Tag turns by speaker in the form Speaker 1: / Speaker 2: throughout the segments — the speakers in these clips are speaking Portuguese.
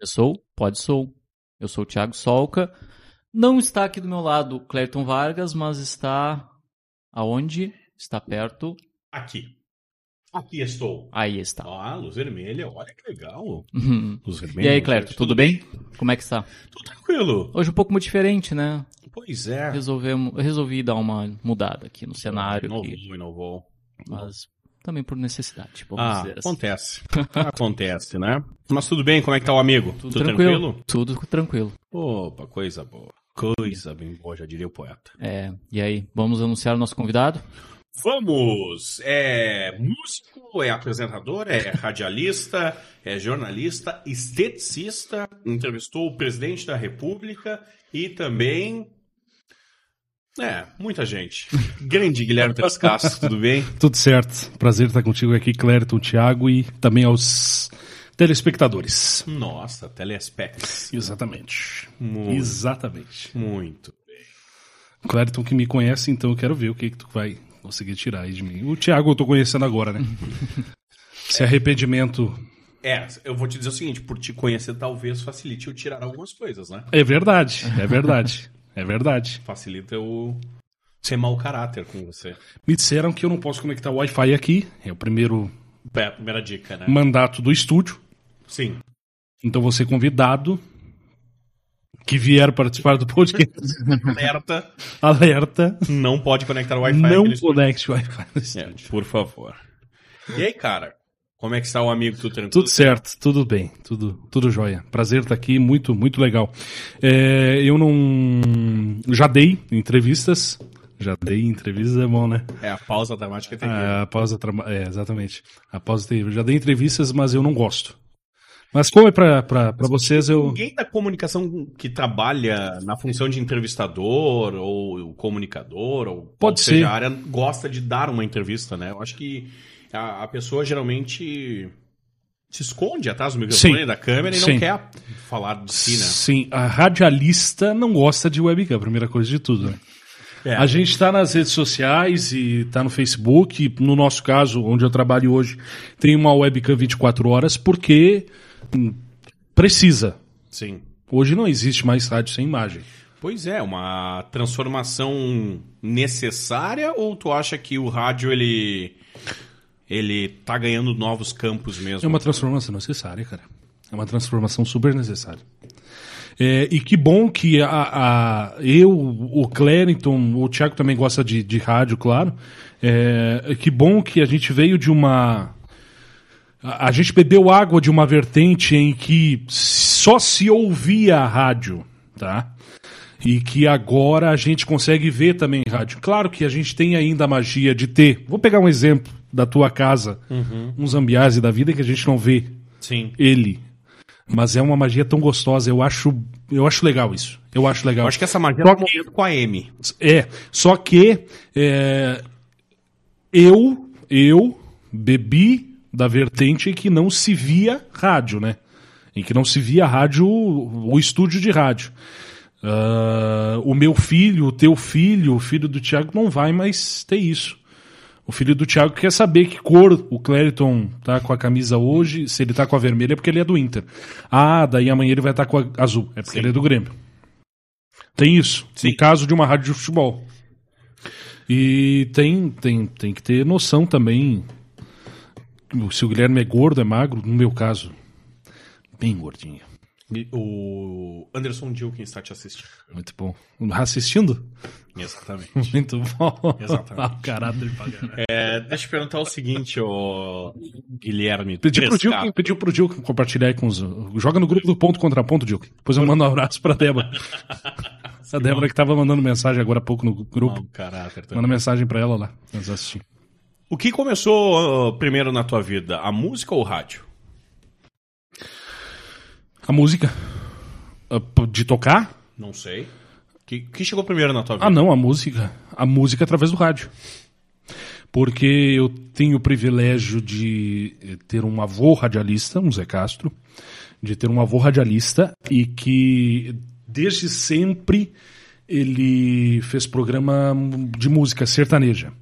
Speaker 1: Eu sou, pode sou. Eu sou o Thiago Solca. Não está aqui do meu lado o Clayton Vargas, mas está aonde? Está perto.
Speaker 2: Aqui. Aqui estou.
Speaker 1: Aí está.
Speaker 2: Ah, luz vermelha, olha que legal.
Speaker 1: Uhum.
Speaker 2: Luz vermelha.
Speaker 1: Tá. E aí, Clerto,
Speaker 2: gente,
Speaker 1: tudo, bem? Como é que está?
Speaker 2: Tudo tranquilo.
Speaker 1: Hoje um pouco muito diferente, né?
Speaker 2: Pois é.
Speaker 1: Resolvemos, eu resolvi dar uma mudada aqui no cenário,
Speaker 2: Inovou,
Speaker 1: aqui,
Speaker 2: inovou.
Speaker 1: mas também por necessidade, vamos
Speaker 2: Ah,
Speaker 1: dizer assim.
Speaker 2: acontece. acontece, né? Mas tudo bem, como é que tá o amigo?
Speaker 1: Tudo tranquilo? Tudo tranquilo.
Speaker 2: Opa, coisa boa. Coisa bem boa, já diria o poeta.
Speaker 1: É, e aí, vamos anunciar o nosso convidado?
Speaker 2: Vamos! É músico, é apresentador, é radialista, é jornalista, esteticista, entrevistou o presidente da República e também. É, muita gente. Grande Guilherme Tres Castro, tudo bem?
Speaker 3: Tudo certo. Prazer estar contigo aqui, Clériton, Thiago e também aos telespectadores.
Speaker 2: Nossa, Telespects.
Speaker 3: Exatamente.
Speaker 2: Muito.
Speaker 3: Exatamente.
Speaker 2: Muito.
Speaker 3: Clériton que me conhece, então eu quero ver o que, que tu vai conseguir tirar aí de mim. O Thiago eu tô conhecendo agora, né? Se arrependimento.
Speaker 2: É, eu vou te dizer o seguinte: por te conhecer, talvez facilite eu tirar algumas coisas, né?
Speaker 3: É verdade, é verdade. É verdade.
Speaker 2: Facilita eu ser mau caráter com você.
Speaker 3: Me disseram que eu não posso conectar o Wi-Fi aqui. É o primeiro
Speaker 2: É a primeira dica, né?
Speaker 3: mandato do estúdio.
Speaker 2: Sim.
Speaker 3: Então você convidado que vier participar do podcast.
Speaker 2: Alerta.
Speaker 3: Alerta.
Speaker 2: Não pode conectar o Wi-Fi.
Speaker 3: Não
Speaker 2: naquele estúdio.
Speaker 3: conecte o Wi-Fi no estúdio.
Speaker 2: É, por favor. E aí, cara? Como é que está o amigo do tranquilo?
Speaker 3: Tudo certo, tudo bem, tudo, tudo jóia. Prazer estar aqui, muito, muito legal. É, eu não. Já dei entrevistas. Já dei entrevistas, é bom, né?
Speaker 2: É, a pausa dramática tem que...
Speaker 3: Ah, Após a trama- é, exatamente. Após ter... Já dei entrevistas, mas eu não gosto. Mas como é pra, pra, pra vocês, eu.
Speaker 2: Ninguém da comunicação que trabalha na função de entrevistador ou comunicador ou
Speaker 3: Pode
Speaker 2: ou seja,
Speaker 3: ser.
Speaker 2: a área gosta de dar uma entrevista, né? Eu acho que a, a pessoa geralmente se esconde atrás do microfone
Speaker 3: Sim.
Speaker 2: da câmera e não
Speaker 3: Sim.
Speaker 2: quer falar de si, né?
Speaker 3: Sim, a radialista não gosta de webcam, primeira coisa de tudo, né?
Speaker 2: É.
Speaker 3: A gente está nas redes sociais e está no Facebook. e No nosso caso, onde eu trabalho hoje, tem uma webcam 24 horas porque hum, precisa.
Speaker 2: Sim.
Speaker 3: Hoje não existe mais rádio sem imagem.
Speaker 2: Pois é, uma transformação necessária ou tu acha que o rádio ele ele tá ganhando novos campos mesmo?
Speaker 3: É uma transformação necessária, cara. É uma transformação super necessária. É, e que bom que a, a- eu, o Clériton, o Thiago também gosta de, de rádio, claro. É, que bom que a gente veio de uma. A, a gente bebeu água de uma vertente em que só se ouvia a rádio, tá? E que agora a gente consegue ver também rádio. Claro que a gente tem ainda a magia de ter. Vou pegar um exemplo da tua casa,
Speaker 2: Uhum.
Speaker 3: uns ambiase da vida que a gente não vê
Speaker 2: Sim.
Speaker 3: ele. Mas é uma magia tão gostosa, eu acho, eu acho legal isso. Eu acho legal.
Speaker 2: Eu acho que essa magia
Speaker 3: Só
Speaker 2: tá morrendo com a M.
Speaker 3: É, só que é, eu, eu bebi da vertente em que não se via rádio, né? Em que não se via rádio, o estúdio de rádio. Ah, o meu filho, o teu filho, o filho do Tiago não vai mais ter isso. O filho do Thiago quer saber que cor o Clériton tá com a camisa hoje. Se ele tá com a vermelha é porque ele é do Inter. Ah, daí amanhã ele vai estar com a azul. É porque
Speaker 2: Sim.
Speaker 3: ele é do Grêmio. Tem isso.
Speaker 2: Sim.
Speaker 3: No caso de uma rádio de futebol. E tem, tem, tem que ter noção também. Se o Guilherme é gordo, é magro, no meu caso, bem gordinho.
Speaker 2: E O Anderson Dilkin está te assistindo.
Speaker 3: Muito bom. Assistindo?
Speaker 2: Exatamente.
Speaker 3: Muito bom. Ah,
Speaker 2: Exatamente.
Speaker 3: Caráter pra caralho.
Speaker 2: É, deixa eu perguntar o seguinte, ô Guilherme.
Speaker 3: Pediu pro
Speaker 2: Trescato.
Speaker 3: Dilkin, pediu pro Dilkin compartilhar aí com os. Joga no grupo do Ponto Contra Ponto, Dilkin. Depois eu mando um abraço pra Débora. A Débora que tava mandando mensagem agora há pouco no grupo.
Speaker 2: Mau caráter tá. também.
Speaker 3: Manda mensagem pra ela lá. Nós assistimos.
Speaker 2: O que começou ô, primeiro na tua vida, a música ou o rádio?
Speaker 3: A música? Ah, p- De tocar?
Speaker 2: Não sei. O que, que chegou primeiro na tua vida?
Speaker 3: Ah, não, a música. A música através do rádio. Porque eu tenho o privilégio de eh, ter um avô radialista, um Zé Castro, de ter um avô radialista e que desde sempre ele fez programa de música sertaneja.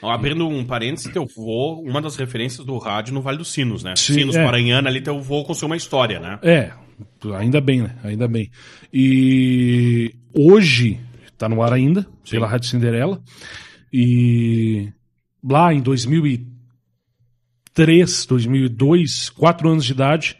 Speaker 2: Ó, Abrindo um parênteses, teu vô, uma das referências do rádio no Vale dos Sinos, né?
Speaker 3: Sim,
Speaker 2: Sinos
Speaker 3: é.
Speaker 2: Paranhana, ali teu vô construiu uma história, né?
Speaker 3: É, Ainda bem, né? Ainda bem. E hoje, tá no ar ainda, pela Rádio Cinderela. E lá em 2003, 2002, quatro anos de idade,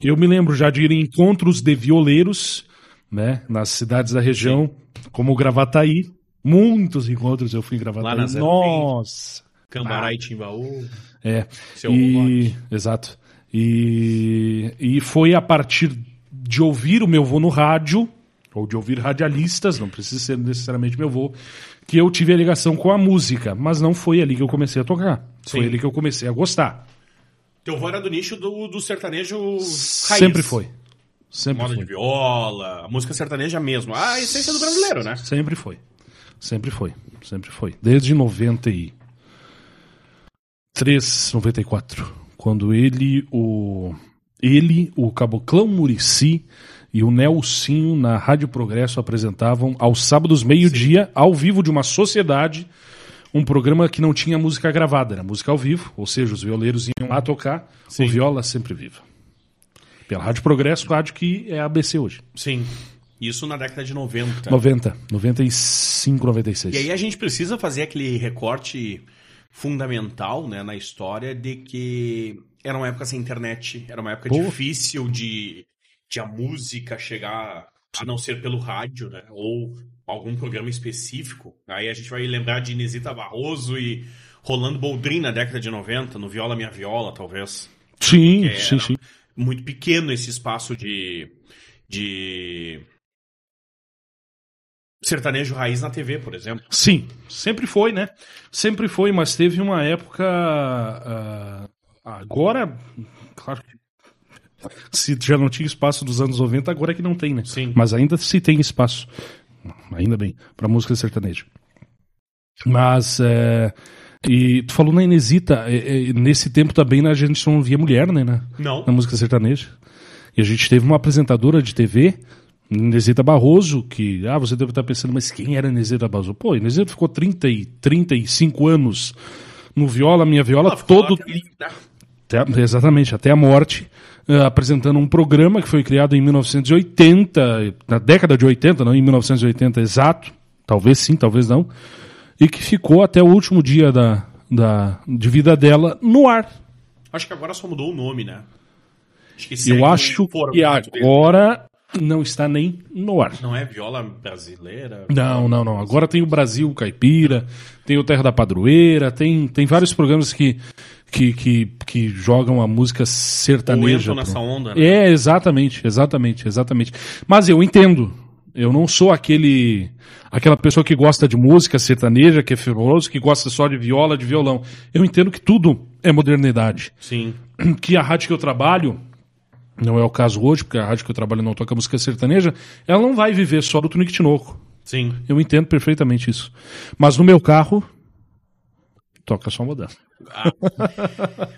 Speaker 3: eu me lembro já de ir em encontros de violeiros, né? Nas cidades da região, como Gravataí. Muitos encontros eu fui em Gravataí.
Speaker 2: na Zero
Speaker 3: Nossa!
Speaker 2: Cambará e Timbaú.
Speaker 3: É.
Speaker 2: Seu
Speaker 3: e...
Speaker 2: Rock.
Speaker 3: Exato. E... e foi a partir de ouvir o meu vô no rádio, ou de ouvir radialistas, não precisa ser necessariamente meu vô, que eu tive a ligação com a música. Mas não foi ali que eu comecei a tocar. Foi
Speaker 2: Sim.
Speaker 3: ali que eu comecei a gostar.
Speaker 2: Teu vô era do nicho do, do sertanejo raiz.
Speaker 3: Sempre foi. Sempre
Speaker 2: Moda
Speaker 3: foi.
Speaker 2: de viola, a música sertaneja mesmo. Ah, a essência do brasileiro, né?
Speaker 3: Sempre foi. Sempre foi. Sempre foi. Desde 93, 94. Quando ele, o. Ele, o Caboclão Murici e o Nelsinho na Rádio Progresso apresentavam aos sábados, meio-dia, ao vivo de uma sociedade, um programa que não tinha música gravada, era música ao vivo, ou seja, os violeiros iam lá tocar, o viola sempre viva. Pela Rádio Progresso, rádio que é ABC hoje.
Speaker 2: Sim. Isso na década de 90.
Speaker 3: 90, 95, 96.
Speaker 2: E aí é a gente precisa fazer aquele recorte fundamental né, na história de que era uma época sem internet, era uma época
Speaker 3: Pô.
Speaker 2: difícil de, de a música chegar, a não ser pelo rádio, né? Ou algum programa específico. Aí a gente vai lembrar de Inesita Barroso e Rolando Boldrin na década de 90, no Viola Minha Viola, talvez.
Speaker 3: Sim,
Speaker 2: É,
Speaker 3: sim,
Speaker 2: era
Speaker 3: sim.
Speaker 2: Muito pequeno esse espaço de. de... Sertanejo Raiz na TV, por exemplo.
Speaker 3: Sim, sempre foi, né? Sempre foi, mas teve uma época. ah, agora, claro que. Se já não tinha espaço dos anos 90, agora é que não tem, né?
Speaker 2: Sim.
Speaker 3: Mas ainda se tem espaço. Ainda bem, para música sertaneja. Mas. é, e tu falou na Inesita, é, é, nesse tempo também né, a gente não via mulher, né? na-
Speaker 2: Não.
Speaker 3: na música sertaneja. E a gente teve uma apresentadora de TV, Inesita Barroso, que, ah, você deve estar pensando, mas quem era Inesita Barroso? Pô, Inesita ficou 30 e 35 anos no viola, minha viola, todo
Speaker 2: é
Speaker 3: até- exatamente, até a morte, eh, apresentando um programa que foi criado em 1980, na década de 80, não em 1980 exato, talvez sim, talvez não, e que ficou até o último dia da, da, de vida dela no ar.
Speaker 2: Acho que agora só mudou o nome, né? Acho que segue
Speaker 3: Eu
Speaker 2: um
Speaker 3: acho
Speaker 2: formato
Speaker 3: que
Speaker 2: dele.
Speaker 3: agora não está nem no ar.
Speaker 2: Não é viola brasileira?
Speaker 3: Não, não, não. Agora tem o Brasil Caipira, tem o Terra da Padroeira, tem, tem vários programas que, que, que, que jogam a música
Speaker 2: Ou
Speaker 3: sertaneja.
Speaker 2: entram nessa
Speaker 3: pro-
Speaker 2: onda, né?
Speaker 3: É, exatamente, exatamente, exatamente. Mas eu entendo. Eu não sou aquele aquela pessoa que gosta de música sertaneja, que é fervoroso, que gosta só de viola, de violão. Eu entendo que tudo é modernidade
Speaker 2: Sim.
Speaker 3: que a rádio que eu trabalho, não é o caso hoje, porque a rádio que eu trabalho não toca música sertaneja, ela não vai viver só do Tunique Tinoco.
Speaker 2: Sim.
Speaker 3: Eu entendo perfeitamente isso. Mas no meu carro, toca só moderno.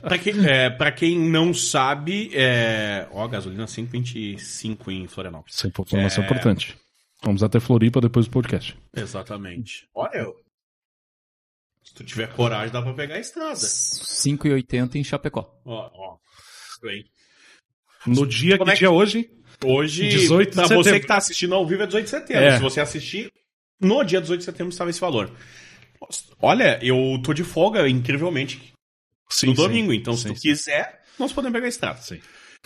Speaker 2: Pra quem, é, pra quem não sabe, é... ó, gasolina 5,25 em Florianópolis.
Speaker 3: Essa é uma informação importante. Vamos até Floripa depois do podcast.
Speaker 2: Exatamente. Olha, eu- se tu tiver coragem, dá pra pegar a estrada.
Speaker 1: 5,80 em Chapecó.
Speaker 2: Ó, ó. Bem.
Speaker 3: No dia
Speaker 2: Como
Speaker 3: que
Speaker 2: é que-
Speaker 3: dia hoje,
Speaker 2: Hoje,
Speaker 3: 18 de
Speaker 2: pra
Speaker 3: setembro.
Speaker 2: você que tá assistindo ao vivo, é 18 de setembro.
Speaker 3: É.
Speaker 2: Se você assistir, no dia 18 de setembro estava esse valor. Nossa, Olha, eu tô de folga, incrivelmente,
Speaker 3: sim,
Speaker 2: no domingo. Então,
Speaker 3: Sim,
Speaker 2: se tu
Speaker 3: sim.
Speaker 2: quiser, nós podemos pegar a estrada.
Speaker 3: Sim.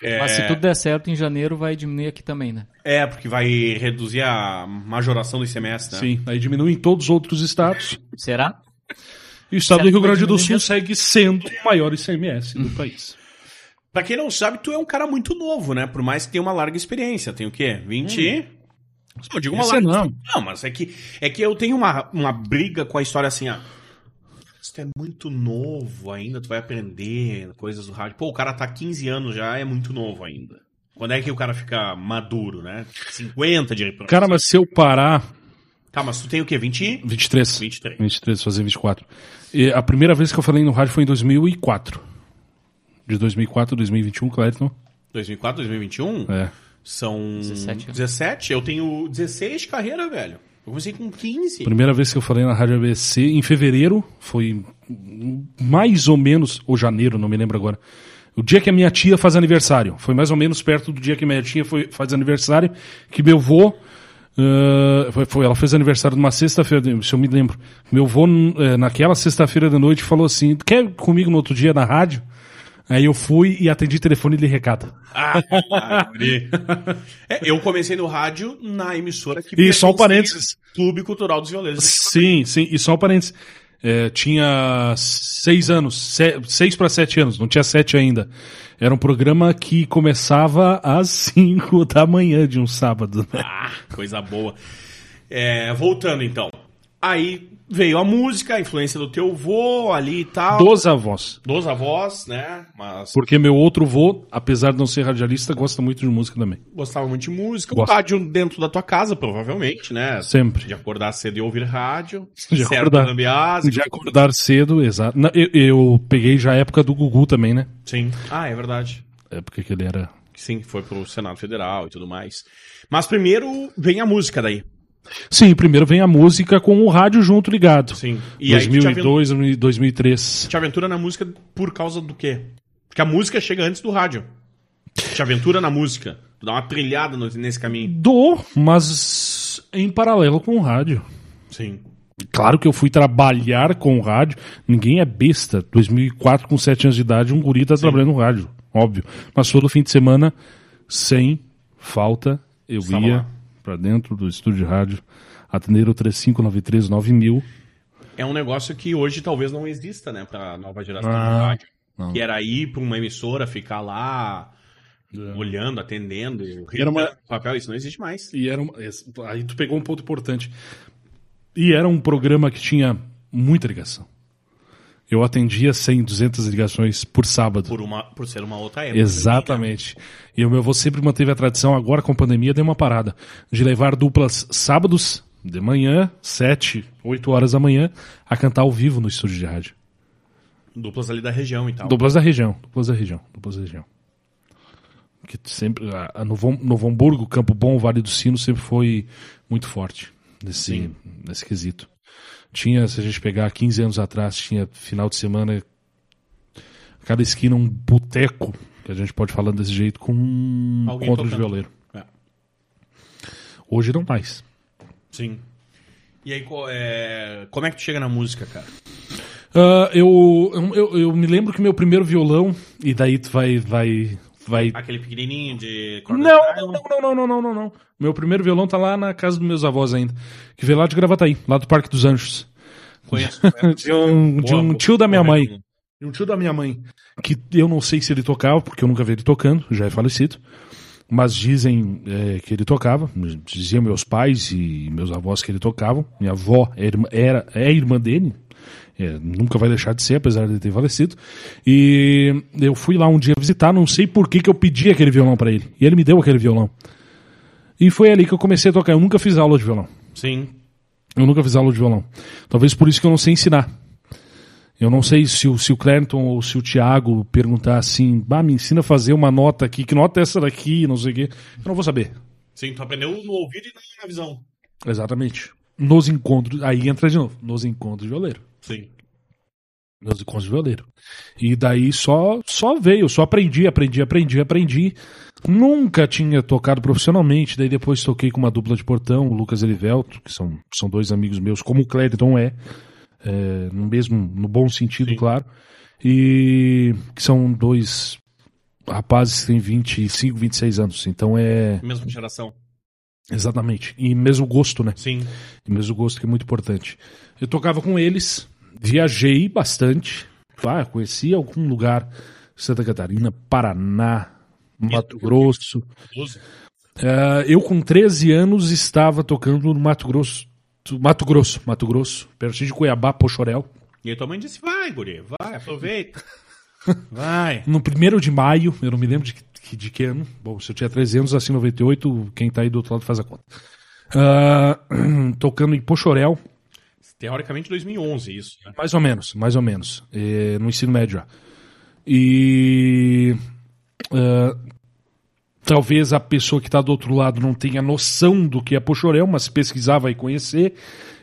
Speaker 2: É,
Speaker 1: Mas se tudo der certo, em janeiro vai diminuir aqui também, né?
Speaker 2: é, porque vai reduzir a majoração do ICMS, né?
Speaker 3: Sim, aí diminui em todos os outros estados.
Speaker 1: Será?
Speaker 3: E o estado do
Speaker 1: Certo,
Speaker 3: Rio Grande do
Speaker 1: diminui
Speaker 3: Sul
Speaker 1: mesmo.
Speaker 3: segue sendo o maior ICMS do país.
Speaker 2: Pra quem não sabe, tu é um cara muito novo, né? Por mais que tenha uma larga experiência. Tem o quê? 20...
Speaker 3: Hum.
Speaker 2: Eu digo uma
Speaker 3: Essa
Speaker 2: larga...
Speaker 3: não.
Speaker 2: Não, mas é que, é que eu tenho uma, uma briga com a história assim, ah... Isso tu é muito novo ainda, tu vai aprender coisas do rádio. Pô, o cara tá 15 anos já, é muito novo ainda. Quando é que o cara fica maduro, né? 50 de repente.
Speaker 3: Cara, mas se eu parar.
Speaker 2: Tá, mas tu tem o quê? 20?
Speaker 3: 23.
Speaker 2: 23.
Speaker 3: 23, fazer 24. E a primeira vez que eu falei no rádio foi em 2004. De 2004 a 2021, Clayton.
Speaker 2: 2004, 2021?
Speaker 3: É.
Speaker 2: São
Speaker 1: 17
Speaker 2: 17.
Speaker 1: anos.
Speaker 2: Eu tenho 16 de carreira, velho. Eu comecei com 15.
Speaker 3: Primeira vez que eu falei na Rádio ABC em fevereiro, foi mais ou menos, ou janeiro, não me lembro agora, O dia que a minha tia faz aniversário. Foi mais ou menos perto do dia que minha tia foi, faz aniversário, que meu vô. ah, foi, foi- ela fez aniversário numa sexta-feira, se eu me lembro. Meu vô, n- eh, naquela sexta-feira de noite, falou assim: quer ir comigo no outro dia na rádio? Aí eu fui e atendi telefone de recado.
Speaker 2: Ah, árvore. É, eu comecei no rádio na emissora que
Speaker 3: E só um
Speaker 2: pertencia
Speaker 3: parênteses.
Speaker 2: ao Clube Cultural dos Violeiros.
Speaker 3: Sim, sim. E só um parênteses. É, tinha seis anos, se- seis para sete anos, não tinha sete ainda. Era um programa que começava às cinco da manhã de um sábado. né?
Speaker 2: Ah, coisa boa. É, voltando então. Aí veio a música, a influência do teu vô ali e tal.
Speaker 3: Dos avós.
Speaker 2: Dos avós, né? Mas
Speaker 3: Porque meu outro vô, apesar de não ser radialista, gosta muito de música também.
Speaker 2: gostava muito de música.
Speaker 3: Gosto.
Speaker 2: O rádio dentro da tua casa, provavelmente, né?
Speaker 3: Sempre.
Speaker 2: De acordar cedo e ouvir rádio.
Speaker 3: De
Speaker 2: certo,
Speaker 3: acordar.
Speaker 2: Gambiase.
Speaker 3: De acordar cedo, exato. Na- Eu, eu peguei já a época do Gugu também, né?
Speaker 2: Sim. Ah, é verdade.
Speaker 3: A época que ele era.
Speaker 2: Sim, foi pro Senado Federal e tudo mais. Mas primeiro vem a música daí.
Speaker 3: Sim, primeiro vem a música com o rádio junto ligado.
Speaker 2: Sim. E aí tu te aven-
Speaker 3: 2002, 2003.
Speaker 2: te aventura na música por causa do quê? Porque a música chega antes do rádio. Te aventura na música. Tu dá uma trilhada no- nesse caminho.
Speaker 3: Do, mas em paralelo com o rádio.
Speaker 2: Sim.
Speaker 3: Claro que eu fui trabalhar com o rádio. Ninguém é besta. 2004, com 7 anos de idade, um guri tá trabalhando no rádio. Óbvio. Mas todo fim de semana, sem falta, eu
Speaker 2: Estava
Speaker 3: ia
Speaker 2: lá.
Speaker 3: pra dentro do estúdio de rádio atender o 3593-9000.
Speaker 2: É um negócio que hoje talvez não exista, né? Pra nova geração
Speaker 3: Ah,
Speaker 2: do rádio.
Speaker 3: não.
Speaker 2: Que era ir pra uma emissora, ficar lá, olhando, atendendo,
Speaker 3: É. Era uma-
Speaker 2: papel. Isso não existe mais.
Speaker 3: E era um- esse- aí tu pegou um ponto importante. E era um programa que tinha muita ligação. Eu atendia 100, 200 ligações por sábado.
Speaker 2: Por, uma, por ser uma outra época.
Speaker 3: Exatamente. E o meu avô sempre manteve a tradição, agora com a pandemia deu uma parada, de levar duplas sábados de manhã, sete, oito horas da manhã, a cantar ao vivo no estúdio de rádio.
Speaker 2: Duplas ali da região e tal.
Speaker 3: Duplas da região, duplas da região, duplas da região. Que sempre, a, a Novo, Novo Hamburgo, Campo Bom, Vale do Sino sempre foi muito forte nesse, nesse quesito. Tinha, se a gente pegar 15 anos atrás, tinha final de semana, a cada esquina um boteco, que a gente pode falar desse jeito, com um
Speaker 2: Alguém
Speaker 3: encontro de
Speaker 2: tocando.
Speaker 3: violeiro.
Speaker 2: É.
Speaker 3: Hoje não mais.
Speaker 2: Sim. E aí, co- é, como é que tu chega na música, cara?
Speaker 3: Ah, eu, eu, eu me lembro que meu primeiro violão, e daí tu vai, vai, vai
Speaker 2: Aquele pequenininho de... corda
Speaker 3: Não,
Speaker 2: de nylon?
Speaker 3: não, não, não, não, não, não, não. Meu primeiro violão tá lá na casa dos meus avós ainda. Que veio lá de Gravataí, lá do Parque dos Anjos.
Speaker 2: Conheço.
Speaker 3: De um, de um
Speaker 2: Boa,
Speaker 3: tio da minha
Speaker 2: boa,
Speaker 3: mãe.
Speaker 2: boa.
Speaker 3: De um tio da minha mãe. Que eu não sei se ele tocava, porque eu nunca vi ele tocando, já é falecido. Mas dizem eh, que ele tocava. Diziam meus pais e meus avós que ele tocavam. Minha avó é irmã- era, é irmã dele. É, nunca vai deixar de ser, apesar de ter falecido. E eu fui lá um dia visitar, não sei por que, que eu pedi aquele violão pra ele. E ele me deu aquele violão. E foi ali que eu comecei a tocar. Eu nunca fiz aula de violão.
Speaker 2: Sim.
Speaker 3: Eu nunca fiz aula de violão. Talvez por isso que eu não sei ensinar. Eu não sei se o, se o Clériton ou se o Thiago perguntar assim, bah, me ensina a fazer uma nota aqui, que nota é essa daqui, não sei o quê. Eu não vou saber.
Speaker 2: Sim, tu aprendeu no ouvido e na- na visão.
Speaker 3: Exatamente. Nos encontros, aí entra de novo, nos encontros de violeiro.
Speaker 2: Sim.
Speaker 3: Nos encontros de violeiro. E daí só, só veio, só aprendi, aprendi, aprendi, aprendi. Nunca tinha tocado profissionalmente, daí depois toquei com uma dupla de portão, o Lucas Elivelto, que são, são dois amigos meus, como o Clériton é, é, no mesmo, no bom sentido, claro. E que são dois rapazes que têm 25, 26 anos. Então é.
Speaker 2: Mesma geração.
Speaker 3: Exatamente. E mesmo gosto, né?
Speaker 2: Sim.
Speaker 3: E mesmo gosto que é muito importante. Eu tocava com eles, viajei bastante. Ah, conheci algum lugar, Santa Catarina, Paraná, Mato Grosso.
Speaker 2: Blusa.
Speaker 3: Ah, eu com 13 anos estava tocando no Mato Grosso. Mato Grosso, Mato Grosso, pertinho de Cuiabá, Pochorel.
Speaker 2: E aí tua mãe disse, vai, guri, vai, aproveita. Vai.
Speaker 3: No 1 de maio, eu não me lembro de que, de que ano. Bom, se eu tinha 13 anos, assim, 98, quem tá aí do outro lado faz a conta. Ah, tocando em Pochorel,
Speaker 2: Teoricamente 2011 isso, né?
Speaker 3: Mais ou menos, mais ou menos. É, no ensino médio já. E. ah, talvez a pessoa que está do outro lado não tenha noção do que é Pochorel, mas se pesquisar vai conhecer,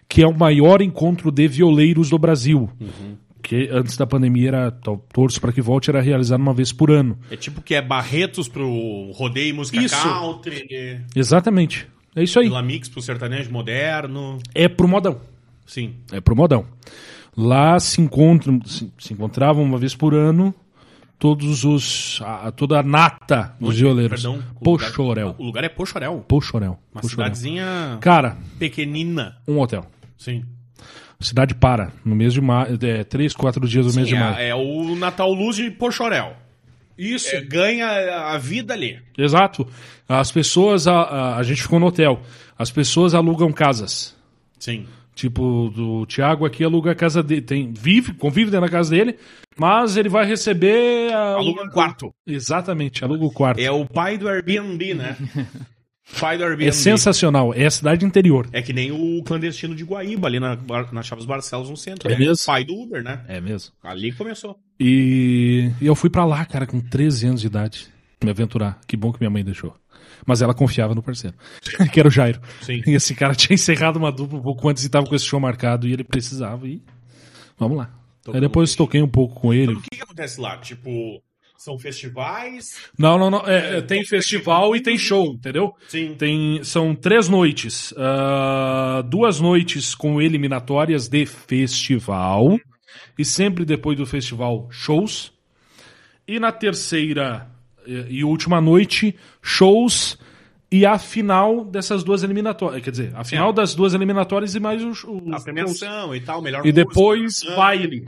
Speaker 3: que é o maior encontro de violeiros do Brasil. Que que antes da pandemia era, tal, torço para que volte, era realizado uma vez por ano.
Speaker 2: É tipo que é Barretos pro rodeio e música
Speaker 3: Isso.
Speaker 2: country, né?
Speaker 3: Exatamente. É isso aí.
Speaker 2: Vila Mix pro sertanejo moderno.
Speaker 3: É pro modão.
Speaker 2: Sim.
Speaker 3: É pro modão. Lá se encontram, se, se encontravam uma vez por ano todos os a, a- toda a nata dos violeiros.
Speaker 2: Perdão. o lugar-
Speaker 3: Pochorel.
Speaker 2: O lugar é Pochorel.
Speaker 3: Pochorel.
Speaker 2: Uma
Speaker 3: Pochorel.
Speaker 2: cidadezinha
Speaker 3: Cara,
Speaker 2: pequenina.
Speaker 3: um hotel.
Speaker 2: Sim.
Speaker 3: Cidade para no mês de maio, é, três, quatro dias do mês de maio.
Speaker 2: É, é o Natal Luz de Pochorel. Isso. ganha a vida ali.
Speaker 3: Exato. As pessoas, a, a, a gente ficou no hotel. As pessoas alugam casas.
Speaker 2: Sim.
Speaker 3: Tipo, do Thiago aqui aluga a casa dele. Tem, vive, convive dentro da casa dele, mas ele vai receber. a-
Speaker 2: Aluga um quarto.
Speaker 3: Exatamente, aluga o quarto. É,
Speaker 2: É o pai do Airbnb, né? pai do Airbnb.
Speaker 3: É sensacional. É a cidade interior.
Speaker 2: É que nem o clandestino de Guaíba, ali na, Bar- na Chaves Barcelos, no centro.
Speaker 3: É
Speaker 2: né?
Speaker 3: mesmo?
Speaker 2: Pai do Uber, né?
Speaker 3: É mesmo.
Speaker 2: Ali começou.
Speaker 3: E, e eu fui pra lá, cara, com 13 anos de idade. Me aventurar. Que bom que minha mãe deixou. Mas ela confiava no parceiro, que era o Jairo.
Speaker 2: Sim.
Speaker 3: E esse cara tinha encerrado uma dupla um pouco antes e tava com esse show marcado e ele precisava e. Vamos lá.
Speaker 2: Tocou
Speaker 3: Aí depois toquei um pouco com ele.
Speaker 2: Então, o que, que acontece lá? Tipo, são festivais?
Speaker 3: Não, não, não. É, é, tem festival e tem show, entendeu?
Speaker 2: Sim.
Speaker 3: Tem, são três noites. Ah, duas noites com eliminatórias de festival. E sempre depois do festival, shows. E na terceira eh, e última noite, shows. E a final dessas duas eliminatórias. Quer dizer, a final das duas eliminatórias e mais os. os
Speaker 2: A premiação É. e tal, melhor
Speaker 3: E
Speaker 2: música, né?
Speaker 3: depois
Speaker 2: canção.
Speaker 3: baile.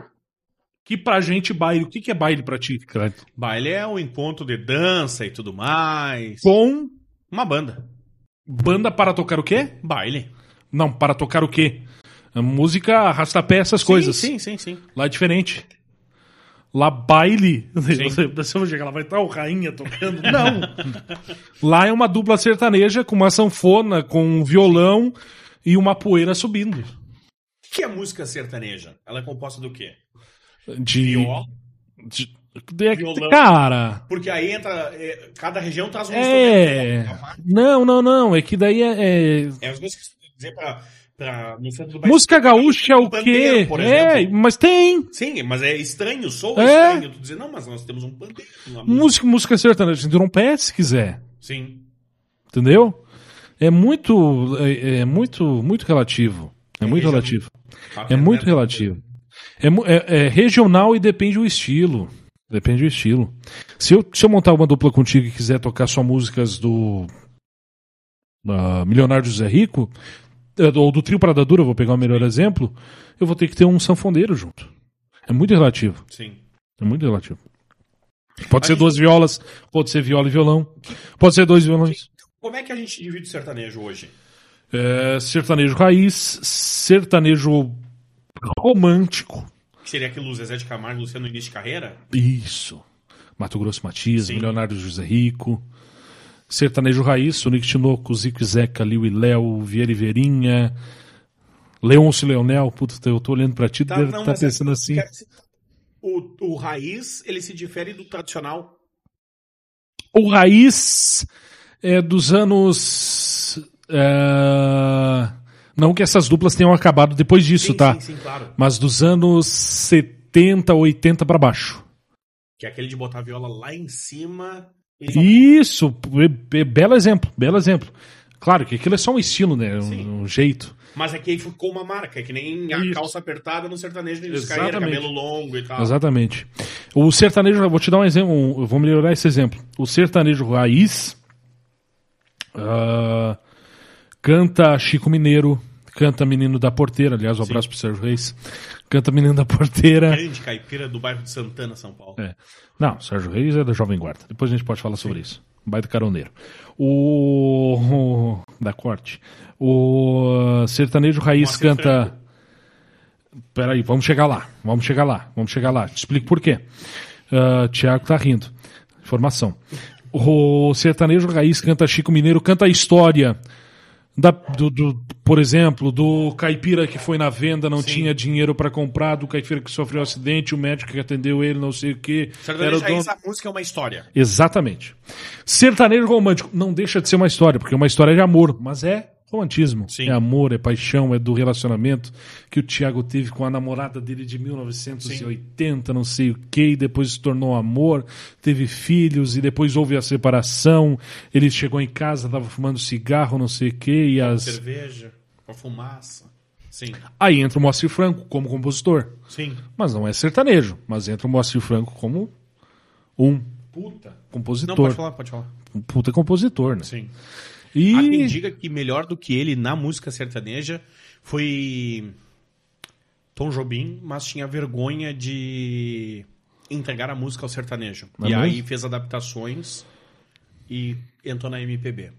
Speaker 3: Que pra gente baile. O que, que é baile pra ti, cara?
Speaker 2: Baile é um encontro de dança e tudo mais.
Speaker 3: Com
Speaker 2: Uma banda.
Speaker 3: banda para tocar o quê?
Speaker 2: Baile.
Speaker 3: Não, para tocar o quê? A Música, arrastapé, essas coisas.
Speaker 2: Sim, sim, sim. sim.
Speaker 3: Lá é diferente. Lá baile. Você, você vai chegar lá, vai estar o rainha tocando. Não. lá é uma dupla sertaneja com uma sanfona, com um violão e uma poeira subindo.
Speaker 2: O que é música sertaneja? Ela é composta do quê?
Speaker 3: De.
Speaker 2: Viola.
Speaker 3: de- de-
Speaker 2: Violão.
Speaker 3: cara.
Speaker 2: Porque aí entra. é, cada região traz um
Speaker 3: É. Não, não, não. É que daí é- é
Speaker 2: É as músicas que eu ia dizer pra, pra, no centro do Brasil.
Speaker 3: Música gaúcha é o
Speaker 2: Pandeiro,
Speaker 3: quê?
Speaker 2: por
Speaker 3: É,
Speaker 2: exemplo.
Speaker 3: mas tem.
Speaker 2: Sim, mas é estranho, sou
Speaker 3: É.
Speaker 2: estranho. Tu dizer, não, mas nós temos um pandeiro. Uma música.
Speaker 3: Música, música sertaneja. Tu não pede se quiser.
Speaker 2: Sim.
Speaker 3: Entendeu? É muito, é, é muito, muito relativo. É muito
Speaker 2: Região-
Speaker 3: relativo.
Speaker 2: Tá
Speaker 3: É muito relativo. É, mu- é- é regional e depende do estilo. Depende do estilo. Se eu, se eu montar uma dupla contigo e quiser tocar só músicas do ah, Milionário José Rico, eh, do- ou do Trio Parada Dura, vou pegar o melhor exemplo, eu vou ter que ter um sanfoneiro junto. É muito relativo.
Speaker 2: Sim.
Speaker 3: É muito relativo. Pode ser duas violas, pode ser viola e violão, pode ser dois violões.
Speaker 2: Como é que a gente divide o sertanejo hoje?
Speaker 3: É, sertanejo raiz, sertanejo romântico.
Speaker 2: Que seria aquilo Zezé de Camargo, Luciano Início de Carreira?
Speaker 3: Isso. Mato Grosso Matias,
Speaker 2: Sim.
Speaker 3: Milionário José Rico. Sertanejo raiz, Sonic Tinoco, Zico e Zeca, Liu e Léo, Vieira e Verinha, Leôncio e Leonel. Puta, eu tô olhando pra ti, deve tá
Speaker 2: mas é-
Speaker 3: pensando assim.
Speaker 2: quero citar. O, o raiz, ele se difere do tradicional.
Speaker 3: o raiz é, dos anos. é, não que essas duplas tenham acabado depois disso,
Speaker 2: sim,
Speaker 3: tá?
Speaker 2: sim, sim, claro.
Speaker 3: Mas dos anos 70, 80 pra baixo.
Speaker 2: Que é aquele de botar a viola lá em cima. e só-
Speaker 3: Isso, be- be- belo exemplo, belo exemplo. Claro que aquilo é só um estilo, né?
Speaker 2: Sim.
Speaker 3: Um, um jeito.
Speaker 2: Mas aqui ficou uma marca, é que nem a
Speaker 3: Isso.
Speaker 2: calça apertada no sertanejo de Início de Carreira,
Speaker 3: Exatamente.
Speaker 2: cabelo longo e tal.
Speaker 3: Exatamente. O sertanejo, eu vou te dar um exemplo, um- eu vou melhorar esse exemplo. O sertanejo raiz ah, canta Chico Mineiro, canta Menino da Porteira, aliás, um abraço pro Sérgio Reis. Canta Menino da Porteira.
Speaker 2: Grande caipira do bairro de Santana, São Paulo.
Speaker 3: É. Não, Sérgio Reis é da Jovem Guarda. Depois a gente pode falar sobre isso. Baita caroneiro. O. Da corte. O sertanejo raiz
Speaker 2: Moacir
Speaker 3: canta. Peraí, vamos chegar lá. Vamos chegar lá. Vamos chegar lá. Te explico por quê. Ah, Tiago tá rindo. Informação. O sertanejo raiz canta Chico Mineiro, canta a história. Da, do, do- por exemplo, do caipira que foi na venda, não tinha dinheiro pra comprar, do caipira que sofreu um acidente, o médico que atendeu ele, não sei o quê. Era o
Speaker 2: Sertanejo
Speaker 3: dono-
Speaker 2: raiz, a música é uma história.
Speaker 3: Exatamente. Sertanejo romântico não deixa de ser uma história, porque é uma história de amor, mas é Romantismo.
Speaker 2: Sim.
Speaker 3: É amor, é paixão, é do relacionamento que o Thiago teve com a namorada dele de 1980, não sei o que, e depois se tornou amor, teve filhos e depois houve a separação. Ele chegou em casa, tava fumando cigarro, não sei o que, e as.
Speaker 2: Cerveja, com fumaça. Sim,
Speaker 3: Aí entra o Moacir Franco como compositor.
Speaker 2: sim.
Speaker 3: Mas não é sertanejo, mas entra o Moacir Franco como um
Speaker 2: Puta. Não, pode
Speaker 3: compositor.
Speaker 2: falar, pode falar.
Speaker 3: um puta compositor, né?
Speaker 2: Sim. Ah,
Speaker 3: E.
Speaker 2: Há quem diga que melhor do que ele na música sertaneja foi Tom Jobim, mas tinha vergonha de entregar a música ao sertanejo.
Speaker 3: Não é
Speaker 2: e aí
Speaker 3: mesmo?
Speaker 2: fez adaptações e entrou na MPB.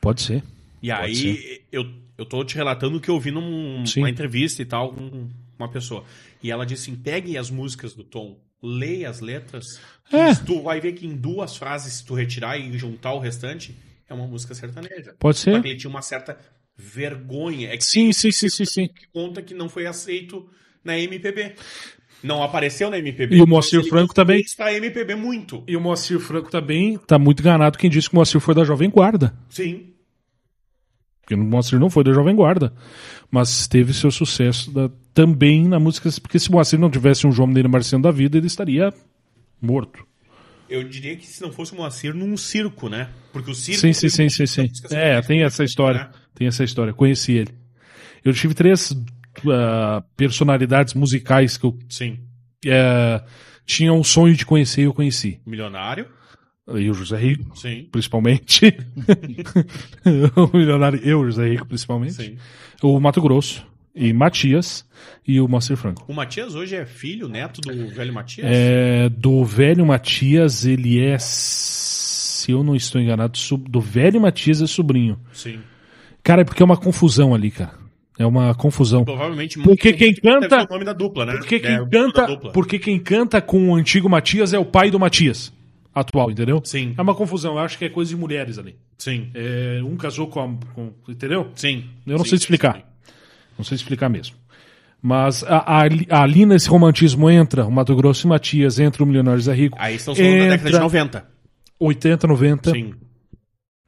Speaker 3: Pode ser.
Speaker 2: E
Speaker 3: Pode
Speaker 2: aí
Speaker 3: ser.
Speaker 2: eu, eu tô te relatando o que eu vi numa
Speaker 3: Sim.
Speaker 2: entrevista e tal com uma pessoa. E ela disse assim, pegue as músicas do Tom, leia as letras, que
Speaker 3: É.
Speaker 2: tu vai ver que em duas frases, se tu retirar e juntar o restante, é uma música sertaneja.
Speaker 3: Pode
Speaker 2: Só
Speaker 3: ser.
Speaker 2: que ele tinha uma certa vergonha. É que
Speaker 3: Sim, sim, sim, sim, sim.
Speaker 2: que conta que não foi aceito na MPB. Não apareceu na MPB.
Speaker 3: E o Moacir
Speaker 2: Ele
Speaker 3: Franco também.
Speaker 2: Está MPB muito.
Speaker 3: E o Moacir Franco também tá muito enganado quem disse que o Moacir foi da Jovem Guarda.
Speaker 2: Sim.
Speaker 3: Porque o Moacir não foi da Jovem Guarda. Mas teve seu sucesso da- também na música. Porque se o Moacir não tivesse um João Mineiro Marciano da vida, ele estaria morto.
Speaker 2: Eu diria que se não fosse o Moacir, num circo, né? Porque o circo...
Speaker 3: Sim, sim, sim, sim, sim. É, tem essa história. Tem essa história. Conheci ele. Eu tive três ah, personalidades musicais que eu
Speaker 2: Sim.
Speaker 3: eh, tinha um sonho de conhecer e eu conheci.
Speaker 2: Milionário.
Speaker 3: E o José Rico,
Speaker 2: Sim.
Speaker 3: principalmente. o milionário, eu, José Rico, principalmente.
Speaker 2: Sim.
Speaker 3: O Mato Grosso, e Matias, e o Moacir Franco.
Speaker 2: O Matias hoje é filho, neto do velho Matias?
Speaker 3: É, do velho Matias, ele é, se eu não estou enganado, sub- do velho Matias é sobrinho.
Speaker 2: Sim.
Speaker 3: Cara, é porque é uma confusão ali, cara. É uma confusão.
Speaker 2: Provavelmente...
Speaker 3: Porque
Speaker 2: muito-
Speaker 3: quem
Speaker 2: deve ser
Speaker 3: canta,
Speaker 2: o nome da dupla, né?
Speaker 3: porque
Speaker 2: É, o
Speaker 3: quem
Speaker 2: nome da
Speaker 3: canta,
Speaker 2: dupla.
Speaker 3: porque quem canta com o antigo Matias é o pai do Matias atual, entendeu?
Speaker 2: Sim.
Speaker 3: É uma confusão, eu acho que é coisa de mulheres ali.
Speaker 2: Sim.
Speaker 3: É, um casou com, a, com- Entendeu?
Speaker 2: Sim.
Speaker 3: Eu não
Speaker 2: Sim,
Speaker 3: sei
Speaker 2: sim,
Speaker 3: explicar.
Speaker 2: sim.
Speaker 3: Não sei explicar mesmo. Mas a- a- ali- ali nesse romantismo entra o Mato Grosso e Matias, entra o Milionário Zé Rico.
Speaker 2: Aí estamos falando da década de
Speaker 3: Entra. Então,
Speaker 2: 90.
Speaker 3: 80, 90.
Speaker 2: Sim.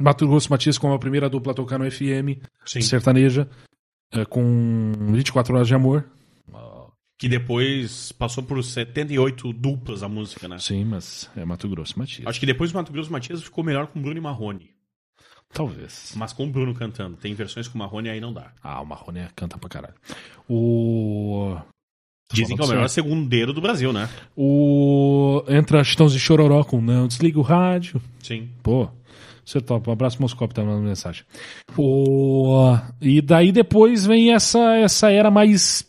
Speaker 3: Mato Grosso e Matias como a primeira dupla a tocar no FM,
Speaker 2: Sim.
Speaker 3: sertaneja, é, com 24 horas de amor.
Speaker 2: Que depois passou por 78 duplas a música, né?
Speaker 3: Sim, mas é Mato Grosso e Matias.
Speaker 2: Acho que depois do Mato Grosso Matias ficou melhor com Bruno e Marrone.
Speaker 3: Talvez.
Speaker 2: Mas com o Bruno cantando. Tem versões com Marrone aí não dá.
Speaker 3: Ah, o Marrone canta pra caralho. O...
Speaker 2: Dizem que é o
Speaker 3: Falando
Speaker 2: melhor segundeiro do Brasil, né?
Speaker 3: O... Entra Chitãozinho e Chororó com Não Desliga o Rádio.
Speaker 2: Sim.
Speaker 3: Pô, você topa. Um abraço, Moscop, tá mandando mensagem. Pô, e daí depois vem essa, essa era mais.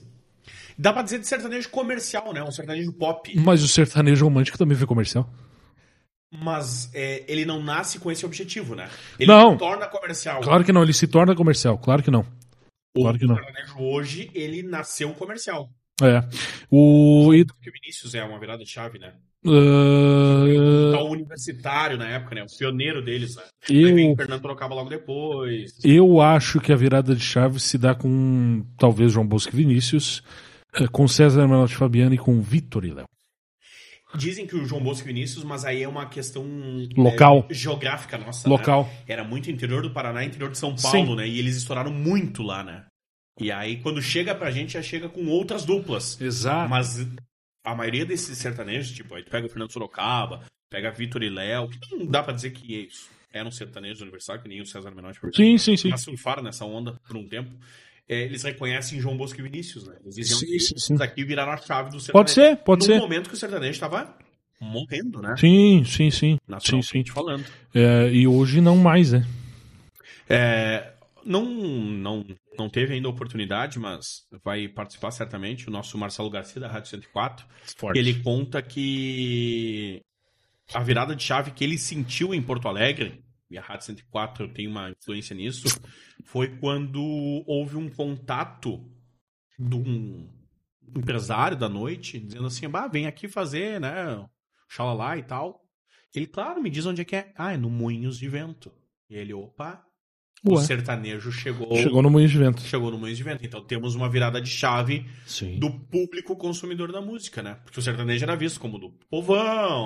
Speaker 2: Dá pra dizer de sertanejo comercial, né? Um sertanejo pop.
Speaker 3: Mas o sertanejo romântico também foi comercial.
Speaker 2: Mas é, ele não nasce com esse objetivo, né? Ele
Speaker 3: Não.
Speaker 2: se torna comercial.
Speaker 3: Claro que não, ele se torna comercial, claro que não.
Speaker 2: o
Speaker 3: claro que não.
Speaker 2: sertanejo hoje, ele nasceu comercial.
Speaker 3: É. O. e,
Speaker 2: Porque o Vinícius é uma virada de chave, né?
Speaker 3: ah,
Speaker 2: Tá o universitário na época, né? O pioneiro deles, né? Aí vem
Speaker 3: eu,
Speaker 2: o Fernando Sorocaba logo depois.
Speaker 3: eu acho que a virada de chave se dá com talvez João Bosco e Vinícius, eh, com César Menotti e Fabiano e com Vitor e Léo.
Speaker 2: Dizem que o João Bosco e Vinícius, mas aí é uma questão
Speaker 3: Local.
Speaker 2: é, geográfica nossa. né?
Speaker 3: Local.
Speaker 2: Era muito interior do Paraná, interior de São
Speaker 3: Sim.
Speaker 2: Paulo, né? E eles estouraram muito lá, né? E aí quando chega pra gente já chega com outras duplas.
Speaker 3: Exato.
Speaker 2: Mas a maioria desses sertanejos, tipo, aí tu pega o Fernando Sorocaba, pega Vitor e Léo, que não dá pra dizer que é eram sertanejos do aniversário, um que nem o César Menotti, por
Speaker 3: Sim, sim, sim.
Speaker 2: já surfaram nessa onda por um tempo. É, eles reconhecem João Bosco e Vinícius, né? Eles diziam
Speaker 3: Sim,
Speaker 2: que
Speaker 3: sim, sim.
Speaker 2: esses aqui viraram a chave do sertanejo.
Speaker 3: Pode ser, pode
Speaker 2: Num
Speaker 3: ser.
Speaker 2: momento que o sertanejo tava morrendo, né?
Speaker 3: Sim, sim, sim. Sim, sim.
Speaker 2: Nacionalmente falando.
Speaker 3: É, e hoje não mais, né?
Speaker 2: É, não, não, não teve ainda oportunidade, mas vai participar certamente o nosso Marcelo Garcia da Rádio 104.
Speaker 3: Forte.
Speaker 2: Ele conta que a virada de chave que ele sentiu em Porto Alegre, e a Rádio 104 tem uma influência nisso, foi quando houve um contato de um empresário da noite, dizendo assim, bah, vem aqui fazer, né, xalala e tal. Ele, claro, me diz onde é que é. Ah, é no Moinhos de Vento. E ele, opa, o
Speaker 3: Ué.
Speaker 2: sertanejo chegou, chegou.
Speaker 3: Chegou no Moinhos de Vento.
Speaker 2: no Moinhos de Vento. Então temos uma virada de chave
Speaker 3: Sim.
Speaker 2: do público consumidor da música, né? Porque o sertanejo era visto como do povão,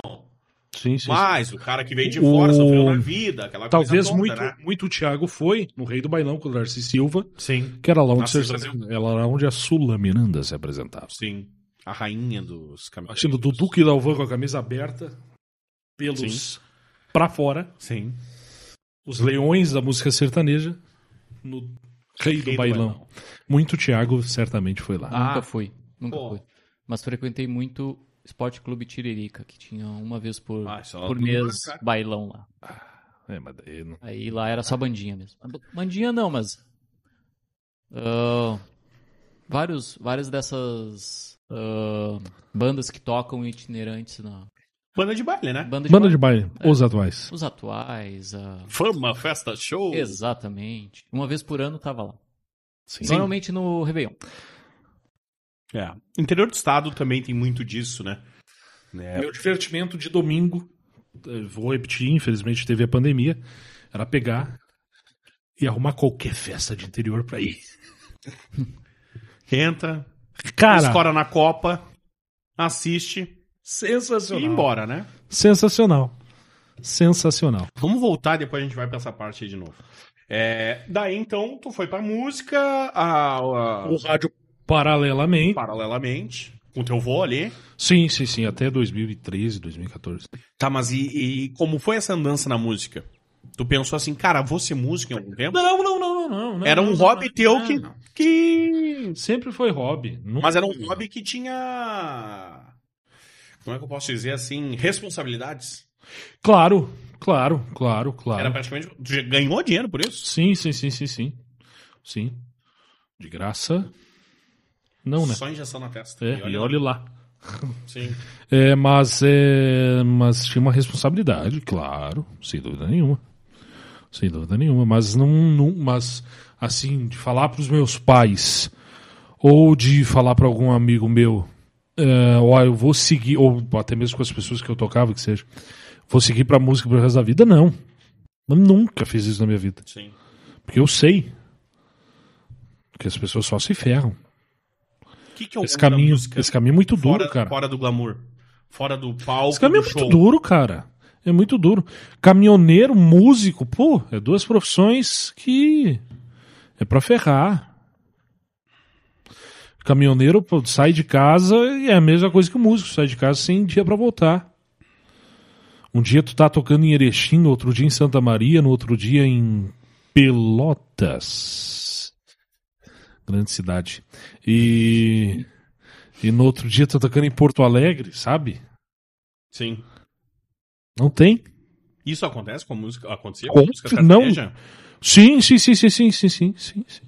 Speaker 3: Sim, sim.
Speaker 2: Mas o cara que veio de
Speaker 3: O-
Speaker 2: fora, sofreu na vida, aquela coisa
Speaker 3: Talvez
Speaker 2: toda,
Speaker 3: muito,
Speaker 2: né?
Speaker 3: muito o Thiago foi no Rei do Bailão com o Darcy Silva,
Speaker 2: Sim,
Speaker 3: que era lá onde,
Speaker 2: Nossa,
Speaker 3: se-
Speaker 2: Brasil.
Speaker 3: ela era onde a Sula Miranda se apresentava.
Speaker 2: sim. A rainha dos caminhos.
Speaker 3: Achando o Dudu que Dalvan com a camisa aberta, pelos pra fora,
Speaker 2: Sim.
Speaker 3: os leões da música sertaneja no Rei, do,
Speaker 2: Rei do
Speaker 3: bailão.
Speaker 2: Bailão. Ah.
Speaker 3: Muito Thiago certamente foi lá.
Speaker 1: Nunca fui. Nunca
Speaker 2: Pô.
Speaker 1: fui. Mas frequentei muito Esporte Clube Tiririca, que tinha uma vez por,
Speaker 2: Ah, isso é
Speaker 1: por
Speaker 2: tudo
Speaker 1: mês
Speaker 2: pra cá.
Speaker 1: bailão lá.
Speaker 3: É, mas daí não-
Speaker 1: Aí lá era só bandinha mesmo. Bandinha não, mas. ah, vários, várias dessas ah, bandas que tocam itinerantes na.
Speaker 2: Banda de baile, né?
Speaker 1: Banda de,
Speaker 3: Banda de baile, os atuais.
Speaker 1: Os atuais. a-
Speaker 2: Fama, festa, show.
Speaker 1: Exatamente. Uma vez por ano tava lá.
Speaker 3: Sim.
Speaker 1: Normalmente no Réveillon.
Speaker 2: É. Interior do estado também tem muito disso, né? né?
Speaker 3: É. Meu divertimento de domingo, eh, vou repetir, infelizmente teve a pandemia, era pegar e arrumar qualquer festa de interior pra ir.
Speaker 2: Entra,
Speaker 3: Cara,
Speaker 2: escora na copa, assiste e ir
Speaker 3: sensacional.
Speaker 2: embora, né?
Speaker 3: Sensacional. Sensacional.
Speaker 2: Vamos voltar, depois a gente vai pra essa parte aí de novo. É, daí então, tu foi pra música, a, a-
Speaker 3: O rádio paralelamente.
Speaker 2: paralelamente, com teu vô ali.
Speaker 3: Sim, sim, sim, até 2013, 2014.
Speaker 2: Tá, mas e, e como foi essa andança na música? Tu pensou assim, cara, vou ser músico em algum tempo?
Speaker 3: Não, não, não, não, não. não,
Speaker 2: era um
Speaker 3: não,
Speaker 2: hobby
Speaker 3: não,
Speaker 2: teu
Speaker 3: não,
Speaker 2: que,
Speaker 3: não.
Speaker 2: que.
Speaker 3: Sempre foi hobby. Nunca-
Speaker 2: Mas era um hobby que tinha. Como é que eu posso dizer assim? Responsabilidades.
Speaker 3: Claro, claro, claro, claro.
Speaker 2: Era praticamente. Tu já ganhou dinheiro por isso?
Speaker 3: Sim, sim, sim, sim, sim. Sim. De graça. Não, né?
Speaker 2: Só injeção na testa.
Speaker 3: É, e olhe lá.
Speaker 2: Sim.
Speaker 3: É, mas, é, mas tinha uma responsabilidade, claro, sem dúvida nenhuma. Sem dúvida nenhuma, mas não, não- mas assim, de falar para os meus pais ou de falar para algum amigo meu, é, ó, eu vou seguir ou até mesmo com as pessoas que eu tocava, que seja, vou seguir para música pro resto da vida, não. Eu nunca fiz isso na minha vida,
Speaker 2: Sim.
Speaker 3: porque eu sei que as pessoas só se ferram.
Speaker 2: O que, que é o
Speaker 3: Esse
Speaker 2: mundo da
Speaker 3: caminho,
Speaker 2: música?
Speaker 3: esse caminho é muito duro,
Speaker 2: fora,
Speaker 3: cara.
Speaker 2: fora do glamour. Fora do palco.
Speaker 3: Esse caminho é
Speaker 2: do
Speaker 3: muito
Speaker 2: show.
Speaker 3: duro, cara. É muito duro. Caminhoneiro, músico, pô, é duas profissões que é pra ferrar. Caminhoneiro pô, sai de casa e é a mesma coisa que o músico, sai de casa sem dia pra voltar. Um dia tu tá tocando em Erechim, no outro dia em Santa Maria, no outro dia em Pelotas. Grande cidade. E e no outro dia tá tocando em Porto Alegre, sabe?
Speaker 2: Sim.
Speaker 3: Não tem?
Speaker 2: Isso acontece com a música? Acontecia
Speaker 3: Com-
Speaker 2: com a música
Speaker 3: não.
Speaker 2: sertaneja?
Speaker 3: Sim, sim, sim, sim, sim, sim, sim, sim, sim.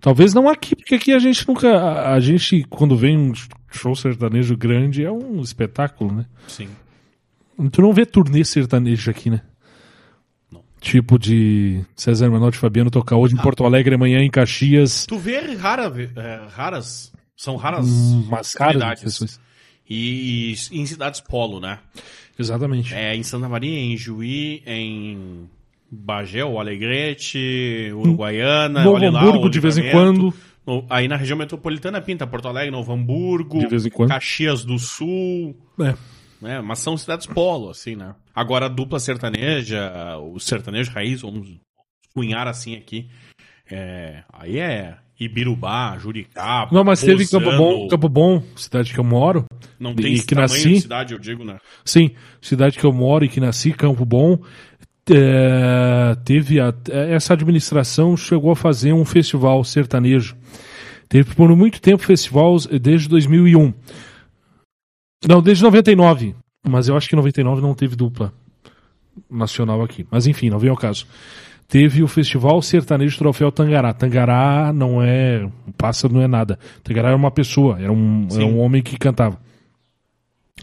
Speaker 3: Talvez não aqui, porque aqui a gente nunca. A, a gente, quando vem um show sertanejo grande, é um espetáculo, né?
Speaker 2: Sim.
Speaker 3: Tu não vê turnê sertanejo aqui, né?
Speaker 2: Não. Ah.
Speaker 3: Tipo de César Menotti e Fabiano tocar hoje em Porto Alegre, amanhã em Caxias.
Speaker 2: Tu vê rara, ve- é, raras. São raras.
Speaker 3: Umas caras de
Speaker 2: oportunidades.
Speaker 3: pessoas.
Speaker 2: E, e em cidades polo, né?
Speaker 3: Exatamente.
Speaker 2: É, em Santa Maria, em Juí, em Bagé, o Alegrete, Uruguaiana,
Speaker 3: Novo
Speaker 2: né, olha lá,
Speaker 3: Hamburgo,
Speaker 2: o
Speaker 3: de vez em
Speaker 2: Livramento.
Speaker 3: quando.
Speaker 2: No- aí na região metropolitana pinta Porto Alegre, Novo Hamburgo,
Speaker 3: De vez em quando.
Speaker 2: Caxias do Sul,
Speaker 3: É.
Speaker 2: né? Mas são cidades polo, assim, né? Agora a dupla sertaneja, o sertanejo raiz, vamos cunhar assim aqui. É, aí é Ibirubá, Juricá,
Speaker 3: Não, mas teve em Campo
Speaker 2: Bozano.
Speaker 3: Bom, Campo Bom, cidade que eu moro.
Speaker 2: Não
Speaker 3: e
Speaker 2: tem esse
Speaker 3: que
Speaker 2: tamanho
Speaker 3: nasci.
Speaker 2: de cidade, eu digo, né?
Speaker 3: Sim, cidade que eu moro e que nasci, Campo Bom, é, teve a- essa administração chegou a fazer um festival sertanejo. Teve por muito tempo festivais eh, desde 2001. Não, desde 99, mas eu acho que 99 não teve dupla nacional aqui. Mas enfim, não vem ao caso. Teve o Festival Sertanejo Troféu Tangará. Tangará não é. Um pássaro não é nada. Tangará era uma pessoa, era um, era
Speaker 2: Sim.
Speaker 3: um homem que cantava.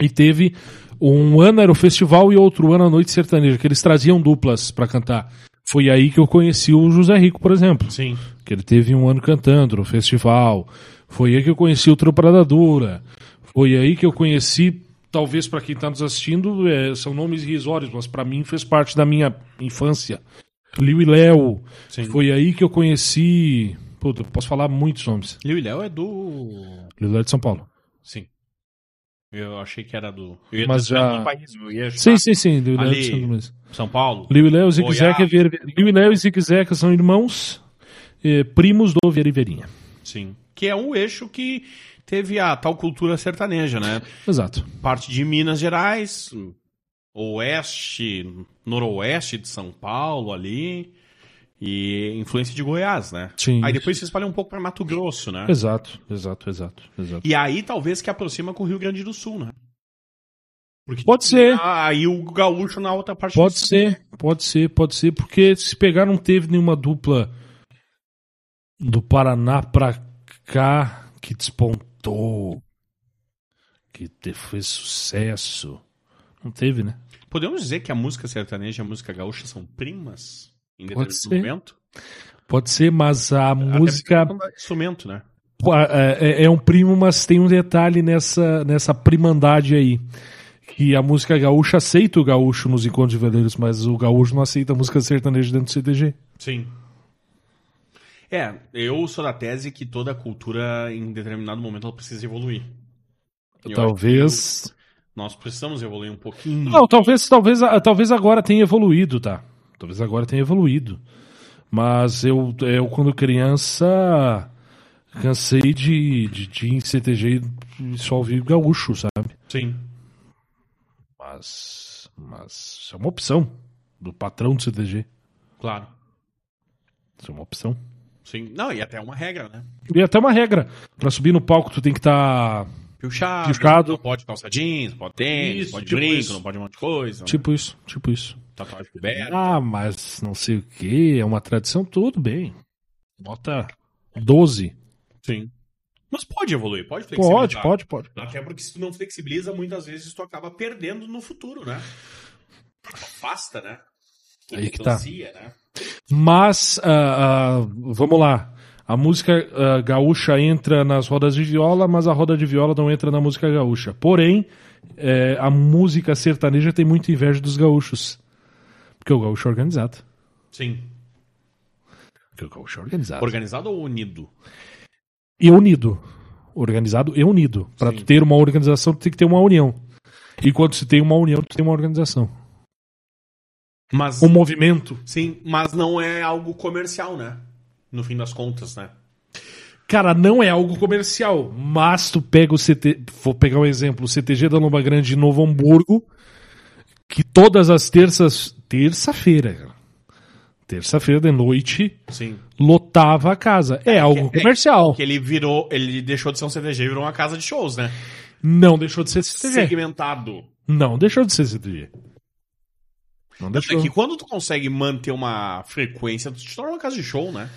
Speaker 3: E teve. Um ano era o festival e outro ano a Noite Sertaneja, que eles traziam duplas pra cantar. Foi aí que eu conheci o José Rico, por exemplo.
Speaker 2: Sim.
Speaker 3: Que ele teve um ano cantando no festival. Foi aí que eu conheci o Troparada Dura. Foi aí que eu conheci, talvez para quem está nos assistindo, eh, são nomes irrisórios, mas para mim fez parte da minha infância. Liu e Léo.
Speaker 2: Sim.
Speaker 3: Foi aí que eu conheci. Puta, eu posso falar muitos nomes.
Speaker 2: Liu e Léo é do.
Speaker 3: Liu e Léo de São Paulo.
Speaker 2: Sim. Eu achei que era do. Eu ia
Speaker 3: Mas
Speaker 2: do
Speaker 3: já-
Speaker 2: do país, eu ia ajudar.
Speaker 3: Sim, sim, sim. Liu e Léo é
Speaker 2: Ali.
Speaker 3: de Santo Luís.
Speaker 2: São Paulo?
Speaker 3: Liu e Léo, Zique
Speaker 2: Goiás.
Speaker 3: Zeca e Vieira e Ve- Liu e Léo e Zique Zeca são irmãos, eh, primos do Vieira e Verinha.
Speaker 2: Sim. Que é um eixo que teve a tal cultura sertaneja, né?
Speaker 3: Exato.
Speaker 2: Parte de Minas Gerais, oeste, noroeste de São Paulo ali. E influência de Goiás, né?
Speaker 3: Sim.
Speaker 2: Aí depois se espalha um pouco para Mato Grosso, né?
Speaker 3: Exato, exato, exato, exato.
Speaker 2: E aí talvez que aproxima com o Rio Grande do Sul, né? Porque
Speaker 3: Pode ser,
Speaker 2: aí o gaúcho na outra parte
Speaker 3: É. pode ser, pode ser, pode ser, porque se pegar não teve nenhuma dupla do Paraná pra cá que despontou, que te- fez sucesso. Não teve, né?
Speaker 2: Podemos dizer que a música sertaneja e a música gaúcha são primas em
Speaker 3: Pode
Speaker 2: determinado
Speaker 3: ser.
Speaker 2: momento?
Speaker 3: Pode ser, mas a música
Speaker 2: Até porque é um instrumento, né?
Speaker 3: Pô, É, é- é um primo, mas tem um detalhe nessa, nessa primandade aí. Que a música gaúcha aceita o gaúcho nos encontros de veleiros, mas o gaúcho não aceita a música sertaneja dentro do CTG.
Speaker 2: Sim. É, eu sou da tese que toda cultura, em determinado momento, ela precisa evoluir. E eu acho
Speaker 3: talvez.
Speaker 2: que Nós precisamos evoluir um pouquinho.
Speaker 3: Não, talvez, talvez, ah, talvez agora tenha evoluído, tá? Talvez agora tenha evoluído. Mas eu, eu quando criança, cansei de, de, de ir em CTG e só ouvir gaúcho, sabe?
Speaker 2: Sim.
Speaker 3: Mas, mas isso é uma opção do patrão do CTG.
Speaker 2: Claro.
Speaker 3: Isso é uma opção.
Speaker 2: Sim. Não, e até uma regra, né?
Speaker 3: E até uma regra. Pra subir no palco, tu tem que tá estar.
Speaker 2: Puxado,
Speaker 3: Puxado.
Speaker 2: não pode calça jeans, pode tênis,
Speaker 3: Isso,
Speaker 2: pode
Speaker 3: tipo
Speaker 2: brinco,
Speaker 3: isso.
Speaker 2: não pode um monte de coisa. Tipo...
Speaker 3: Tipo isso, tipo isso.
Speaker 2: Tatuagem coberta.
Speaker 3: Ah, mas não sei o que, é uma tradição, tudo bem. Bota 12.
Speaker 2: Sim. Mas pode evoluir, pode flexibilizar.
Speaker 3: Pode, pode, pode.
Speaker 2: Até porque se tu não flexibiliza, muitas vezes tu acaba perdendo no futuro, né? Afasta, né?
Speaker 3: Aí que tá.
Speaker 2: Distancia, né?
Speaker 3: Mas, ah, ah, vamos lá. A música ah, gaúcha entra nas rodas de viola, mas a roda de viola não entra na música gaúcha. Porém, eh, a música sertaneja tem muita inveja dos gaúchos. Porque o gaúcho é organizado.
Speaker 2: Sim.
Speaker 3: Porque o gaúcho é organizado.
Speaker 2: Organizado ou unido?
Speaker 3: e unido. Organizado e unido. Para
Speaker 2: Sim.
Speaker 3: tu ter uma organização, tu tem que ter uma união. E quando se tem uma união, tu tem uma organização.
Speaker 2: Mas,
Speaker 3: Um movimento.
Speaker 2: Sim, mas não é algo comercial, né? No fim das contas, né?
Speaker 3: Cara, não é algo comercial, mas tu pega o CT, vou pegar um exemplo, o CTG da Lomba Grande de Novo Hamburgo, que todas as terças, terça-feira, cara. terça-feira de noite,
Speaker 2: Sim.
Speaker 3: lotava a casa. É algo
Speaker 2: que-
Speaker 3: comercial.
Speaker 2: Que ele virou, ele deixou de ser um CDG e virou uma casa de shows, né?
Speaker 3: Não deixou de ser CTG.
Speaker 2: Segmentado.
Speaker 3: Não deixou de ser CTG. Não
Speaker 2: É
Speaker 3: deixou.
Speaker 2: que quando tu consegue manter uma frequência, tu te torna uma casa de show, né?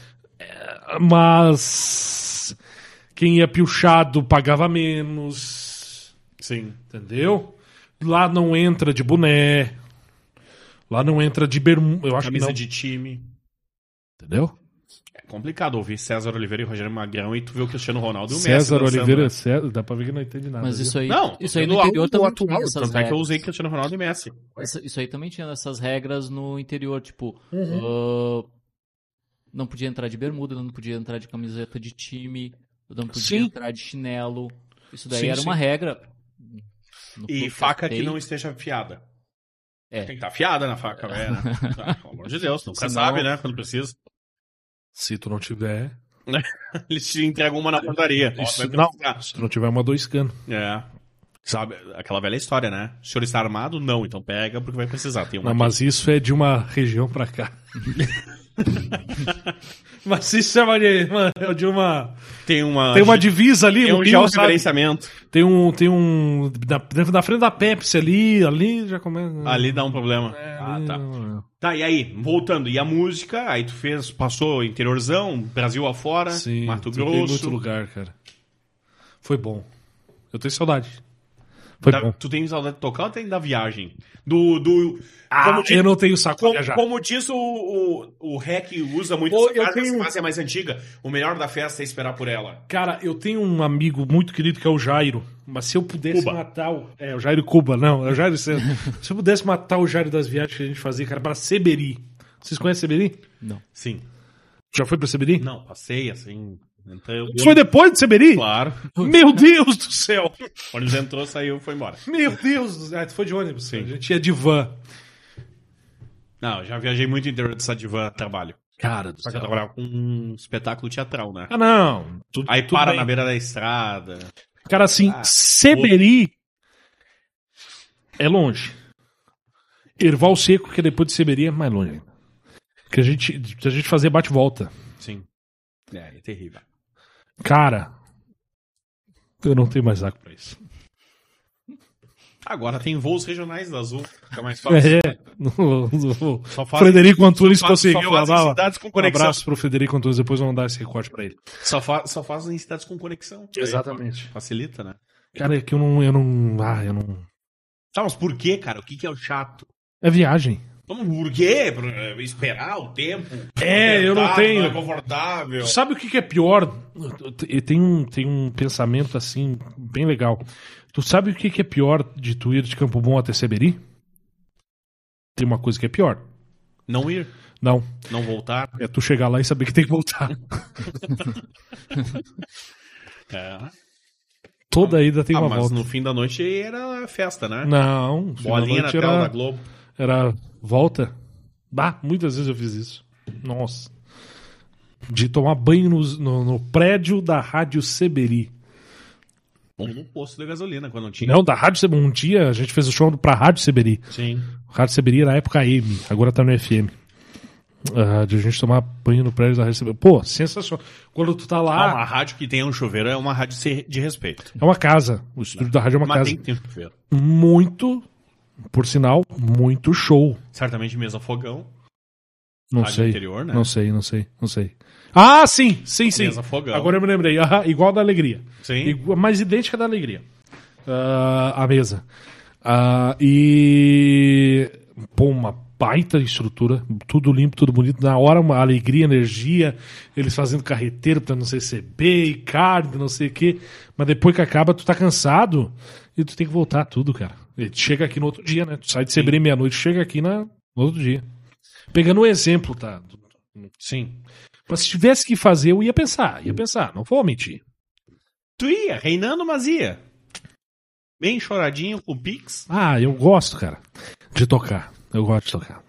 Speaker 3: mas quem ia piochado pagava menos,
Speaker 2: Sim.
Speaker 3: entendeu? Lá não entra de boné, lá não entra de bermuda, eu acho que
Speaker 2: Camisa
Speaker 3: não,
Speaker 2: de time.
Speaker 3: entendeu?
Speaker 2: É complicado ouvir César Oliveira e Rogério Magrão e tu vê o Cristiano Ronaldo e o Messi.
Speaker 3: César
Speaker 2: dançando,
Speaker 3: Oliveira,
Speaker 2: né?
Speaker 3: César, dá pra ver que não entende nada.
Speaker 1: Ah, Mas
Speaker 3: viu?
Speaker 1: isso é- aí,
Speaker 2: Não,
Speaker 1: isso aí no
Speaker 2: eu-
Speaker 1: interior
Speaker 2: eu-
Speaker 1: também
Speaker 2: eu-
Speaker 1: tinha
Speaker 2: atual,
Speaker 1: essas
Speaker 2: Tanto é que eu
Speaker 1: regras.
Speaker 2: usei Cristiano Ronaldo e Messi.
Speaker 1: Essa- isso aí também tinha essas regras no interior, tipo,
Speaker 3: Uhum.
Speaker 1: ah, não podia entrar de bermuda, não podia entrar de camiseta de time, não podia
Speaker 3: Sim.
Speaker 1: entrar de chinelo. Isso daí
Speaker 3: Sim,
Speaker 1: era
Speaker 3: sim.
Speaker 1: uma regra. No clube
Speaker 2: E
Speaker 1: eu
Speaker 2: faca que
Speaker 1: fiquei,
Speaker 2: não esteja afiada.
Speaker 1: É.
Speaker 2: Tem que estar afiada na faca,
Speaker 3: É.
Speaker 2: velho. Né? Ah, Pelo amor de Deus, nunca
Speaker 1: Senão-
Speaker 2: sabe, né? Quando precisa.
Speaker 3: Se tu não tiver,
Speaker 2: Eles te entregam uma na portaria. Ó,
Speaker 3: Isso
Speaker 2: vai
Speaker 3: não.
Speaker 2: precisar.
Speaker 3: se tu não tiver uma dois cano.
Speaker 2: É. Sabe, aquela velha história, né? O senhor está armado? Não, então pega porque vai precisar. Tem uma
Speaker 3: Não, mas isso é de uma região pra cá. mas isso é uma, uma- de uma
Speaker 2: aqui. Tem uma.
Speaker 3: tem uma divisa ali,
Speaker 2: Tem
Speaker 3: no
Speaker 2: um
Speaker 3: Rio, sabe?
Speaker 2: georreferenciamento.
Speaker 3: Tem um. Tem um. Da, na frente da Pepsi ali, ali já começa. né?
Speaker 2: Ali dá um problema.
Speaker 3: É,
Speaker 2: ah,
Speaker 3: ali
Speaker 2: tá.
Speaker 3: não-
Speaker 2: Tá, e aí, voltando, e a música? Aí tu fez, passou interiorzão, Brasil afora,
Speaker 3: Sim,
Speaker 2: Mato
Speaker 3: toquei em muito
Speaker 2: Grosso.
Speaker 3: lugar, cara. Foi bom. Eu tenho saudade. Foi
Speaker 2: Da-
Speaker 3: bom.
Speaker 2: Tá, tu tem saudade de tocar ou tem da viagem? Do. do
Speaker 3: Ah,
Speaker 2: como, diz,
Speaker 3: eu não tenho saco
Speaker 2: como-
Speaker 3: pra viajar.
Speaker 2: como diz o, o, o REC usa muito
Speaker 3: Ô,
Speaker 2: essa
Speaker 3: eu
Speaker 2: frase,
Speaker 3: tenho-
Speaker 2: essa frase é mais antiga. O melhor da festa é esperar por ela.
Speaker 3: Cara, eu tenho um amigo muito querido que é o Jairo. Mas se eu pudesse
Speaker 2: Cuba.
Speaker 3: matar o. É, o Jairo Cuba, não. É o Jairo Santos. se eu pudesse matar o Jairo das viagens que a gente fazia, cara, pra Seberi. Vocês conhecem Seberi?
Speaker 1: Não.
Speaker 2: Sim.
Speaker 3: Já foi pra Seberi?
Speaker 2: Não, passei assim. Então, eu-
Speaker 3: Isso foi depois de Seberi?
Speaker 2: Claro.
Speaker 3: Meu Deus do céu!
Speaker 2: O ônibus entrou, saiu e foi embora.
Speaker 3: Meu Deus do céu! Ah, tu foi de ônibus.
Speaker 2: Sim.
Speaker 3: A gente ia de van.
Speaker 2: Não, eu já viajei muito interior de Sadivan a trabalho.
Speaker 3: Cara do
Speaker 2: Só que eu
Speaker 3: céu.
Speaker 2: trabalhava com um espetáculo teatral, né?
Speaker 3: Ah, não. Tudo-
Speaker 2: Aí
Speaker 3: tudo
Speaker 2: para
Speaker 3: bem.
Speaker 2: na beira da estrada.
Speaker 3: Cara, assim,
Speaker 2: Ah,
Speaker 3: Seberi é longe. Erval Seco, que é depois de Seberi, é mais longe ainda. Que a gente, a gente fazia bate-volta.
Speaker 2: Sim. É, é terrível.
Speaker 3: Cara, eu não tenho mais saco pra isso.
Speaker 2: Agora tem voos regionais da Azul. Fica mais fácil.
Speaker 3: É, no- no-
Speaker 2: Só faz-
Speaker 3: Frederico Antunes
Speaker 2: só-
Speaker 3: conseguiu.
Speaker 2: só fazem
Speaker 3: lá, lá.
Speaker 2: cidades com
Speaker 3: Um
Speaker 2: conexão.
Speaker 3: abraço pro Frederico Antunes, depois vamos dar esse recorte pra ele.
Speaker 2: Só, fa só fazem cidades com conexão.
Speaker 3: Exatamente.
Speaker 2: Facilita, né?
Speaker 3: Cara, é que eu não, eu não. Ah, eu não.
Speaker 2: Tá, mas por quê, cara? O que, que é o chato?
Speaker 3: É viagem.
Speaker 2: Vamos por quê? Por, eh, Esperar o tempo?
Speaker 3: É, eu não
Speaker 2: Apertar,
Speaker 3: tenho.
Speaker 2: é confortável.
Speaker 3: Sabe o que, que é pior? E Tem um, tem um pensamento assim, bem legal. Tu sabe o que, que é pior de tu ir de Campo Bom até Seberi? Tem uma coisa que é pior.
Speaker 2: Não ir,
Speaker 3: Não.
Speaker 2: não voltar.
Speaker 3: É tu chegar lá e saber que tem que voltar.
Speaker 2: É.
Speaker 3: Toda ida tem
Speaker 2: Ah,
Speaker 3: uma
Speaker 2: mas
Speaker 3: volta.
Speaker 2: no fim da noite era festa, né?
Speaker 3: Não,
Speaker 2: Bolinha na
Speaker 3: finalmente
Speaker 2: tela
Speaker 3: era,
Speaker 2: da Globo.
Speaker 3: era volta. Bah, muitas vezes eu fiz isso. Nossa. De tomar banho nos- no, no prédio da Rádio Seberi.
Speaker 2: Ou no posto de gasolina, quando não tinha.
Speaker 3: Não, da Rádio Seberi. Um dia a gente fez o show pra Rádio Seberi.
Speaker 2: Sim.
Speaker 3: Rádio Seberi na época AM, agora tá no FM. Ah, de a gente tomar banho no prédio da Rádio Seberi. Pô, sensacional. Quando tu tá
Speaker 2: Ah,
Speaker 3: lá,
Speaker 2: uma rádio que tem um chuveiro é uma rádio se- de respeito.
Speaker 3: é uma casa. O estúdio da rádio é uma
Speaker 2: Mas
Speaker 3: casa.
Speaker 2: tem que ter um chuveiro.
Speaker 3: Muito, por sinal, muito show.
Speaker 2: Certamente mesa fogão.
Speaker 3: Não
Speaker 2: Rádio
Speaker 3: sei.
Speaker 2: interior, né?
Speaker 3: Não sei, não sei, não sei. Ah, sim, sim, sim.
Speaker 2: Mesa fogão.
Speaker 3: Agora eu me lembrei. Ah, igual a da alegria.
Speaker 2: Sim.
Speaker 3: Igu- mais idêntica da alegria. Ah, a mesa. Ah, e. Pô, uma baita estrutura, tudo limpo, tudo bonito. Na hora, uma alegria, energia, eles fazendo carreteiro pra não sei CB e card, não sei o quê. Mas depois que acaba, tu tá cansado e tu tem que voltar tudo, cara. E tu chega aqui no outro dia, né? Tu sai de CB meia-noite, chega aqui na, no outro dia. Pegando um exemplo, tá?
Speaker 2: Sim.
Speaker 3: Mas se tivesse que fazer, eu ia pensar, ia pensar, não vou mentir.
Speaker 2: Tu ia, reinando, mas ia. Bem choradinho com o Pix.
Speaker 3: Ah, eu gosto, cara, de tocar. Eu gosto de tocar.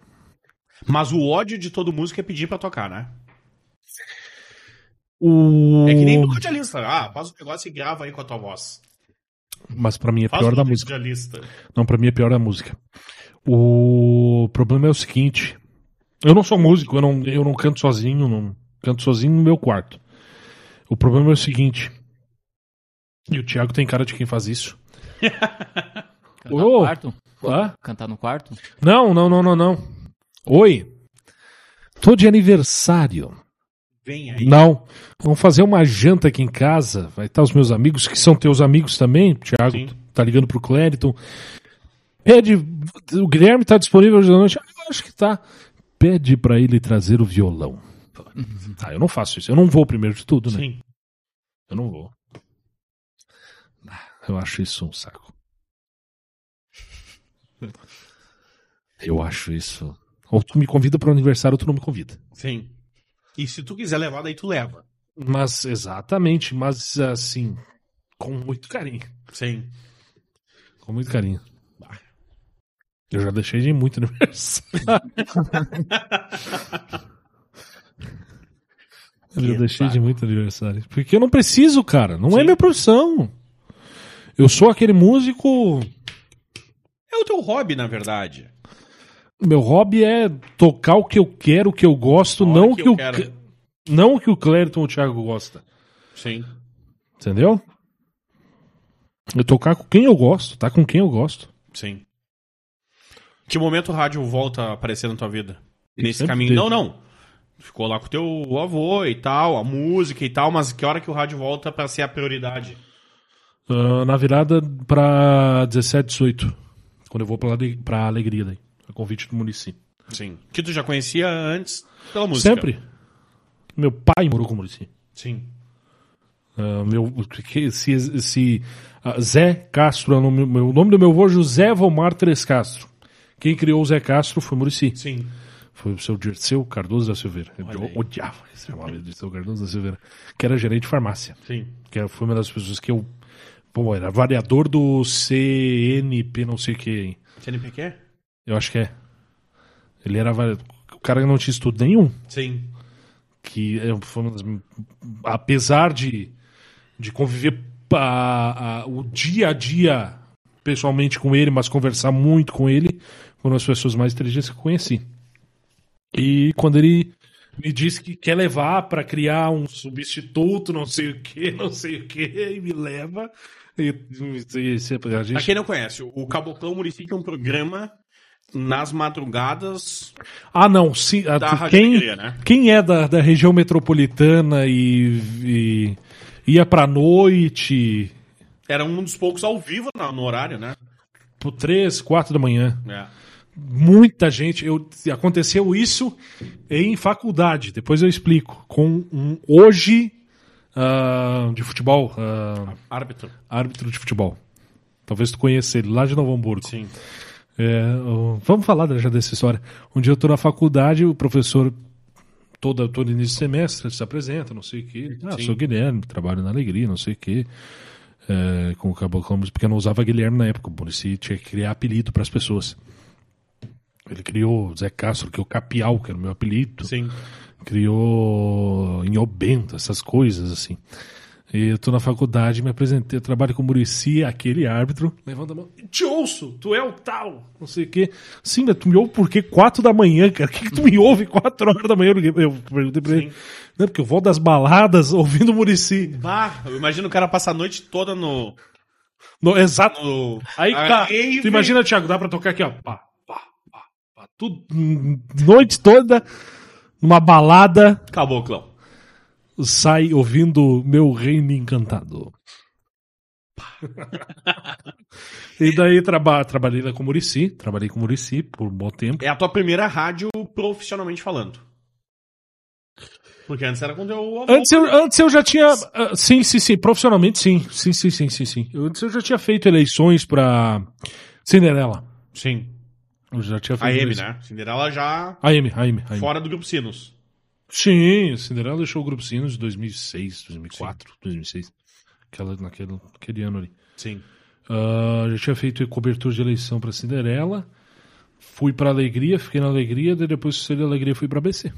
Speaker 2: Mas o ódio de todo músico é pedir pra tocar, né?
Speaker 3: O...
Speaker 2: É que nem do radialista. Ah, faz um negócio e grava aí com a tua voz.
Speaker 3: Mas pra mim é
Speaker 2: Faz
Speaker 3: pior
Speaker 2: um
Speaker 3: da música.
Speaker 2: radialista.
Speaker 3: Não, pra mim é pior da música. O problema é o seguinte. Eu não sou músico, eu não, eu não canto sozinho, não canto sozinho no meu quarto. O problema é o seguinte. E o Thiago tem cara de quem faz isso.
Speaker 1: Cantar
Speaker 3: Ô.
Speaker 1: no quarto?
Speaker 3: Hã?
Speaker 1: Cantar no quarto?
Speaker 3: Não, não, não, não, não. Oi. Tô de aniversário.
Speaker 2: Vem aí.
Speaker 3: Não. Vamos fazer uma janta aqui em casa. Vai estar os meus amigos, que são teus amigos também. Tiago
Speaker 2: Sim.
Speaker 3: tá ligando pro Clériton. Pede. O Guilherme tá disponível hoje à noite? Ah, acho que tá. Pede pra ele trazer o violão. Ah, eu não faço isso. Eu não vou primeiro de tudo, né?
Speaker 2: Uhum. Sim.
Speaker 3: Eu não vou. Ah, Eu acho isso um saco. Eu acho isso. Ou tu me convida para o aniversário ou tu não me convida.
Speaker 2: Sim. E se tu quiser levar, daí tu leva.
Speaker 3: Mas, exatamente, mas assim, com muito carinho.
Speaker 2: Sim.
Speaker 3: Com muito carinho. Eu já deixei de ir muito aniversário. Eu já
Speaker 2: Que
Speaker 3: deixei de
Speaker 2: saco.
Speaker 3: muito aniversário. Porque eu não preciso, cara. Não é
Speaker 2: Sim.
Speaker 3: minha profissão. Eu sou aquele músico.
Speaker 2: É o teu hobby, na verdade.
Speaker 3: Meu hobby é tocar o que eu quero, o que eu gosto,
Speaker 2: Na hora
Speaker 3: não o
Speaker 2: que
Speaker 3: que,
Speaker 2: eu
Speaker 3: o
Speaker 2: quero.
Speaker 3: Cle- não o que o Clériton ou o Thiago gosta.
Speaker 2: Sim.
Speaker 3: Entendeu? Eu tocar com quem eu gosto, tá com quem eu gosto.
Speaker 2: Sim. Que momento o rádio volta a aparecer na tua vida?
Speaker 3: Ele
Speaker 2: Nesse
Speaker 3: sempre
Speaker 2: caminho.
Speaker 3: teve.
Speaker 2: Não, não. Ficou lá com teu avô e tal, a música e tal, mas que hora que o rádio volta pra ser a prioridade?
Speaker 3: Ah, na virada pra 17, 18. Quando eu vou pra, Ale- pra Alegria daí. A convite do Murici.
Speaker 2: Sim. Que tu já conhecia antes pela música.
Speaker 3: Sempre. Meu pai morou com o Murici.
Speaker 2: Sim.
Speaker 3: meu, que- se, se, ah, Zé Castro, é o nome, meu- o nome do meu avô é José Vomar Tres Castro. Quem criou o Zé Castro foi Murici.
Speaker 2: Sim.
Speaker 3: Foi o seu Dirceu Cardoso da Silveira.
Speaker 1: Olha aí.
Speaker 3: Eu odiava esse nome, Dirceu Cardoso da Silveira, que era gerente de farmácia.
Speaker 2: Sim.
Speaker 3: Que era- foi uma das pessoas que eu. Pô, era variador do CNP, não sei o que. hein?
Speaker 2: CNPq?
Speaker 3: Eu acho que é. Ele era variador. O cara não tinha estudo nenhum.
Speaker 2: Sim.
Speaker 3: que é, foi uma das, apesar de, de conviver pa- a- o dia a dia pessoalmente com ele, mas conversar muito com ele, foi uma das pessoas mais inteligentes que eu conheci. E quando ele me disse que quer levar para criar um substituto, não sei o que, não sei o que, e me leva. E, e- e- a gente-
Speaker 2: Pra quem não conhece, o Caboclão Murifica é um programa nas madrugadas
Speaker 3: Ah, não. Sim, a-
Speaker 2: Da Rádio
Speaker 3: quem,
Speaker 2: Alegria, né?
Speaker 3: quem é da, da região metropolitana e, e ia pra noite,
Speaker 2: Era um dos poucos ao vivo na- no horário, né?
Speaker 3: por 3, 4 da manhã.
Speaker 2: É.
Speaker 3: Muita gente. Eu, aconteceu isso em faculdade, depois eu explico. Com um hoje ah, de futebol, ah,
Speaker 2: Árbitro.
Speaker 3: árbitro de futebol. Talvez tu conheça ele, lá de Novo Hamburgo.
Speaker 2: Sim.
Speaker 3: É, o- vamos falar já dessa história. Um dia eu tô na faculdade, o professor, todo, todo início de semestre, se apresenta, não sei o quê. Ah,
Speaker 2: Sim.
Speaker 3: sou o Guilherme, trabalho na Alegria, não sei o quê. É, com o Caboclo, porque eu não usava Guilherme na época. O Murici tinha que criar apelido para as pessoas. Ele criou Zé Castro, que é o Capial, que era o meu apelido
Speaker 2: Sim.
Speaker 3: criou em Obento, essas coisas assim. E eu tô na faculdade, me apresentei, eu trabalho com o Murici, aquele árbitro. Levanta a mão. Te ouço, tu é o tal, não sei o quê. Sim, mas tu me ouve por quê? Quatro da manhã, cara. O que, que tu me ouve quatro horas da manhã? Eu liguei- Eu perguntei pra ele. Não, porque eu volto das baladas ouvindo o Murici.
Speaker 2: Bah, eu imagino o cara passar a noite toda no.
Speaker 3: No, exato.
Speaker 2: no Ah,
Speaker 3: Aí
Speaker 2: a
Speaker 3: tá.
Speaker 2: rave.
Speaker 3: Tu imagina, Thiago, dá pra tocar aqui, ó. Pá, pá, pá, pá. Tudo, hum, noite toda, numa balada.
Speaker 2: Caboclão.
Speaker 3: sai ouvindo Meu Reino Encantado. e daí traba trabalhei lá com o Murici, trabalhei com o Murici por um bom tempo.
Speaker 2: É a tua primeira rádio profissionalmente falando. Porque antes era quando eu.
Speaker 3: Antes eu, antes eu já tinha. ah, sim, sim, sim. Profissionalmente, sim. Sim, sim, sim, sim, sim. Eu- Antes eu já tinha feito eleições pra Cinderela.
Speaker 2: Sim.
Speaker 3: Eu já tinha feito.
Speaker 2: A M,
Speaker 3: eleições.
Speaker 2: né? Cinderela já
Speaker 3: AM, AM, AM.
Speaker 2: fora do Grupo Sinos.
Speaker 3: Sim, Cinderela deixou o Grupo Sinos em 2006, 2004, 2006. Aquela, naquele, naquele ano ali.
Speaker 2: Sim.
Speaker 3: Ah, já tinha feito cobertura de eleição para Cinderela. Fui para Alegria, fiquei na Alegria, daí depois que saí da Alegria fui para BC.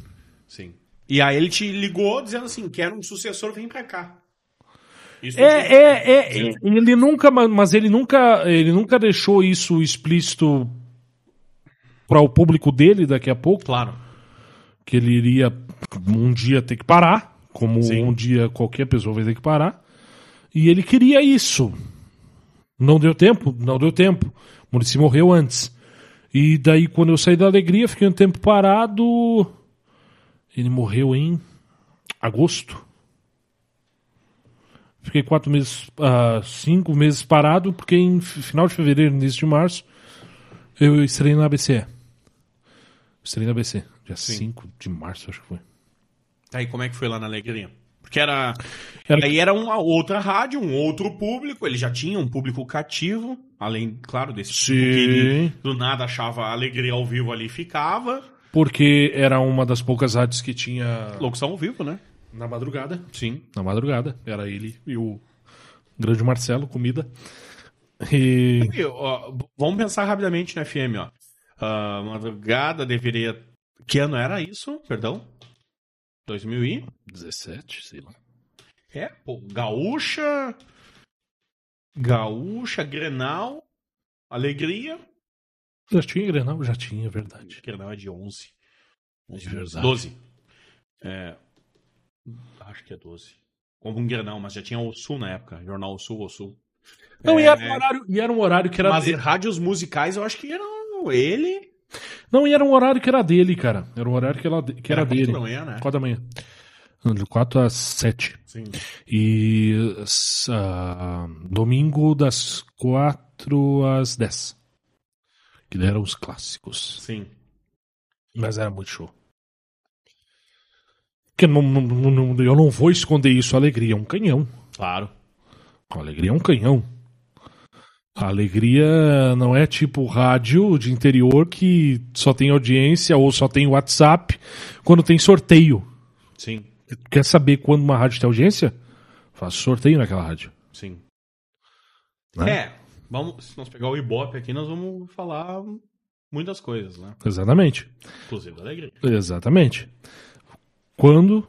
Speaker 2: Sim. E aí ele te ligou dizendo assim: quero um sucessor, vem pra cá. Isso
Speaker 3: É, é, é, é, ele nunca, ma- mas ele nunca, ele nunca deixou isso explícito para o público dele daqui a pouco,
Speaker 2: Claro.
Speaker 3: que ele iria um dia ter que parar, como
Speaker 2: Sim.
Speaker 3: um dia qualquer pessoa vai ter que parar. E ele queria isso. Não deu tempo? Não deu tempo. O Murici morreu antes. E daí, quando eu saí da alegria, fiquei um tempo parado. Ele morreu em agosto. Fiquei quatro meses, ah, cinco meses parado, porque em f- final de fevereiro, início de março, eu estrei na ABC. Estrei na ABC, dia 5 de março, acho que foi.
Speaker 2: Tá, e como é que foi lá na Alegria? Porque era.
Speaker 3: Era-
Speaker 2: Aí era uma outra rádio, um outro público, ele já tinha um público cativo, além, claro, desse
Speaker 3: Sim.
Speaker 2: público que ele do nada achava a alegria ao vivo ali e ficava.
Speaker 3: Porque era uma das poucas rádios que tinha
Speaker 2: Locução ao vivo, né?
Speaker 3: na madrugada.
Speaker 2: Sim.
Speaker 3: Na madrugada. Era ele e o grande Marcelo, comida. E.
Speaker 2: E, ó, vamos pensar rapidamente na FM, ó. Ah, madrugada deveria. Que ano era isso? Perdão? 2000 e.
Speaker 3: 17, sei lá.
Speaker 2: É, pô, Gaúcha. Gaúcha, Grenal, Alegria.
Speaker 3: Já tinha Grenal? Já tinha, é verdade.
Speaker 2: Grenal é de 11.
Speaker 3: É verdade.
Speaker 2: 12. É, acho que é 12. Como um Grenal, mas já tinha o Sul na época. Jornal o Sul, o Sul.
Speaker 3: Não, e,
Speaker 2: É,
Speaker 3: era um horário, e era um horário que era.
Speaker 2: Mas é- em
Speaker 3: dele.
Speaker 2: rádios musicais eu acho que eram ele.
Speaker 3: Não, e era um horário que era dele, cara. Era um horário que era, que era,
Speaker 2: quatro
Speaker 3: dele.
Speaker 2: da manhã, né?
Speaker 3: 4 da manhã. Não, De 4 às 7.
Speaker 2: Sim.
Speaker 3: E. s- ah, domingo das 4 às 10. Que daí eram os clássicos.
Speaker 2: Sim.
Speaker 3: Mas era muito show. Porque não- não- não- não- eu não vou esconder isso. A alegria é um canhão.
Speaker 2: Claro.
Speaker 3: A alegria é um canhão. A alegria não é tipo rádio de interior que só tem audiência ou só tem WhatsApp quando tem sorteio.
Speaker 2: Sim,
Speaker 3: Quer saber quando uma rádio tem audiência? Faça sorteio naquela rádio.
Speaker 2: sim.
Speaker 3: Né?
Speaker 2: É, vamos, se nós pegar o Ibope aqui, nós vamos falar muitas coisas, né?
Speaker 3: Exatamente.
Speaker 2: Inclusive da alegria.
Speaker 3: Exatamente. Quando.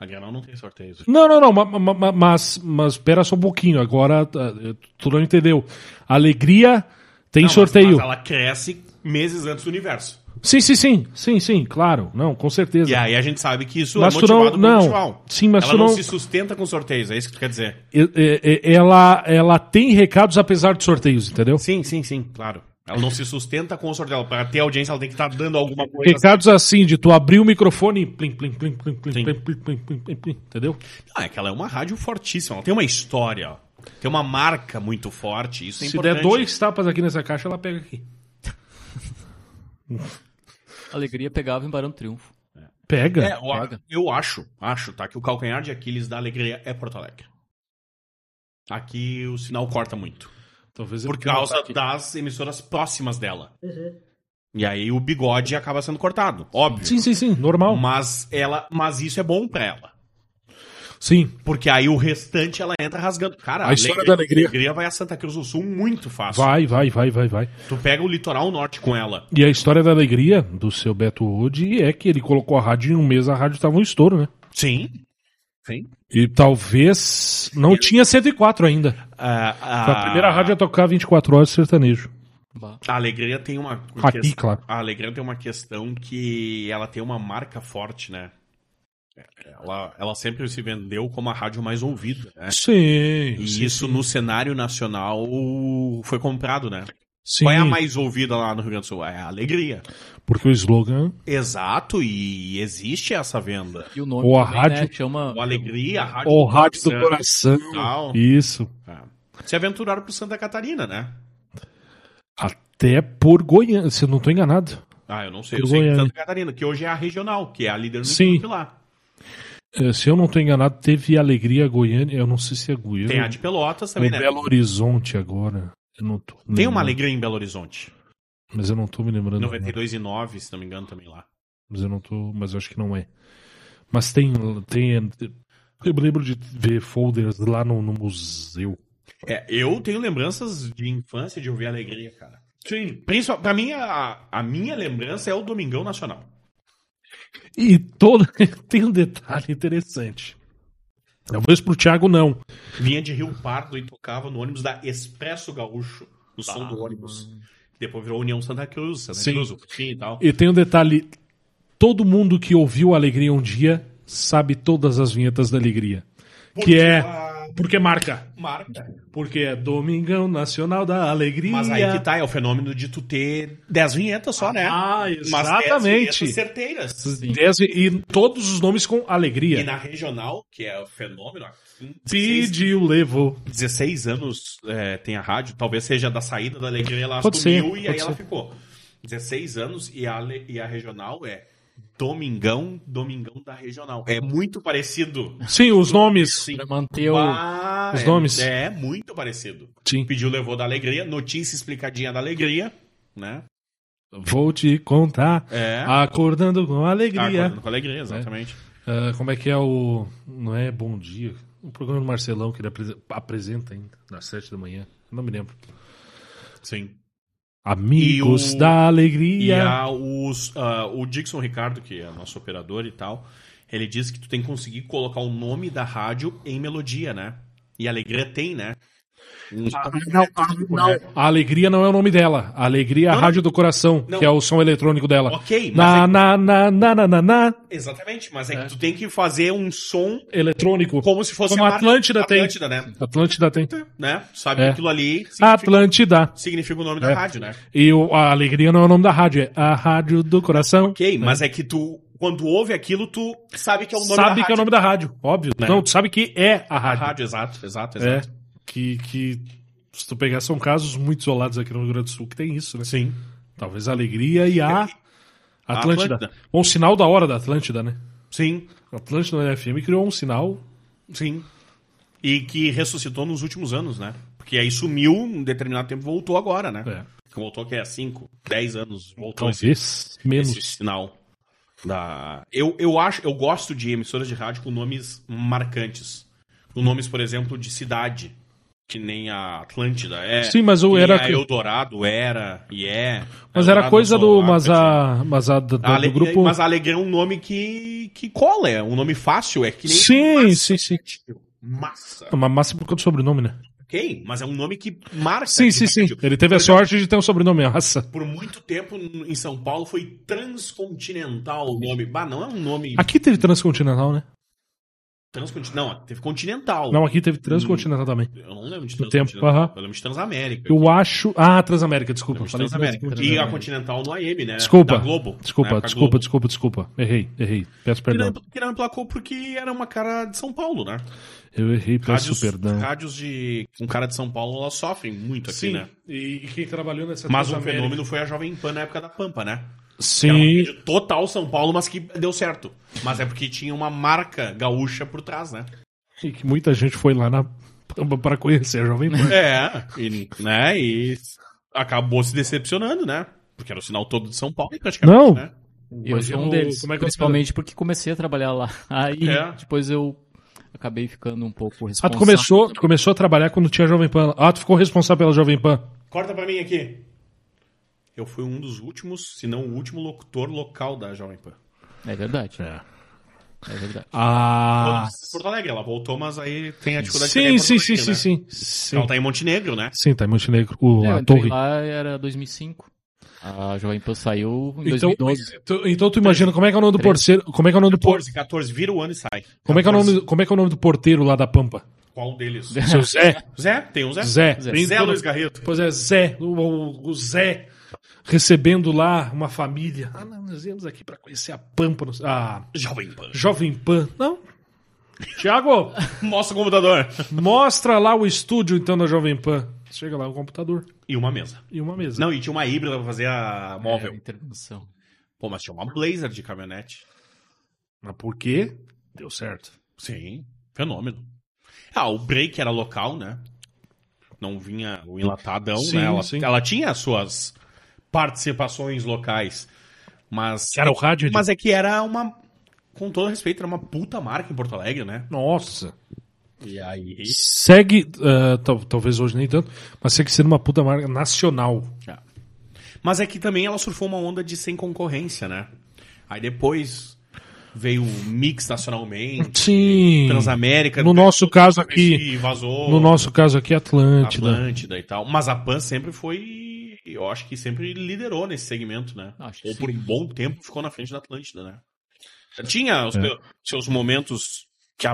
Speaker 2: A Granal não tem sorteio.
Speaker 3: Não, não, não, ma- ma- ma- mas, mas espera só um pouquinho. Agora tá, eh, tu não entendeu. Alegria tem
Speaker 2: Não, mas-
Speaker 3: sorteio.
Speaker 2: mas ela cresce meses antes do universo.
Speaker 3: Sim, sim, sim, sim, sim, claro. Não, com certeza.
Speaker 2: E aí a gente sabe que isso
Speaker 3: Mas
Speaker 2: é
Speaker 3: tu não-
Speaker 2: motivado pelo
Speaker 3: não.
Speaker 2: festival.
Speaker 3: Sim, mas
Speaker 2: ela
Speaker 3: tu
Speaker 2: não,
Speaker 3: não-
Speaker 2: se sustenta com sorteios, é isso que tu quer dizer?
Speaker 3: E- e- e- Ela, ela tem recados apesar de sorteios, entendeu?
Speaker 2: Sim, sim, sim, claro. Ela não se sustenta com o sorteio. Para ter audiência, ela tem que estar dando alguma coisa.
Speaker 3: Recados assim, de tu abrir o microfone e plim, plim, plim, plim, plim,
Speaker 2: Sim.
Speaker 3: plim, plim, plim, plim, plim, plim, entendeu?
Speaker 2: Ah, é que ela é uma rádio fortíssima. Ela tem uma história. Tem uma marca muito forte. Isso é
Speaker 3: Se
Speaker 2: importante.
Speaker 3: der dois tapas aqui nessa caixa, ela pega aqui.
Speaker 1: Alegria pegava em Barão Triunfo.
Speaker 3: Pega.
Speaker 2: É, eu,
Speaker 1: Pega.
Speaker 2: eu acho, acho, tá? Que o calcanhar de Aquiles da alegria é Porto Alegre. Aqui o sinal corta muito.
Speaker 3: Talvez é
Speaker 2: Por
Speaker 3: porque ela tá
Speaker 2: causa
Speaker 3: aqui.
Speaker 2: das emissoras próximas dela. E aí o bigode acaba sendo cortado, óbvio.
Speaker 3: Sim, sim, sim, normal.
Speaker 2: Mas ela, mas isso é bom pra ela.
Speaker 3: Sim.
Speaker 2: Porque aí o restante ela entra rasgando. Cara,
Speaker 3: A história da alegria.
Speaker 2: vai a Santa Cruz do Sul muito fácil.
Speaker 3: Vai, vai, vai, vai, vai.
Speaker 2: Tu pega o litoral norte com ela.
Speaker 3: E a história da alegria do seu Beto Wood é que ele colocou a rádio em um mês, a rádio tava um estouro, né?
Speaker 2: Sim. Sim.
Speaker 3: E talvez não tinha 104 ainda.
Speaker 2: A,
Speaker 3: Foi a primeira rádio a tocar 24 horas sertanejo.
Speaker 1: Bah.
Speaker 2: ah, A alegria tem uma.
Speaker 3: Aqui, claro.
Speaker 2: A alegria tem uma questão que ela tem uma marca forte, né? Ela, ela sempre se vendeu como a rádio mais ouvida, né?
Speaker 3: Sim.
Speaker 2: E
Speaker 3: sim,
Speaker 2: isso no cenário nacional foi comprado, né?
Speaker 3: sim.
Speaker 2: Qual é a mais ouvida lá no Rio Grande do Sul? É a alegria.
Speaker 3: Porque o slogan
Speaker 2: Exato, e existe essa venda.
Speaker 1: E o nome
Speaker 3: Ou a
Speaker 1: também, né,
Speaker 3: rádio-
Speaker 1: chama
Speaker 2: O alegria, a rádio.
Speaker 3: O rádio do
Speaker 2: Santos,
Speaker 3: coração.
Speaker 2: tal.
Speaker 3: Isso.
Speaker 2: Ah. Se aventuraram pro Santa Catarina, né?
Speaker 3: Até por Goiânia, se eu não tô enganado.
Speaker 2: Ah, eu não sei. Eu
Speaker 3: Pro
Speaker 2: sei que
Speaker 3: Goiânia.
Speaker 2: Santa Catarina, que hoje é a regional, que é a líder no
Speaker 3: Sim.
Speaker 2: grupo lá.
Speaker 3: Eh, Se eu não tô enganado, teve Alegria Goiânia. Eu não sei se é Goiânia.
Speaker 2: Tem a de Pelotas
Speaker 3: Tem
Speaker 2: também, né?
Speaker 3: Belo Horizonte agora. Eu não tô
Speaker 2: Tem uma
Speaker 3: lembrando,
Speaker 2: alegria em Belo Horizonte.
Speaker 3: Mas eu não tô me lembrando.
Speaker 2: 92 e 9, se não me engano, também lá.
Speaker 3: Mas eu não tô. Mas eu acho que não é. Mas tem. tem eu me lembro de ver folders lá no, no museu.
Speaker 2: É, eu tenho lembranças de infância de ouvir alegria, cara.
Speaker 3: Sim.
Speaker 2: Principal, pra mim, a, a minha lembrança é o Domingão Nacional.
Speaker 3: E todo. tem um detalhe interessante. Talvez pro Thiago não.
Speaker 2: Vinha de Rio Pardo e tocava no ônibus da Expresso Gaúcho, no som do ônibus. Depois virou União Santa Cruz, Santa
Speaker 3: Sim.
Speaker 2: Cruz, o fim e tal.
Speaker 3: E tem um detalhe: todo mundo que ouviu Alegria um dia sabe todas as vinhetas da Alegria. Que é.
Speaker 2: Ah,
Speaker 3: Porque marca.
Speaker 2: Marca.
Speaker 3: Porque é Domingão Nacional da Alegria.
Speaker 2: Mas aí que tá, é o fenômeno de tu ter 10 vinhetas só, né?
Speaker 3: Ah,
Speaker 2: Mas 10
Speaker 3: exatamente.
Speaker 2: vinhetas certeiras.
Speaker 3: Dez- e todos os nomes com
Speaker 2: E
Speaker 3: alegria.
Speaker 2: na regional, que é o fenômeno, há 15, 16,
Speaker 3: Pediu, levou.
Speaker 2: 16 anos é, tem a rádio, talvez seja da saída da alegria, ela
Speaker 3: Pode
Speaker 2: assumiu e
Speaker 3: ser, pode
Speaker 2: aí ela
Speaker 3: ser.
Speaker 2: ficou. 16 anos e a, le- e a regional é Domingão, Domingão da regional. É muito parecido.
Speaker 3: Sim, os nomes.
Speaker 2: Sim.
Speaker 1: pra manter o.
Speaker 2: Ah,
Speaker 3: os
Speaker 2: é-
Speaker 3: nomes.
Speaker 2: É, muito parecido.
Speaker 3: Sim.
Speaker 2: Pediu, levou da alegria, notícia explicadinha da alegria, né?
Speaker 3: Vou te contar.
Speaker 2: É.
Speaker 3: Acordando com alegria.
Speaker 2: Acordando com alegria, exatamente.
Speaker 3: Ah, como é que é o. Não é Bom Dia? O programa do Marcelão que ele apre- apresenta ainda, das sete da manhã. Não me lembro. É.
Speaker 2: Sim.
Speaker 3: Amigos
Speaker 2: E o-
Speaker 3: da
Speaker 2: E
Speaker 3: Alegria.
Speaker 2: a- os, ah, o Dixon Ricardo, que é nosso operador e tal, ele disse que tu tem que conseguir colocar o nome da rádio em melodia, né? E a alegria tem, né?
Speaker 3: Não, A Alegria não é o nome dela. A Alegria é a
Speaker 2: Não.
Speaker 3: Rádio do Coração,
Speaker 2: Não.
Speaker 3: que é o som eletrônico dela.
Speaker 2: Ok, mas
Speaker 3: na,
Speaker 2: é-
Speaker 3: na, na, na, na, na, na,
Speaker 2: Exatamente, mas é, que tu tem que fazer um som
Speaker 3: eletrônico.
Speaker 2: como se fosse
Speaker 3: Como
Speaker 2: a marca-
Speaker 3: Atlântida tem.
Speaker 2: Atlântida, né?
Speaker 3: Atlântida tem.
Speaker 2: né? Tu Sabe
Speaker 3: É.
Speaker 2: que aquilo ali significa,
Speaker 3: Atlântida.
Speaker 2: significa o nome da
Speaker 3: É.
Speaker 2: rádio, né?
Speaker 3: E o- a Alegria não é o nome da rádio, é a Rádio do Coração.
Speaker 2: Ok, mas é que tu, quando ouve aquilo, tu sabe que é o nome
Speaker 3: sabe
Speaker 2: da
Speaker 3: que é
Speaker 2: rádio.
Speaker 3: o nome da rádio, óbvio. Não, tu sabe que é a
Speaker 2: da
Speaker 3: rádio.
Speaker 2: rádio, exato, exato,
Speaker 3: É,
Speaker 2: exato.
Speaker 3: que, que se tu pegar, são casos muito isolados aqui no Rio Grande do Sul que tem isso, né?
Speaker 2: Sim.
Speaker 3: Talvez a Alegria e a Atlântida.
Speaker 2: É. Atlântida.
Speaker 3: Bom, sinal da hora da Atlântida, né?
Speaker 2: Sim,
Speaker 3: A Atlântida FM criou um sinal
Speaker 2: sim. E que ressuscitou nos últimos anos, né?
Speaker 3: que
Speaker 2: Porque aí sumiu, um determinado tempo voltou agora, né?
Speaker 3: É. Então,
Speaker 2: Voltou que é 5, 10 anos, voltou
Speaker 3: Talvez menos.
Speaker 2: esse sinal. Da... Eu, eu acho, eu gosto de emissoras de rádio com nomes marcantes. Com nomes, por exemplo, de cidade. Que nem a Atlântida é.
Speaker 3: Sim, mas o
Speaker 2: que nem
Speaker 3: era-
Speaker 2: A Eldorado era e é.
Speaker 3: Mas era
Speaker 2: Eldorado
Speaker 3: coisa
Speaker 2: só
Speaker 3: do. Mas a. Mas a do,
Speaker 2: A Ale-
Speaker 3: do grupo.
Speaker 2: Mas a Alegria é um nome que, que cola, é um nome fácil, é que nem.
Speaker 3: Sim, sim, sim.
Speaker 2: Massa.
Speaker 3: Uma massa por causa do sobrenome, né?
Speaker 2: Ok, mas é um nome que marca.
Speaker 3: Sim,
Speaker 2: que
Speaker 3: sim, sim.
Speaker 2: marca.
Speaker 3: Ele teve a sorte de ter um sobrenome massa.
Speaker 2: Por muito tempo em São Paulo foi transcontinental o nome. Bah, não é um nome
Speaker 3: Aqui teve transcontinental, né?
Speaker 2: transcontinental. Não, teve continental.
Speaker 3: Não, aqui teve transcontinental também.
Speaker 2: Eu não lembro de
Speaker 3: No tempo,
Speaker 2: transcontinental.
Speaker 3: aham.
Speaker 2: Eu lembro de Transamérica.
Speaker 3: Eu acho. Ah, Transamérica, desculpa.
Speaker 2: Eu lembro de
Speaker 3: Falei
Speaker 2: Transamérica. E
Speaker 3: Transamérica.
Speaker 2: a Continental no AM, né?
Speaker 3: Desculpa.
Speaker 2: Da Globo. Na
Speaker 3: Desculpa,
Speaker 2: época
Speaker 3: desculpa,
Speaker 2: Globo.
Speaker 3: desculpa, desculpa. Errei, errei. Peço
Speaker 2: Que não,
Speaker 3: perdão.
Speaker 2: que não emplacou porque era uma cara de São Paulo, né?
Speaker 3: Eu errei, peço
Speaker 2: Rádios,
Speaker 3: perdão.
Speaker 2: rádios de um cara de São Paulo, elas sofrem muito aqui, né?
Speaker 3: e quem trabalhou nessa
Speaker 2: Mas o fenômeno foi a Jovem Pan na época da Pampa, né? Era uma
Speaker 3: Sim,
Speaker 2: rede total São Paulo, mas que deu certo. Mas é porque tinha uma marca gaúcha por trás, né?
Speaker 3: e que muita gente foi lá na Pampa para conhecer a Jovem Pan.
Speaker 2: É, e, né? E acabou se decepcionando, né? Porque era o sinal todo de São Paulo, praticamente,
Speaker 3: Não.
Speaker 2: né?
Speaker 1: Eu
Speaker 3: Mas
Speaker 1: sou um
Speaker 3: o-
Speaker 1: deles.
Speaker 3: como é que eu-
Speaker 1: principalmente porque comecei a trabalhar lá. Aí
Speaker 2: É.
Speaker 1: depois eu acabei ficando um pouco
Speaker 3: Ah, tu
Speaker 1: responsável.
Speaker 3: começou, tu começou a trabalhar quando tinha a Jovem Pan. lá. Ah, tu ficou responsável pela Jovem Pan.
Speaker 2: Corta pra mim aqui. Eu fui um dos últimos, se não o último locutor local da Jovem Pan.
Speaker 1: É verdade,
Speaker 3: É.
Speaker 1: é verdade.
Speaker 3: Ah.
Speaker 2: Porto Alegre, ela voltou, mas aí tem a dificuldade de pegar
Speaker 3: Sim,
Speaker 2: em
Speaker 3: sim,
Speaker 2: Porto
Speaker 3: sim,
Speaker 2: Alegre,
Speaker 3: sim,
Speaker 2: né?
Speaker 3: sim. Sim,
Speaker 2: Ela tá em Montenegro, né?
Speaker 3: sim tá em Montenegro, o,
Speaker 1: É, eu
Speaker 3: a
Speaker 1: entrei
Speaker 3: torre.
Speaker 1: lá era 2005. A Jovem Pan saiu em
Speaker 3: Então,
Speaker 1: 2012.
Speaker 3: tu- então tu imagina como é que é o nome do porteiro, como é que é o nome do por,
Speaker 2: 14, 14, vira o ano e sai.
Speaker 3: como é que é o
Speaker 2: 14.
Speaker 3: nome, como é que é o nome do porteiro lá da Pampa?
Speaker 2: Qual deles?
Speaker 3: Seu Zé,
Speaker 2: Zé, tem um Zé.
Speaker 3: Zé.
Speaker 1: Zé.
Speaker 2: Tem Zé
Speaker 3: todo-
Speaker 2: Luiz Garreto.
Speaker 3: Pois é, Zé, o, o- o Zé recebendo lá uma família. Ah, não, nós viemos aqui pra conhecer a Pampa, nos- a
Speaker 2: Jovem Pan.
Speaker 3: Jovem Pan. Não. Tiago,
Speaker 2: Mostra o computador.
Speaker 3: mostra lá o estúdio então da Jovem Pan. Chega lá um computador
Speaker 2: E uma mesa.
Speaker 3: e uma mesa.
Speaker 2: Não, e tinha uma híbrida pra fazer a
Speaker 1: É,
Speaker 2: móvel.
Speaker 1: intervenção.
Speaker 2: Pô, mas tinha uma Blazer de caminhonete.
Speaker 3: Mas por quê? Deu certo.
Speaker 2: Sim, fenômeno. Ah, o break era local, né? Não vinha o enlatadão,
Speaker 3: Sim,
Speaker 2: né? Ela,
Speaker 3: sim.
Speaker 2: ela tinha as suas participações locais. Mas,
Speaker 3: Cara, o rádio é de...
Speaker 2: mas é que era uma. Com todo respeito, era uma puta marca em Porto Alegre, né?
Speaker 3: Nossa.
Speaker 2: E aí.
Speaker 3: Segue, ah, tal- talvez hoje nem tanto, mas segue sendo uma puta marca nacional.
Speaker 2: É. Mas é que também ela surfou uma onda de sem concorrência, né? Aí depois veio o Mix nacionalmente,
Speaker 3: Sim.
Speaker 2: Transamérica,
Speaker 3: No nosso caso aqui,
Speaker 2: e vazou
Speaker 3: no nosso caso aqui, Atlântida.
Speaker 2: Atlântida e tal. Mas a Pan sempre foi, eu acho que sempre liderou nesse segmento, né?
Speaker 1: Ah, Acho que
Speaker 2: Ou
Speaker 1: sim.
Speaker 2: por um bom tempo ficou na frente da Atlântida, né? Tinha os
Speaker 3: É.
Speaker 2: teu- seus momentos que a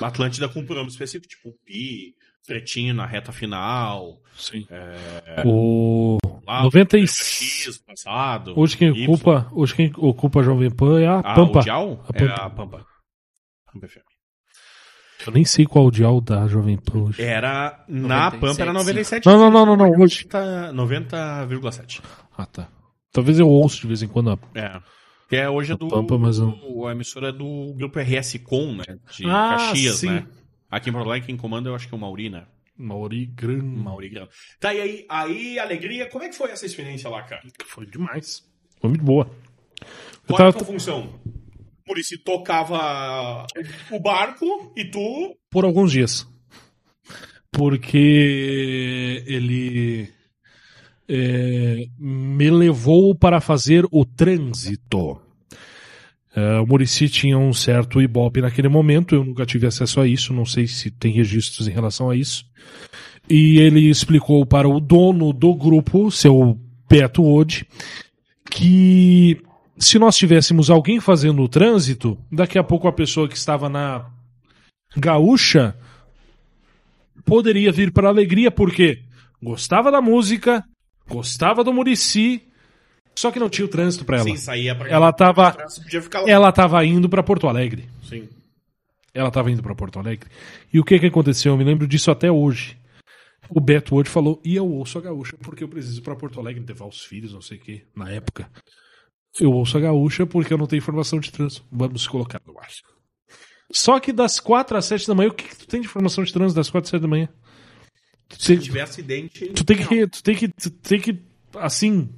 Speaker 2: Atlântida com um programa específico, tipo o Pi, Pretinho na reta final,
Speaker 3: Sim. É, O
Speaker 2: lá
Speaker 3: 96.
Speaker 2: X passado.
Speaker 3: Hoje quem
Speaker 2: Y.
Speaker 3: ocupa, hoje quem ocupa a Jovem Pan é a
Speaker 2: Ah,
Speaker 3: Pampa.
Speaker 2: o Dial?
Speaker 3: A
Speaker 2: É
Speaker 3: Pampa.
Speaker 2: a Pampa. Pampa FM.
Speaker 3: Eu nem sei qual é o dial da Jovem Pan hoje.
Speaker 2: Era na
Speaker 1: 97,
Speaker 2: Pampa, era
Speaker 1: sim.
Speaker 2: 97.
Speaker 3: Não, não, não, não, não, hoje.
Speaker 2: 90,7. 90,7.
Speaker 3: Ah, tá. Talvez eu ouça de vez em quando. a-
Speaker 2: é. Que é hoje é do.
Speaker 3: Pampa, mas não-
Speaker 2: do- A emissora é do grupo RS Com, né? De
Speaker 3: Ah,
Speaker 2: Caxias,
Speaker 3: sim.
Speaker 2: né? Aqui em Porto Alegre, quem comanda eu acho que é o Mauri, né?
Speaker 3: Mauri Grande.
Speaker 2: Mauri Grande. Tá, e aí, aí, alegria, como é que foi essa experiência lá, cara?
Speaker 3: Foi demais. Foi muito boa. Eu
Speaker 2: Qual era a
Speaker 3: tava,
Speaker 2: tua função? Por isso tocava o barco e tu.
Speaker 3: por alguns dias. Porque ele é, me levou para fazer o trânsito. É, o Murici tinha um certo ibope naquele momento, eu nunca tive acesso a isso, não sei se tem registros em relação a isso. E ele explicou para o dono do grupo, seu Beto Ode, que se nós tivéssemos alguém fazendo o trânsito, daqui a pouco a pessoa que estava na gaúcha poderia vir para a alegria porque gostava da música, gostava do Murici, só que não tinha o trânsito para ela.
Speaker 2: Sim, saía pra
Speaker 3: Ela tava
Speaker 2: Você podia ficar lá.
Speaker 3: ela estava indo para Porto Alegre.
Speaker 2: Sim.
Speaker 3: Ela estava indo para Porto Alegre. E o que que aconteceu? Eu me lembro disso até hoje. O Beto hoje falou: "E eu ouço a gaúcha porque eu preciso ir para Porto Alegre levar os filhos, não sei o quê, na época. Eu ouço a gaúcha porque eu não tenho informação de trânsito. Vamos colocar no ar." Só que das quatro às sete da manhã, o que, que tu tem de informação de trânsito das quatro às sete da manhã? Cê-
Speaker 2: Se tiver acidente.
Speaker 3: Tu tem que. Tu tem que. Tu tem que. Assim.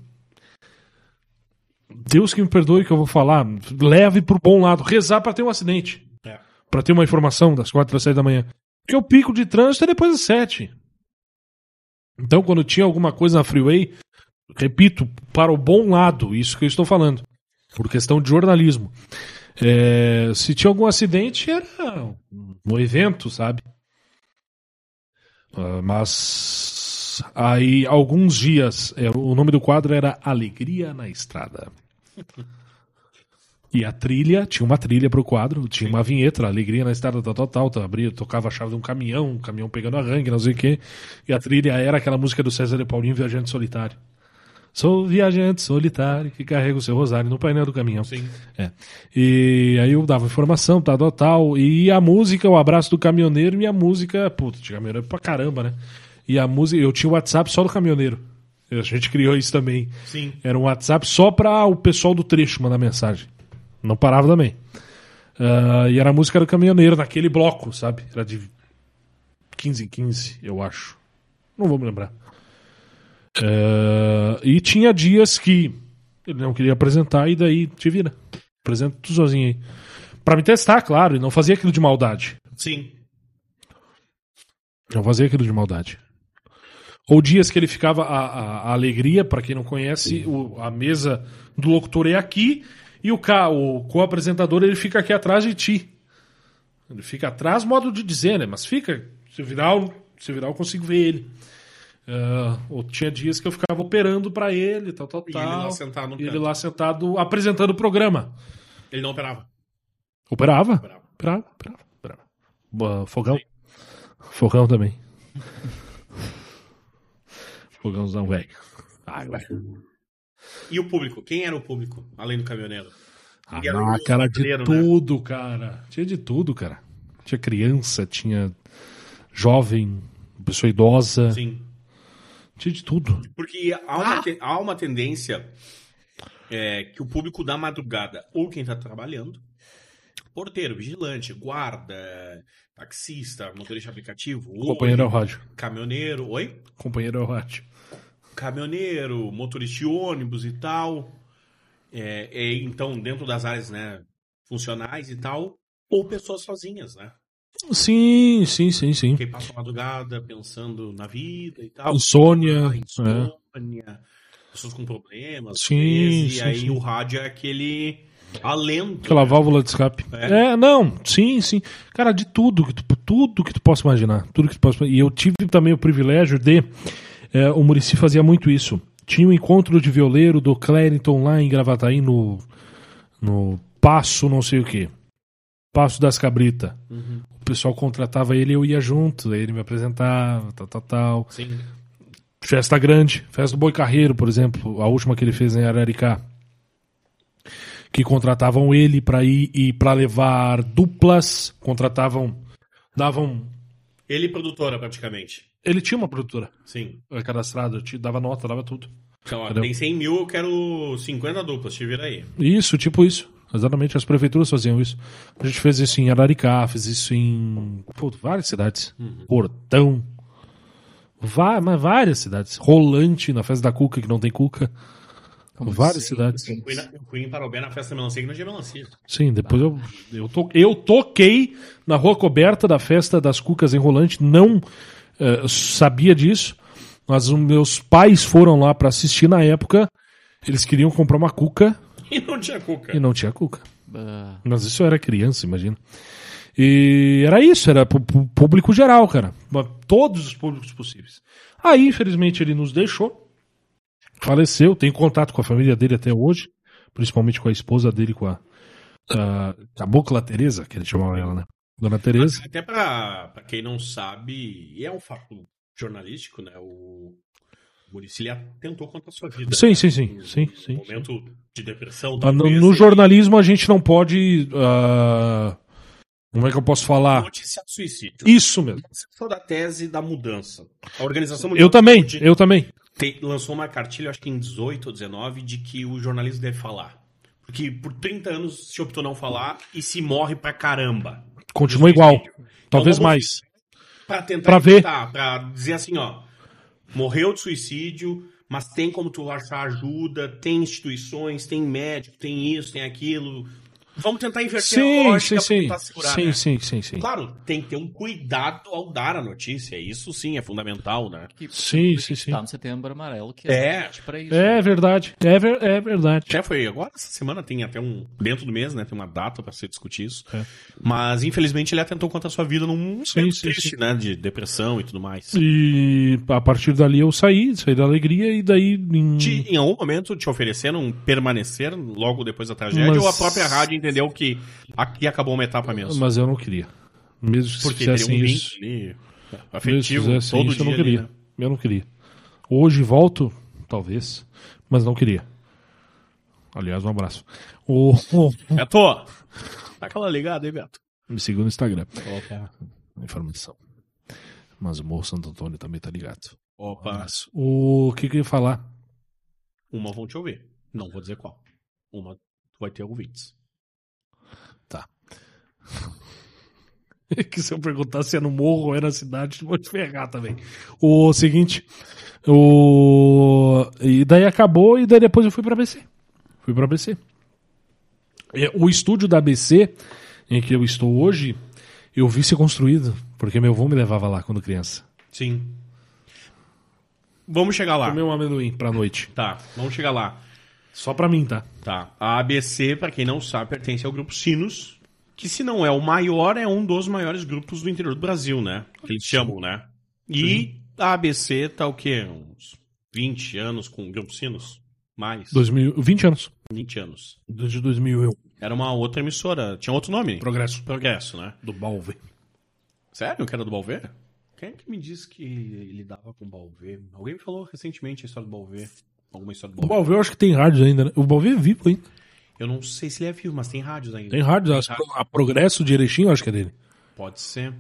Speaker 3: Deus que me perdoe que eu vou falar. Leve pro bom lado. Rezar pra ter um acidente.
Speaker 2: É.
Speaker 3: Pra ter uma informação das quatro às sete da manhã. Porque o pico de trânsito é depois das sete. Então, quando tinha alguma coisa na freeway, repito, para o bom lado, isso que eu estou falando. Por questão de jornalismo. É, se tinha algum acidente, era um evento, sabe? Ah, mas aí alguns dias é, o nome do quadro era Alegria na Estrada e a trilha tinha uma trilha pro quadro tinha uma vinheta Alegria na Estrada tal tal tal tu abria tocava a chave de um caminhão um caminhão pegando arranque não sei o quê e a trilha era aquela música do César de Paulinho Viajante Solitário sou viajante solitário que carrega o seu rosário no painel do caminhão
Speaker 2: Sim.
Speaker 3: é. E aí eu dava informação, tal, tal, tal. E a música, o abraço do caminhoneiro, e a música. Puta, de caminhoneiro pra caramba, né? E a música. Eu tinha o WhatsApp só do caminhoneiro. A gente criou isso também.
Speaker 2: Sim.
Speaker 3: Era um WhatsApp só pra o pessoal do trecho mandar mensagem. Não parava também. Ah, e era a música do caminhoneiro, naquele bloco, sabe? Era de 15 em 15, eu acho. Não vou me lembrar. Ah, e tinha dias que ele não queria apresentar, e daí te vira. Apresenta tu sozinho aí. Pra me testar, claro, e não fazia aquilo de maldade.
Speaker 2: Sim.
Speaker 3: Não fazia aquilo de maldade. Ou dias que ele ficava a, a- a alegria, para quem não conhece, o- a mesa do locutor é aqui e o, ca- o co-apresentador ele fica aqui atrás de ti. Ele fica atrás, modo de dizer, né? Mas fica. Se eu virar, eu- se eu virar eu consigo ver ele. Ah, ou tinha dias que eu ficava operando para ele, tal, tal,
Speaker 2: E
Speaker 3: tal.
Speaker 2: ele lá sentado no
Speaker 3: E ele
Speaker 2: canto.
Speaker 3: lá sentado apresentando o programa.
Speaker 2: Ele não operava.
Speaker 3: Operava?
Speaker 2: Operava.
Speaker 3: Operava, operava, operava. Boa, fogão? Fogão também. Fogãozão velho. Ah, Ai, vai.
Speaker 2: E o público? Quem era o público, além do caminhoneiro?
Speaker 3: Ah,
Speaker 2: E era
Speaker 3: não,
Speaker 2: um
Speaker 3: cara, de
Speaker 2: brasileiro, né?
Speaker 3: tudo, cara. Tinha de tudo, cara. Tinha criança, tinha jovem, pessoa idosa.
Speaker 2: Sim.
Speaker 3: Tinha de tudo.
Speaker 2: Porque há uma, te- há uma tendência é, que o público da madrugada, ou quem está trabalhando, porteiro, vigilante, guarda, taxista, motorista de aplicativo,
Speaker 3: Companheiro ao
Speaker 2: ônibus,
Speaker 3: rádio.
Speaker 2: caminhoneiro, oi?
Speaker 3: Companheiro ao rádio.
Speaker 2: caminhoneiro, motorista de ônibus e tal. É, é, então, dentro das áreas né, funcionais e tal, ou pessoas sozinhas, né?
Speaker 3: Sim, sim, sim, sim.
Speaker 2: Quem passa a madrugada pensando na vida e tal.
Speaker 3: Insônia,
Speaker 2: Ah, Insônia. Pessoas com problemas.
Speaker 3: né? Sim,
Speaker 2: vezes,
Speaker 3: sim,
Speaker 2: E aí
Speaker 3: sim.
Speaker 2: o rádio é aquele alento. né?
Speaker 3: Aquela válvula de escape. É.
Speaker 2: É.
Speaker 3: não, sim, sim. Cara, de tudo que tu, tudo que tu possa imaginar. Tudo que tu possa, e eu tive também o privilégio de. é, o Murici fazia muito isso. Tinha um encontro de violeiro do Clériton lá em Gravataí, no, no Passo, não sei o quê. Passo das Cabritas.
Speaker 2: Uhum.
Speaker 3: O pessoal contratava ele e eu ia junto. Daí ele me apresentava, tal, tal, tal.
Speaker 2: Sim.
Speaker 3: Festa grande, festa do Boi Carreiro, por exemplo, a última que ele fez em Araricá. Que contratavam ele para ir e para levar duplas, contratavam, davam.
Speaker 2: Ele e produtora, praticamente.
Speaker 3: Ele tinha uma produtora
Speaker 2: Sim.
Speaker 3: eh, cadastrada, te dava nota, dava tudo.
Speaker 2: Então, ó,
Speaker 3: Entendeu?
Speaker 2: tem 100 mil, eu quero 50 duplas, te vira aí.
Speaker 3: Isso, tipo isso. Exatamente, as prefeituras faziam isso. A gente fez isso em Araricá, fez isso em pô, várias cidades. Portão. Vá, mas várias cidades. Rolante, na festa da Cuca, que não tem Cuca.
Speaker 1: Como
Speaker 3: várias
Speaker 1: sempre.
Speaker 3: cidades.
Speaker 2: Eu fui, na, eu fui em Parobé na festa da melancia, que não tinha melancia.
Speaker 3: Sim, depois eu, eu, to, eu toquei na rua coberta da festa das cucas em Rolante, não eh, sabia disso, mas os meus pais foram lá pra assistir na época, eles queriam comprar uma cuca
Speaker 2: E não tinha cuca.
Speaker 3: e não tinha cuca.
Speaker 1: Ah,
Speaker 3: Mas isso eu era criança, imagina. E era isso, era pro- pro público geral, cara. Mas Todos os públicos possíveis. Aí, infelizmente, ele nos deixou. Faleceu, tem contato com a família dele até hoje, principalmente com a esposa dele, com a a Cabocla Tereza, que ele chamava ela, né? Dona Tereza.
Speaker 2: Até pra, pra quem não sabe, e é um fato jornalístico, né? O Muricy tentou contar a sua vida.
Speaker 3: Sim,
Speaker 2: né?
Speaker 3: sim, sim,
Speaker 2: Um-
Speaker 3: sim, sim,
Speaker 2: um momento de depressão.
Speaker 3: Ah, No,
Speaker 2: talvez,
Speaker 3: no
Speaker 2: e
Speaker 3: jornalismo a gente não pode. ah, como é que eu posso falar?
Speaker 2: Noticiar de suicídio.
Speaker 3: Isso mesmo.
Speaker 2: Só da tese da mudança. A Organização Mundial
Speaker 3: Eu também,
Speaker 2: de Saúde
Speaker 3: eu também.
Speaker 2: tem- lançou uma cartilha, acho que em 18 ou 19, de que o jornalismo deve falar. Porque por 30 anos se optou não falar e se morre pra caramba.
Speaker 3: Continua igual. Talvez
Speaker 2: vamos-
Speaker 3: mais.
Speaker 2: pra tentar
Speaker 3: Pra ver.
Speaker 2: evitar, pra dizer assim, ó, morreu de suicídio, mas tem como tu achar ajuda, tem instituições, tem médico, tem isso, tem aquilo. Vamos tentar inverter a
Speaker 3: Sim,
Speaker 2: lógica
Speaker 3: sim,
Speaker 2: pra
Speaker 3: sim.
Speaker 2: tentar segurar,
Speaker 3: Sim,
Speaker 2: né?
Speaker 3: sim, sim, sim.
Speaker 2: Claro, tem que ter um cuidado ao dar a notícia, isso sim é fundamental, né?
Speaker 1: Que
Speaker 3: Sim,
Speaker 1: que
Speaker 3: sim, sim.
Speaker 1: Tá no setembro amarelo, que
Speaker 2: É.
Speaker 1: exatamente pra isso. né?
Speaker 3: É verdade. É, ver- é verdade.
Speaker 2: Até foi agora, essa semana tem até um. Dentro do mês, né? Tem uma data pra se discutir isso.
Speaker 3: É.
Speaker 2: Mas, infelizmente, ele atentou contra a sua vida num
Speaker 3: Sim,
Speaker 2: momento
Speaker 3: sim,
Speaker 2: triste,
Speaker 3: sim.
Speaker 2: né? De depressão e tudo mais.
Speaker 3: E a partir dali eu saí, saí da alegria e daí. em-
Speaker 2: Te- em algum momento te ofereceram um permanecer logo depois da tragédia
Speaker 3: Mas-
Speaker 2: ou a própria rádio entendeu que aqui acabou uma etapa mesmo?
Speaker 3: Mas eu não queria. Mesmo se
Speaker 2: Porque teria um
Speaker 3: fizessem
Speaker 2: link
Speaker 3: isso.
Speaker 2: ali,
Speaker 3: mesmo se
Speaker 2: afetivo
Speaker 3: fizessem
Speaker 2: todo
Speaker 3: isso,
Speaker 2: dia.
Speaker 3: eu não
Speaker 2: ali,
Speaker 3: queria.
Speaker 2: né?
Speaker 3: Eu não queria. Hoje volto, talvez, mas não queria. Aliás, um abraço. O... o-
Speaker 2: Beto! Tá aquela ligada aí, Beto.
Speaker 3: Me siga no Instagram. Informação. Mas o Morro Santo Antônio também tá ligado.
Speaker 2: Opa,
Speaker 3: O que que eu ia falar?
Speaker 2: uma vão te ouvir. Não vou dizer qual. Uma tu vai ter ouvintes.
Speaker 3: É que se eu perguntar se é no morro ou é na cidade, eu vou te ferrar também. O seguinte, o... E daí acabou e daí depois eu fui pra ABC. Fui pra ABC. É, O estúdio da ABC, em que eu estou hoje, eu vi ser construído, porque meu avô me levava lá quando criança.
Speaker 2: Sim. Vamos chegar lá.
Speaker 3: Comeu um amendoim pra noite.
Speaker 2: Tá, vamos chegar lá.
Speaker 3: Só pra mim, tá?
Speaker 2: Tá. A ABC, pra quem não sabe, pertence ao grupo Sinos, que se não é o maior, é um dos maiores grupos do interior do Brasil, né? Que eles chamam, né? E a ABC tá o quê? Uns 20 anos com o grupo Sinos? Mais?
Speaker 3: 2000, 20 anos.
Speaker 2: 20 anos.
Speaker 3: Desde 2001.
Speaker 2: Era uma outra emissora, tinha outro nome?
Speaker 3: Progresso.
Speaker 2: Progresso, né?
Speaker 3: Do Balve.
Speaker 2: Sério? Que era do Balvê? Quem é que me disse que ele dava com o Balvê? Alguém me falou recentemente a história do Balvê. Alguma história do
Speaker 3: O
Speaker 2: Balvê.
Speaker 3: Balve eu acho que tem rádios ainda, né? O Balve é vivo ainda.
Speaker 2: Eu não sei se ele é vivo, mas tem rádios ainda.
Speaker 3: Tem rádios. A, a Progresso de Erechim eu acho que é dele.
Speaker 2: Pode ser.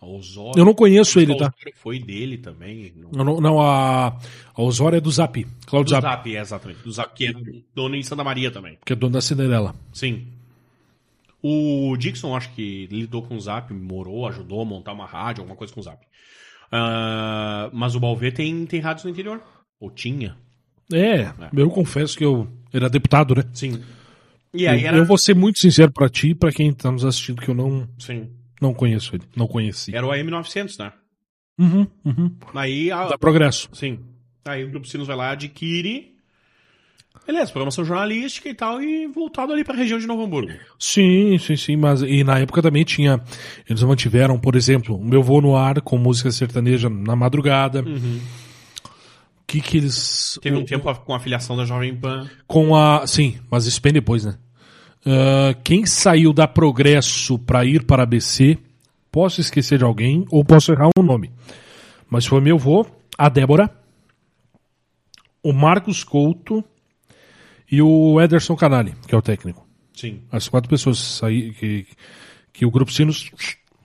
Speaker 2: A Osório.
Speaker 3: Eu não conheço ele, tá?
Speaker 2: Osório Foi dele também. Não...
Speaker 3: Não, não, não, a, a Osório é do Zap.
Speaker 2: Do
Speaker 3: Cláudio
Speaker 2: Zap.
Speaker 3: Zap,
Speaker 2: é, exatamente. Do Zap, que é dono em Santa Maria também.
Speaker 3: que é dono da Cinderela.
Speaker 2: Sim. O Dixon, acho que lidou com o Zap, morou, ajudou a montar uma rádio, alguma coisa com o Zap. Ah, mas o Balvê tem, tem rádios no interior. Ou tinha.
Speaker 3: É, eu confesso que eu era deputado, né?
Speaker 2: Sim. E aí
Speaker 3: Eu-
Speaker 2: era.
Speaker 3: Eu vou ser muito sincero pra ti e pra quem tá nos assistindo que eu não,
Speaker 2: Sim.
Speaker 3: não conheço ele. Não conheci.
Speaker 2: Era o AM900, né?
Speaker 3: Uhum, uhum.
Speaker 2: Aí a,
Speaker 3: Da Progresso.
Speaker 2: Sim. Aí o Grupo Sinos vai lá, adquire. Beleza, programação jornalística e tal, e voltado ali pra região de Novo Hamburgo.
Speaker 3: Sim, sim, sim, mas e na época também tinha. Eles mantiveram, por exemplo, o meu voo no ar com música sertaneja na madrugada. O que que eles.
Speaker 2: Uhum. Teve um tempo com a filiação da Jovem Pan.
Speaker 3: Com a. Sim, mas isso bem depois, né? Ah, quem saiu da Progresso pra ir para a ABC, posso esquecer de alguém ou posso errar um nome. Mas foi meu vô, a Débora, o Marcos Couto e o Ederson Canali, que é o técnico.
Speaker 2: Sim.
Speaker 3: As quatro pessoas saí, que, que o Grupo Sinos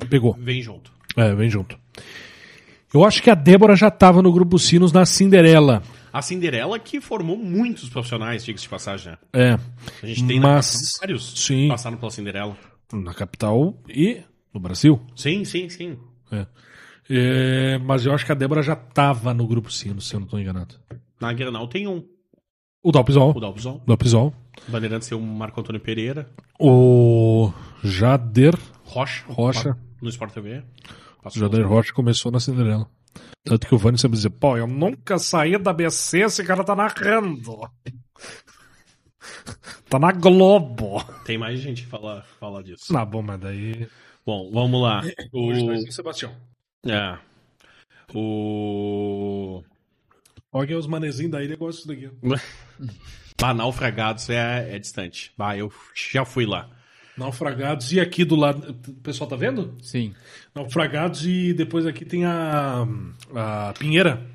Speaker 3: pegou.
Speaker 2: Vem junto.
Speaker 3: É, vem junto. Eu acho que a Débora já estava no Grupo Sinos na Cinderela.
Speaker 2: A Cinderela que formou muitos profissionais, diga-se de passagem. né?
Speaker 3: É.
Speaker 2: A gente tem
Speaker 3: Mas-
Speaker 2: capital vários
Speaker 3: sim.
Speaker 2: que passaram pela Cinderela.
Speaker 3: Na capital e no Brasil.
Speaker 2: Sim, sim, sim.
Speaker 3: É. É, mas eu acho que a Débora já estava no grupo Sinos, se eu não estou enganado.
Speaker 2: Na Granal tem um.
Speaker 3: O Dalpisol.
Speaker 2: O Dalbzon.
Speaker 3: Dalpisol.
Speaker 2: Bandeirantes tem o Marco Antônio Pereira.
Speaker 3: O Jader
Speaker 2: Rocha.
Speaker 3: Rocha.
Speaker 2: No Sport TV.
Speaker 3: O
Speaker 2: Passou.
Speaker 3: Jader Rocha começou na Cinderela. Tanto que o Vani sempre dizia, pô, eu nunca saí da BC, esse cara tá narrando. tá na Globo.
Speaker 2: Tem mais gente que fala, fala disso.
Speaker 3: Na bom, mas daí...
Speaker 2: Bom, vamos lá. O...
Speaker 3: Sebastião.
Speaker 2: É. O.
Speaker 3: Olha quem é os manezinhos da ilha, gosta disso daqui.
Speaker 2: Bah, naufragados é, é distante. Bah, eu já fui lá.
Speaker 3: Naufragados e aqui do lado... O pessoal tá vendo?
Speaker 1: Sim.
Speaker 3: Naufragados e depois aqui tem a, a Pinheira.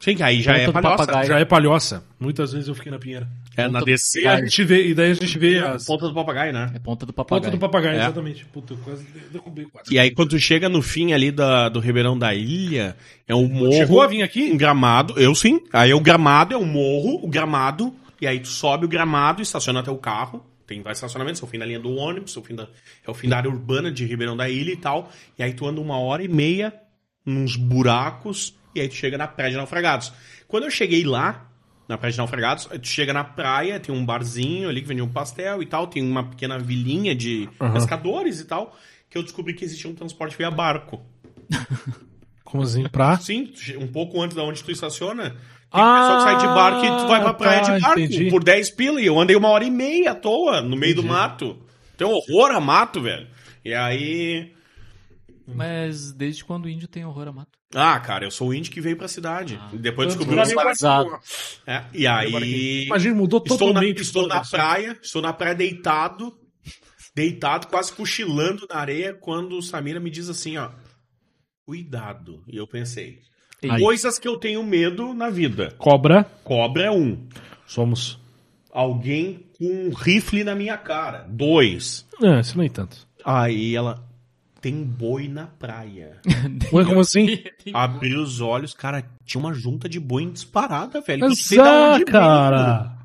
Speaker 2: Sim, que aí já
Speaker 1: Ponta
Speaker 2: é
Speaker 1: do
Speaker 2: palhaça.
Speaker 1: papagaio.
Speaker 3: Já é palhoça. Muitas vezes eu fiquei na Pinheira.
Speaker 2: É na
Speaker 1: Ponta-
Speaker 2: DC.
Speaker 3: E, a gente vê, e daí a gente vê as
Speaker 2: Ponta do papagaio, né?
Speaker 1: É ponta do
Speaker 3: ponta
Speaker 1: papagaio.
Speaker 3: do papagaio,
Speaker 2: É.
Speaker 3: exatamente. Puta, eu quase derrubei o quadro.
Speaker 2: E aí, quando tu chega no fim ali da, do Ribeirão da Ilha, é um morro.
Speaker 3: Chegou a vir aqui?
Speaker 2: Um gramado, eu sim. Aí é o gramado, é um morro, o gramado. E aí tu sobe o gramado, estaciona até o carro. Tem vários estacionamentos, é o fim da linha do ônibus, é o fim da, é o fim da área urbana de Ribeirão da Ilha e tal. E aí tu anda uma hora e meia uns buracos, e aí tu chega na praia de naufragados. Quando eu cheguei lá, na praia de naufragados, tu chega na praia, tem um barzinho ali que vendia um pastel e tal, tem uma pequena vilinha de
Speaker 3: Aham.
Speaker 2: pescadores e tal, que eu descobri que existia um transporte via barco.
Speaker 3: Como assim? Pra.
Speaker 2: Sim, tu che- um pouco antes da onde tu estaciona. Tem
Speaker 3: Ah,
Speaker 2: pessoal que sai de barco e tu vai pra praia
Speaker 3: tá,
Speaker 2: de barco
Speaker 3: entendi.
Speaker 2: por 10 pila e eu andei uma hora e meia à toa no meio do mato. Tem um horror a mato, velho. E aí.
Speaker 1: Mas desde quando o índio tem horror a mato?
Speaker 2: Ah, cara, eu sou o índio que veio pra cidade. Depois
Speaker 3: Tanto
Speaker 2: descobriu
Speaker 3: é
Speaker 2: as
Speaker 3: que-
Speaker 2: paradas.
Speaker 1: Exato.
Speaker 2: É, e aí.
Speaker 3: Imagina, mudou
Speaker 2: Estou na,
Speaker 3: totalmente.
Speaker 2: estou na praia, estou na praia deitado, deitado, quase cochilando na areia, quando o Samira me diz assim, ó. Cuidado. E eu pensei.
Speaker 1: Aí.
Speaker 2: Coisas que eu tenho medo na vida.
Speaker 3: Cobra.
Speaker 2: Cobra é um.
Speaker 3: Somos.
Speaker 2: Alguém com um rifle na minha cara. Dois.
Speaker 3: Não, É, isso nem tanto.
Speaker 2: Aí ela. Tem um boi na praia.
Speaker 3: Ué, como assim?
Speaker 2: Abri os olhos, cara, tinha uma junta de boi disparada, velho. Eu não sei da
Speaker 3: Exato,
Speaker 2: onde veio.
Speaker 3: cara.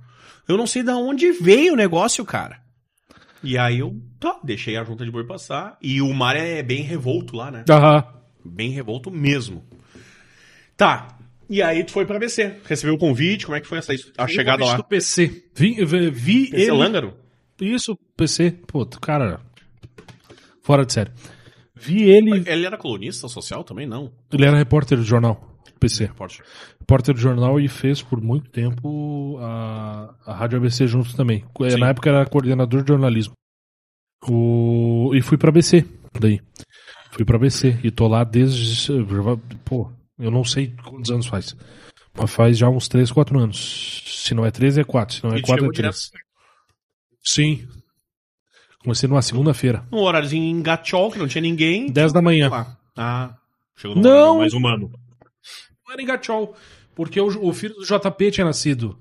Speaker 2: Eu não sei da onde veio o negócio, cara. E aí eu, tá, deixei a junta de boi passar. E o mar é bem revolto lá, né?
Speaker 3: Aham.
Speaker 2: Bem revolto mesmo. Tá. E aí tu foi pra BC. Recebeu o convite, como é que foi essa, a chegada
Speaker 3: Convite
Speaker 2: lá?
Speaker 3: do PC. Vi, vi, vi
Speaker 2: PC
Speaker 3: ele-
Speaker 2: Lângaro?
Speaker 3: Isso, PC. Pô, cara. Fora de sério. Vi ele.
Speaker 2: Ele era colunista social também? Não.
Speaker 3: Ele era repórter do jornal. PC.
Speaker 2: Repórter.
Speaker 3: repórter do jornal e fez por muito tempo a, a Rádio ABC juntos também. Eh,
Speaker 2: Sim.
Speaker 3: Na época era coordenador de jornalismo. O, e fui pra ABC daí. Fui pra ABC e tô lá desde. Pô, eu não sei quantos anos faz. Mas faz já uns 3, 4 anos. Se não é 3, é 4. Se não é
Speaker 2: E tu
Speaker 3: 4, é
Speaker 2: chegou
Speaker 3: 3. Sim. Comecei numa segunda-feira.
Speaker 2: Num horáriozinho em Gachol, que não tinha ninguém. tá
Speaker 3: 10 da manhã.
Speaker 2: Lá. Ah, chegou
Speaker 3: Não!
Speaker 2: horário mais humano.
Speaker 3: Não era em Gachol, porque o, o filho do JP tinha nascido.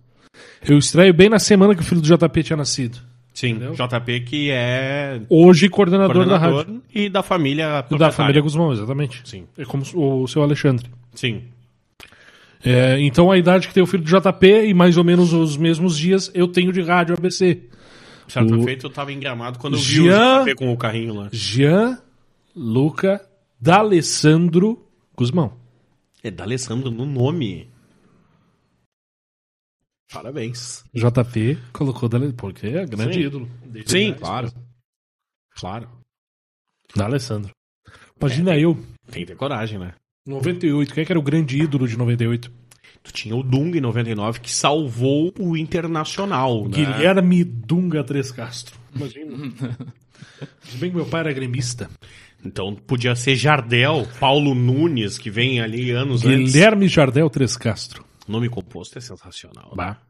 Speaker 3: Eu estreio bem na semana que o filho do JP tinha nascido.
Speaker 2: Sim, JP que é
Speaker 3: Hoje coordenador, da rádio.
Speaker 2: e da família
Speaker 3: Da
Speaker 2: proprietária.
Speaker 3: família Guzmão, exatamente.
Speaker 2: Sim.
Speaker 3: É como o, o seu Alexandre.
Speaker 2: Sim.
Speaker 3: É, então a idade que tem o filho do JP e mais ou menos os mesmos dias eu tenho de rádio ABC.
Speaker 2: Certa
Speaker 3: O-
Speaker 2: feita eu tava engramado quando eu
Speaker 3: Jean-
Speaker 2: vi o JP com o carrinho lá.
Speaker 3: Jean, Luca, D'Alessandro Guzmão.
Speaker 2: É da Alessandro no nome. Parabéns.
Speaker 3: JP colocou D'Alessandro, porque é grande
Speaker 2: Sim.
Speaker 3: ídolo. Desde
Speaker 2: Sim,
Speaker 3: idade.
Speaker 2: claro. Claro.
Speaker 3: D'Alessandro. Imagina
Speaker 2: É.
Speaker 3: eu,
Speaker 2: Tem que ter coragem, né?
Speaker 3: 98, quem é que era o grande ídolo de 98?
Speaker 2: Tu tinha o Dung em 99 que salvou o Internacional, né?
Speaker 3: Guilherme Dunga Tres Castro. Imagina. Se bem que meu pai era gremista.
Speaker 2: Então podia ser Jardel, Paulo Nunes, que vem ali anos antes.
Speaker 3: Guilherme Jardel Tres Castro.
Speaker 2: Nome composto é sensacional. né?
Speaker 3: Bah.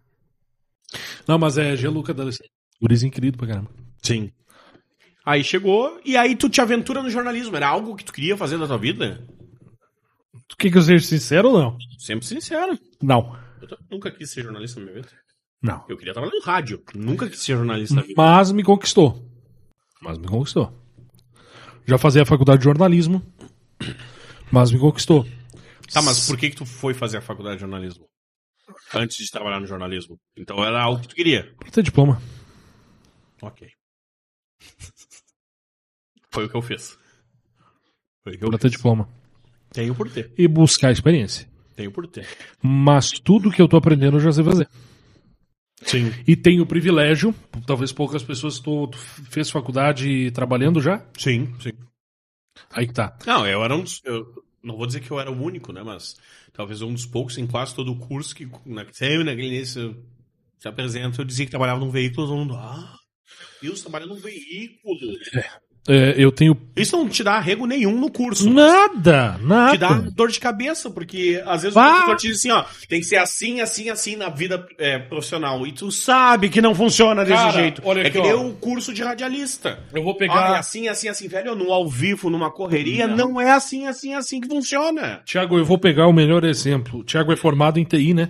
Speaker 3: Não, mas é Geluca da Gurizinho querido pra caramba.
Speaker 2: Sim. Aí chegou, e aí tu te aventura no jornalismo. Era algo que tu queria fazer na tua vida?
Speaker 3: Tu quer que eu seja sincero ou não?
Speaker 2: Sempre sincero.
Speaker 3: Não.
Speaker 2: Eu t- nunca quis ser jornalista na minha vida.
Speaker 3: Não.
Speaker 2: Eu queria trabalhar no rádio. Nunca quis ser jornalista na vida.
Speaker 3: Mas me conquistou. Mas me conquistou. Já fazia a faculdade de jornalismo. Mas me conquistou.
Speaker 2: Tá, mas por que que tu foi fazer a faculdade de jornalismo? Antes de trabalhar no jornalismo. Então era algo que tu queria.
Speaker 3: Pra ter diploma.
Speaker 2: Ok. Foi o que eu fiz. Foi o que eu
Speaker 3: Pra ter diploma.
Speaker 2: Tenho por ter.
Speaker 3: E buscar experiência.
Speaker 2: Tenho por ter.
Speaker 3: Mas tudo que eu tô aprendendo eu já sei fazer.
Speaker 2: Sim.
Speaker 3: E tenho o privilégio, talvez poucas pessoas, tu, tu fez faculdade trabalhando já?
Speaker 2: Sim, sim.
Speaker 3: Aí que tá.
Speaker 2: Não, eu era um dos. Eu não vou dizer que eu era o único, né? Mas talvez um dos poucos em quase todo o curso que na, sempre naquele início se apresenta, eu dizia que trabalhava num veículo, todo mundo. Ah, meu Deus, trabalha num veículo.
Speaker 3: É, eu tenho
Speaker 2: Isso não te dá arrego nenhum no curso.
Speaker 3: Nada, nada.
Speaker 2: Te dá dor de cabeça, porque às vezes
Speaker 3: Bah!
Speaker 2: o professor te diz assim, ó, tem que ser assim, assim, assim na vida é, profissional. E tu sabe que não funciona desse
Speaker 3: Cara,
Speaker 2: jeito.
Speaker 3: olha
Speaker 2: é
Speaker 3: aqui,
Speaker 2: que nem
Speaker 3: ó.
Speaker 2: o curso de radialista.
Speaker 3: Eu vou
Speaker 2: Ah, é
Speaker 3: pegar.
Speaker 2: assim, assim, assim, velho, no ao vivo, numa correria, não é assim, assim, assim que funciona.
Speaker 3: Tiago, eu vou pegar o melhor exemplo. O Tiago é formado em TI, né?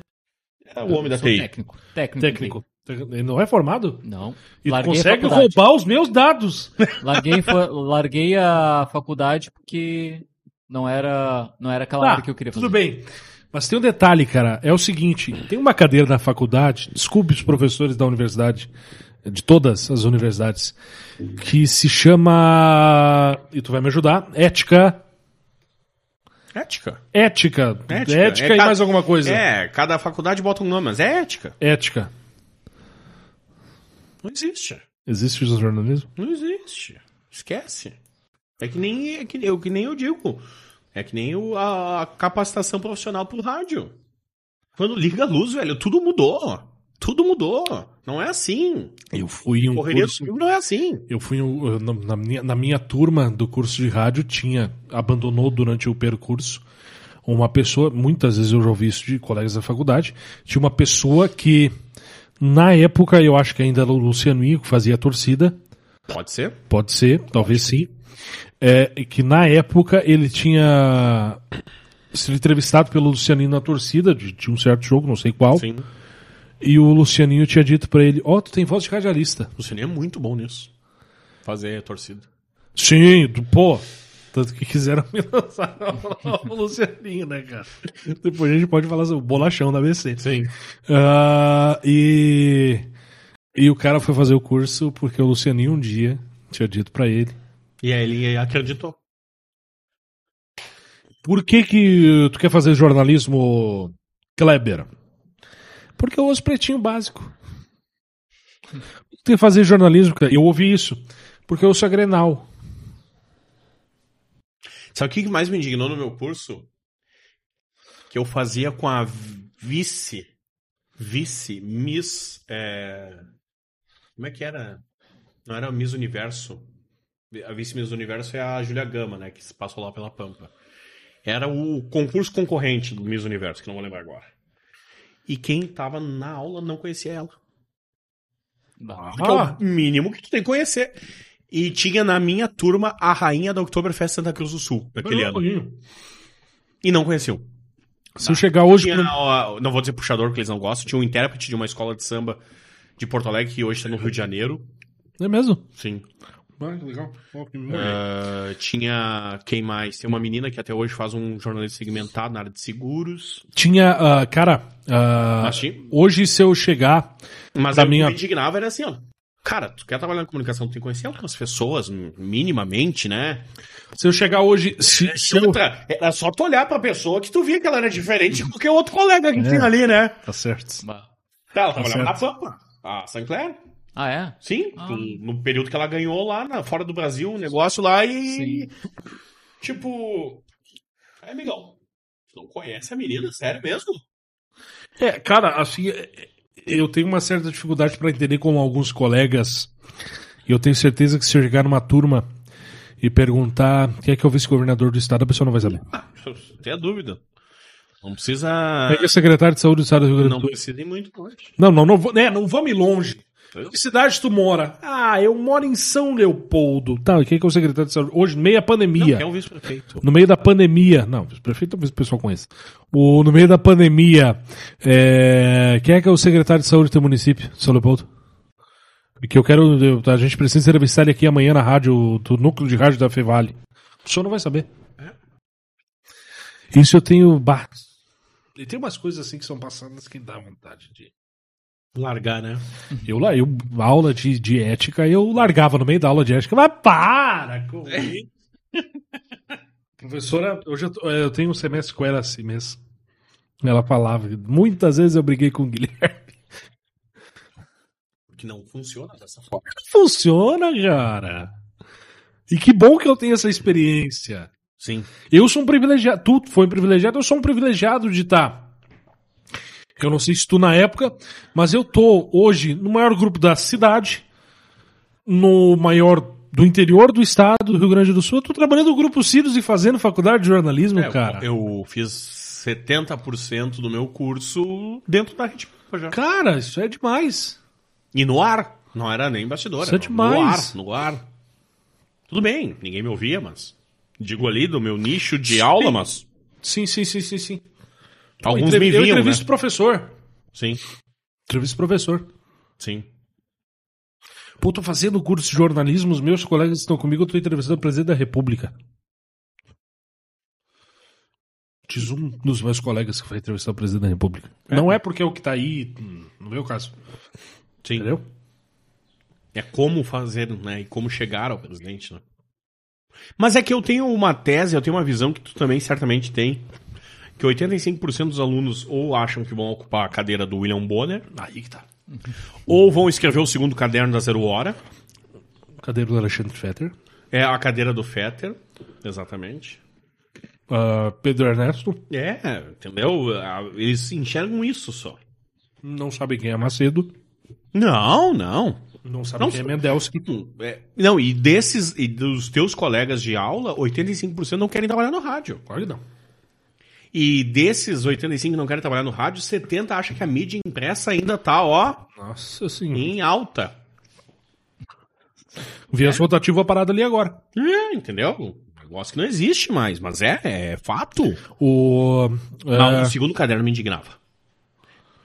Speaker 2: É o homem da
Speaker 1: Sou
Speaker 2: TI.
Speaker 1: técnico. Técnico.
Speaker 3: Técnico. Ele não é formado?
Speaker 1: Não.
Speaker 3: E tu
Speaker 1: Larguei a
Speaker 3: consegue
Speaker 1: faculdade.
Speaker 3: roubar os meus dados.
Speaker 1: Larguei, fa- larguei a faculdade porque não era, não era aquela área que eu queria fazer.
Speaker 3: Tá, tudo bem. Mas tem um detalhe, cara. É o seguinte: tem uma cadeira na faculdade, desculpe os professores da universidade, de todas as universidades, que se chama. E tu vai me ajudar? Ética.
Speaker 2: Ética.
Speaker 3: Ética. Ética,
Speaker 2: É,
Speaker 3: e
Speaker 2: ca-
Speaker 3: mais alguma coisa.
Speaker 2: É, cada faculdade bota um nome, mas é ética.
Speaker 3: Ética.
Speaker 2: Não existe.
Speaker 3: Existe o jornalismo?
Speaker 2: Não existe. Esquece. É que nem, é que, eu, que nem eu digo. É que nem o- a, a capacitação profissional pro rádio. Quando liga a luz, velho, tudo mudou. Tudo mudou. Não é assim.
Speaker 3: Eu fui em um
Speaker 2: Correria do
Speaker 3: curso-
Speaker 2: filme não é assim.
Speaker 3: Eu fui um, eu- na, na minha, na minha turma do curso de rádio tinha abandonou durante o percurso uma pessoa, muitas vezes eu já ouvi isso de colegas da faculdade, tinha uma pessoa que na época eu acho que ainda era o Luciano Ico que fazia a torcida,
Speaker 2: Pode ser.
Speaker 3: pode ser, talvez sim. É, e que na época ele tinha sido entrevistado pelo Lucianinho na torcida de, de um certo jogo, não sei qual,
Speaker 2: Sim.
Speaker 3: e o Lucianinho tinha dito pra ele: "Ó, tu tem voz de radialista".
Speaker 2: O cinema é muito bom nisso. Fazer torcida.
Speaker 3: Sim, do pô. Tanto que quiseram me lançar o Lucianinho, né, cara? Depois a gente pode falar sobre o bolachão da BC.
Speaker 2: Sim.
Speaker 3: Ah, e, e o cara foi fazer o curso porque o Lucianinho um dia tinha dito pra ele.
Speaker 2: E aí ele acreditou.
Speaker 3: Por que que tu quer fazer jornalismo, Kleber? Porque eu uso pretinho básico. Tu quer fazer jornalismo, Kleber? Eu ouvi isso. Porque eu sou a Grenal.
Speaker 2: Sabe o que mais me indignou no meu curso? Que eu fazia com a vice. Vice, Miss. é, Como é que era? Não era Miss Universo. A vice Miss Universo é a Julia Gama, né? Que se passou lá pela Pampa. Era o concurso concorrente do Miss Universo, que não vou lembrar agora. E quem tava na aula não conhecia ela. Que é
Speaker 3: Ah.
Speaker 2: o mínimo que tu tem que conhecer. E tinha na minha turma a rainha da Oktoberfest Santa Cruz do Sul, naquele ano. E não conheceu.
Speaker 3: Se eu chegar hoje...
Speaker 2: Tinha,
Speaker 3: pra-
Speaker 2: ó, não vou dizer puxador, porque eles não gostam. Tinha um intérprete de uma escola de samba de Porto Alegre, que hoje está no Rio de Janeiro.
Speaker 3: É mesmo?
Speaker 2: Sim.
Speaker 3: legal.
Speaker 2: Ah, tinha quem mais? Tem uma menina que até hoje faz um jornalismo segmentado na área de seguros.
Speaker 3: Tinha, ah, cara, ah,
Speaker 2: Mas tinha-
Speaker 3: hoje se eu chegar,
Speaker 2: Mas
Speaker 3: Da
Speaker 2: aí o que
Speaker 3: minha-
Speaker 2: me indignava era assim, ó. Cara, tu quer trabalhar em comunicação, tu tem que conhecer algumas pessoas, hum, minimamente, né?
Speaker 3: se eu chegar hoje, se, se eu...
Speaker 2: Outra, era É, só tu olhar pra pessoa que tu via que ela era diferente de qualquer outro colega que tinha ali, né?
Speaker 3: Tá certo.
Speaker 1: Bah.
Speaker 2: Tá, ela
Speaker 3: Tá
Speaker 2: trabalhava na Pampa. A Sinclair.
Speaker 1: Ah, é?
Speaker 2: Sim,
Speaker 1: Ah.
Speaker 2: do- no período que ela ganhou lá, na- fora do Brasil, um negócio lá e. Tipo. É, amigão. tu Não conhece a menina, sério mesmo?
Speaker 3: É, cara, assim, é- eu tenho uma certa dificuldade pra entender como alguns colegas, e eu tenho certeza que se eu chegar numa turma e perguntar quem é que é o vice-governador do estado, a pessoa não vai saber.
Speaker 2: Ah, tem a dúvida. Não precisa.
Speaker 3: Quem é que é o secretário de saúde do estado do Rio Grande
Speaker 2: Não
Speaker 3: do Sul?
Speaker 2: precisa ir muito longe.
Speaker 3: Não, não, não, vou, né, não vamos ir longe. Que cidade tu mora? Ah, eu moro em São Leopoldo. Tá, e quem é que é o secretário de saúde? Hoje, meia pandemia.
Speaker 2: Não, é o vice-prefeito.
Speaker 3: No meio da pandemia. Não, prefeito talvez o pessoal conheça. O, no meio da pandemia. é, quem é que é o secretário de saúde do teu município, São Leopoldo? Que eu quero. eu- a gente precisa entrevistar ele aqui amanhã na rádio, do núcleo de rádio da Fevale. O senhor não vai saber. Isso eu tenho. Bah. E tem umas coisas assim que são passadas que dá vontade de.
Speaker 2: Largar, né?
Speaker 3: Eu lá, eu, aula de, de ética, eu largava no meio da aula de ética, mas para comigo. Professora, hoje eu, tô- eu tenho um semestre com ela assim mesmo. Ela falava, muitas vezes eu briguei com o Guilherme.
Speaker 2: Porque não funciona dessa forma.
Speaker 3: Funciona, cara. E que bom que eu tenho essa experiência.
Speaker 2: Sim.
Speaker 3: Eu sou um privilegiado, tu foi um privilegiado, eu sou um privilegiado de estar. Eu não sei se tu na época, mas eu tô hoje no maior grupo da cidade, no maior do interior do estado, do Rio Grande do Sul. Eu tô trabalhando no grupo Sirius e fazendo faculdade de jornalismo,
Speaker 2: É,
Speaker 3: cara.
Speaker 2: Eu, eu fiz 70% do meu curso dentro da rede pública já.
Speaker 3: Cara, isso é demais.
Speaker 2: E no ar. Não era nem bastidor.
Speaker 3: Isso é
Speaker 2: era
Speaker 3: demais.
Speaker 2: No ar, no ar. Tudo bem, ninguém me ouvia, mas. Digo ali do meu nicho de aula, mas.
Speaker 3: Sim, sim, sim, sim, sim.
Speaker 2: Alguns
Speaker 3: eu
Speaker 2: me
Speaker 3: entrevi- eu
Speaker 2: viam, né?
Speaker 3: entrevisto o professor.
Speaker 2: Sim,
Speaker 3: Entrevisto o professor.
Speaker 2: sim.
Speaker 3: Pô, tô fazendo curso de jornalismo, os meus colegas estão comigo, eu tô entrevistando o presidente da República. Diz um dos meus colegas que vai entrevistar o presidente da República. Não é porque é o que tá aí, hum, no meu caso.
Speaker 2: Sim.
Speaker 3: Entendeu?
Speaker 2: É como fazer, né? E como chegar ao presidente, né? Mas é que eu tenho uma tese, eu tenho uma visão que tu também certamente tem, que 85% dos alunos ou acham que vão ocupar a cadeira do William Bonner,
Speaker 3: Aí que tá.
Speaker 2: ou vão escrever o segundo caderno da Zero Hora,
Speaker 3: Cadê o Alexandre Fetter?
Speaker 2: é a cadeira do Fetter, exatamente.
Speaker 3: Ah, Pedro Ernesto.
Speaker 2: É, entendeu? Ah, Eles enxergam isso só.
Speaker 3: Não sabe quem é Macedo.
Speaker 2: Não, não.
Speaker 3: Não sabe
Speaker 2: Não
Speaker 3: quem é
Speaker 2: sou-
Speaker 3: Mendelski.
Speaker 2: Hum, é, não, e desses e dos teus colegas de aula, 85% não querem trabalhar no rádio.
Speaker 3: Claro que não.
Speaker 2: E desses 85 que não querem trabalhar no rádio, 70 acha que a mídia impressa ainda tá, ó,
Speaker 3: Nossa senhora.
Speaker 2: em alta.
Speaker 3: Vias rotativa parada ali agora.
Speaker 2: É, entendeu? Um negócio que não existe mais, mas é, é fato.
Speaker 3: O.
Speaker 2: Não,
Speaker 3: é,
Speaker 2: o segundo caderno me indignava.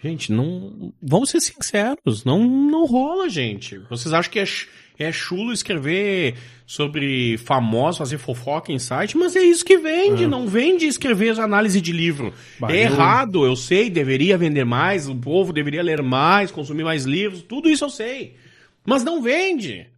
Speaker 2: Gente, não. Vamos ser sinceros, não, não rola, gente. Vocês acham que é, ch- é chulo escrever sobre famosos, fazer fofoca em site, mas é isso que vende, não vende escrever análise de livro.
Speaker 3: Bah,
Speaker 2: é
Speaker 3: eu-
Speaker 2: errado, eu sei, deveria vender mais, o povo deveria ler mais, consumir mais livros, tudo isso eu sei. Mas não vende.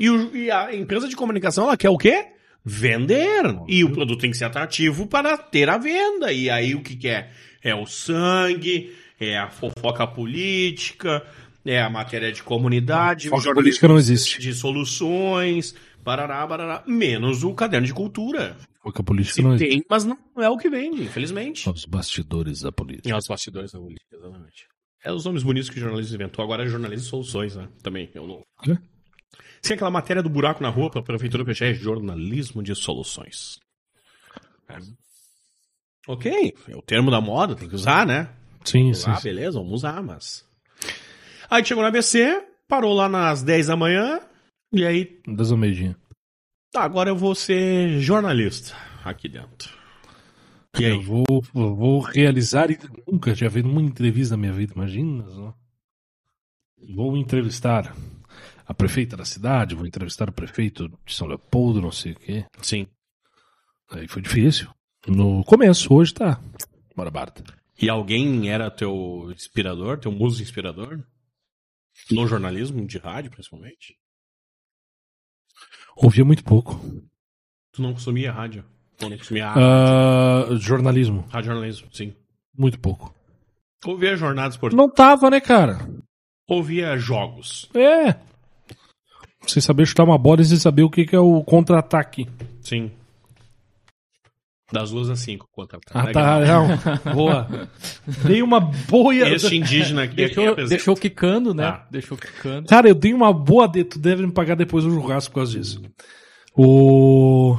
Speaker 2: E, o- e a empresa de comunicação, ela quer o quê? Vender. E o produto tem que ser atrativo para ter a venda. E aí o que, que é? É o sangue, é a fofoca política, é a matéria de comunidade, o
Speaker 3: Foca
Speaker 2: é jornalismo
Speaker 3: política não existe.
Speaker 2: de soluções, barará, barará, menos o caderno de cultura.
Speaker 3: Foca política
Speaker 2: Se
Speaker 3: não existe.
Speaker 2: tem, mas não é o que vende, infelizmente.
Speaker 3: Os bastidores da polícia.
Speaker 2: É os bastidores da política, exatamente. É os nomes bonitos que o jornalismo inventou. Agora é jornalismo de soluções, né? Também, eu não...
Speaker 3: Quê?
Speaker 2: Sim, aquela matéria do buraco na rua pra prefeitura fechar é jornalismo de soluções. É. Ok, é o termo da moda, tem que usar, né?
Speaker 3: Sim, sim.
Speaker 2: Ah,
Speaker 3: sim.
Speaker 2: beleza, vamos usar, mas... Aí chegou na ABC, parou lá nas 10 da manhã, e aí,
Speaker 3: Das almeidinhas.
Speaker 2: tá, agora eu vou ser jornalista aqui dentro. E
Speaker 3: Eu
Speaker 2: aí?
Speaker 3: vou, eu vou realizar. e Nunca tinha feito uma entrevista na minha vida, imagina só. Vou entrevistar a prefeita da cidade, vou entrevistar o prefeito de São Leopoldo, não sei o quê.
Speaker 2: Sim.
Speaker 3: Aí foi difícil. No começo, hoje tá. Bora, Barta.
Speaker 2: E alguém era teu inspirador, teu muso inspirador? No jornalismo, de rádio, principalmente?
Speaker 3: Ouvia muito pouco.
Speaker 2: Tu não consumia rádio? Tu não consumia rádio,
Speaker 3: Ah, jornalismo,
Speaker 2: jornalismo, sim.
Speaker 3: muito pouco.
Speaker 2: Ouvia jornadas por...
Speaker 3: Não tava, né, cara?
Speaker 2: Ouvia jogos,
Speaker 3: É. Sem saber chutar uma bola e sem saber o que, que é o contra-ataque.
Speaker 2: sim. Das duas às cinco, conta.
Speaker 3: Ah, tá. Não. Boa. Dei uma boia.
Speaker 2: Este indígena aqui, aqui é
Speaker 1: Deixou,
Speaker 2: representa.
Speaker 1: deixou quicando, né?
Speaker 2: Ah.
Speaker 1: Deixou quicando.
Speaker 3: Cara, eu dei uma boa. De... Tu deve me pagar depois o churrasco por causa disso. O.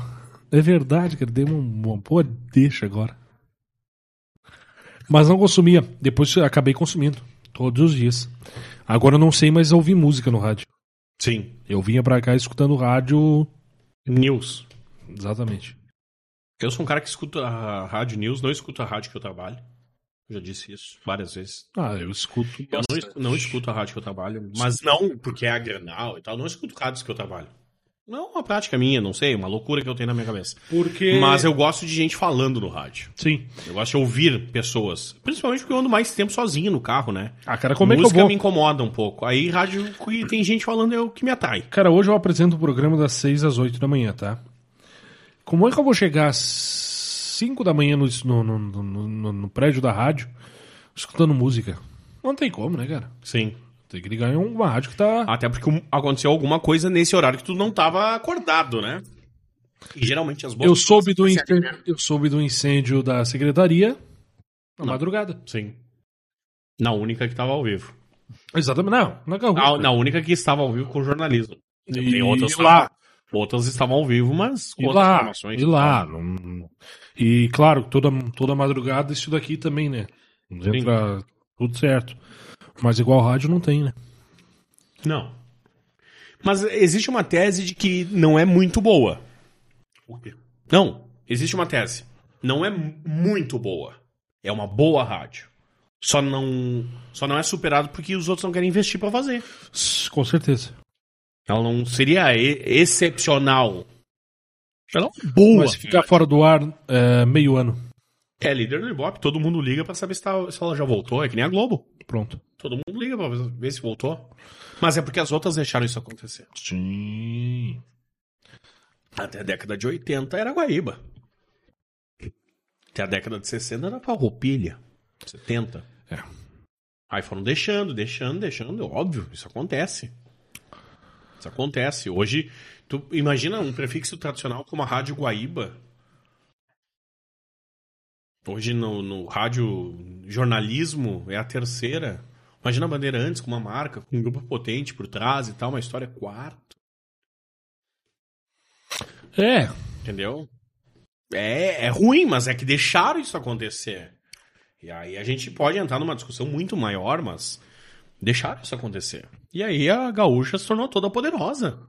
Speaker 3: É verdade, cara. Dei uma, uma boa deixa agora. Mas não consumia. Depois eu acabei consumindo. Todos os dias. Agora eu não sei mais ouvir música no rádio.
Speaker 2: Sim.
Speaker 3: Eu vinha pra cá escutando rádio.
Speaker 2: News.
Speaker 3: Exatamente.
Speaker 2: Eu sou um cara que escuta a rádio news, não escuto a rádio que eu trabalho. Eu já disse isso várias vezes.
Speaker 3: Ah, eu escuto.
Speaker 2: Eu não, es- não escuto a rádio que eu trabalho, mas não porque é a Granal e tal, não escuto rádios que eu trabalho. Não é uma prática minha, não sei, uma loucura que eu tenho na minha cabeça.
Speaker 3: Porque.
Speaker 2: Mas eu gosto de gente falando no rádio.
Speaker 3: Sim.
Speaker 2: Eu gosto de ouvir pessoas. Principalmente porque eu ando mais tempo sozinho no carro, né?
Speaker 3: Ah, cara, como é que eu
Speaker 2: Música
Speaker 3: vou?
Speaker 2: me incomoda um pouco. Aí rádio que tem gente falando é o que me atrai.
Speaker 3: Cara, hoje eu apresento o programa das 6 às 8 da manhã, tá? Como é que eu vou chegar às 5 da manhã no, no, no, no- no- no prédio da rádio escutando música? Não tem como, né, cara?
Speaker 2: Sim.
Speaker 3: Tem que ligar em uma rádio que tá.
Speaker 2: Até porque aconteceu alguma coisa nesse horário que tu não tava acordado, né? E geralmente as boas.
Speaker 3: Eu soube do incêndio, eu soube do incêndio da secretaria na madrugada.
Speaker 2: Sim. Na única que tava ao vivo.
Speaker 3: Exatamente. Não, na garota.
Speaker 2: Na, na única que estava ao vivo com jornalismo.
Speaker 3: E
Speaker 2: Então, Tem outras
Speaker 3: lá.
Speaker 2: Outras estavam ao vivo, mas com
Speaker 3: E
Speaker 2: outras
Speaker 3: lá,
Speaker 2: informações.
Speaker 3: e lá. não- E claro, toda, toda madrugada isso daqui também, né? Entra tudo certo. Mas igual rádio não tem, né?
Speaker 2: Não. Mas existe uma tese de que não é muito boa. O quê? Não, existe uma tese. Não é mu- muito boa. É uma boa rádio. Só não, só não é superado porque os outros não querem investir pra fazer.
Speaker 3: S- Com certeza.
Speaker 2: Ela não seria e- excepcional. Ela é uma boa.
Speaker 3: Mas se ficar fora do ar é, meio ano.
Speaker 2: É líder do Ibope, todo mundo liga pra saber se, tá- se ela já voltou. É que nem a Globo.
Speaker 3: Pronto.
Speaker 2: Todo mundo liga pra ver se voltou. Mas é porque as outras deixaram isso acontecer.
Speaker 3: Sim.
Speaker 2: Até a década de 80 era Guaíba. Até a década de 60 era Farroupilha. 70.
Speaker 3: É.
Speaker 2: Aí foram deixando, deixando, deixando. Óbvio, isso acontece. Isso acontece. Hoje, tu imagina um prefixo tradicional como a Rádio Guaíba. Hoje no, no rádio jornalismo é a terceira. Imagina a Bandeirantes com uma marca, com um grupo potente por trás e tal, uma história quarta.
Speaker 3: É,
Speaker 2: Entendeu? É, é ruim, mas é que deixaram isso acontecer. E aí a gente pode entrar numa discussão muito maior, mas deixaram isso acontecer. E aí a gaúcha se tornou toda poderosa.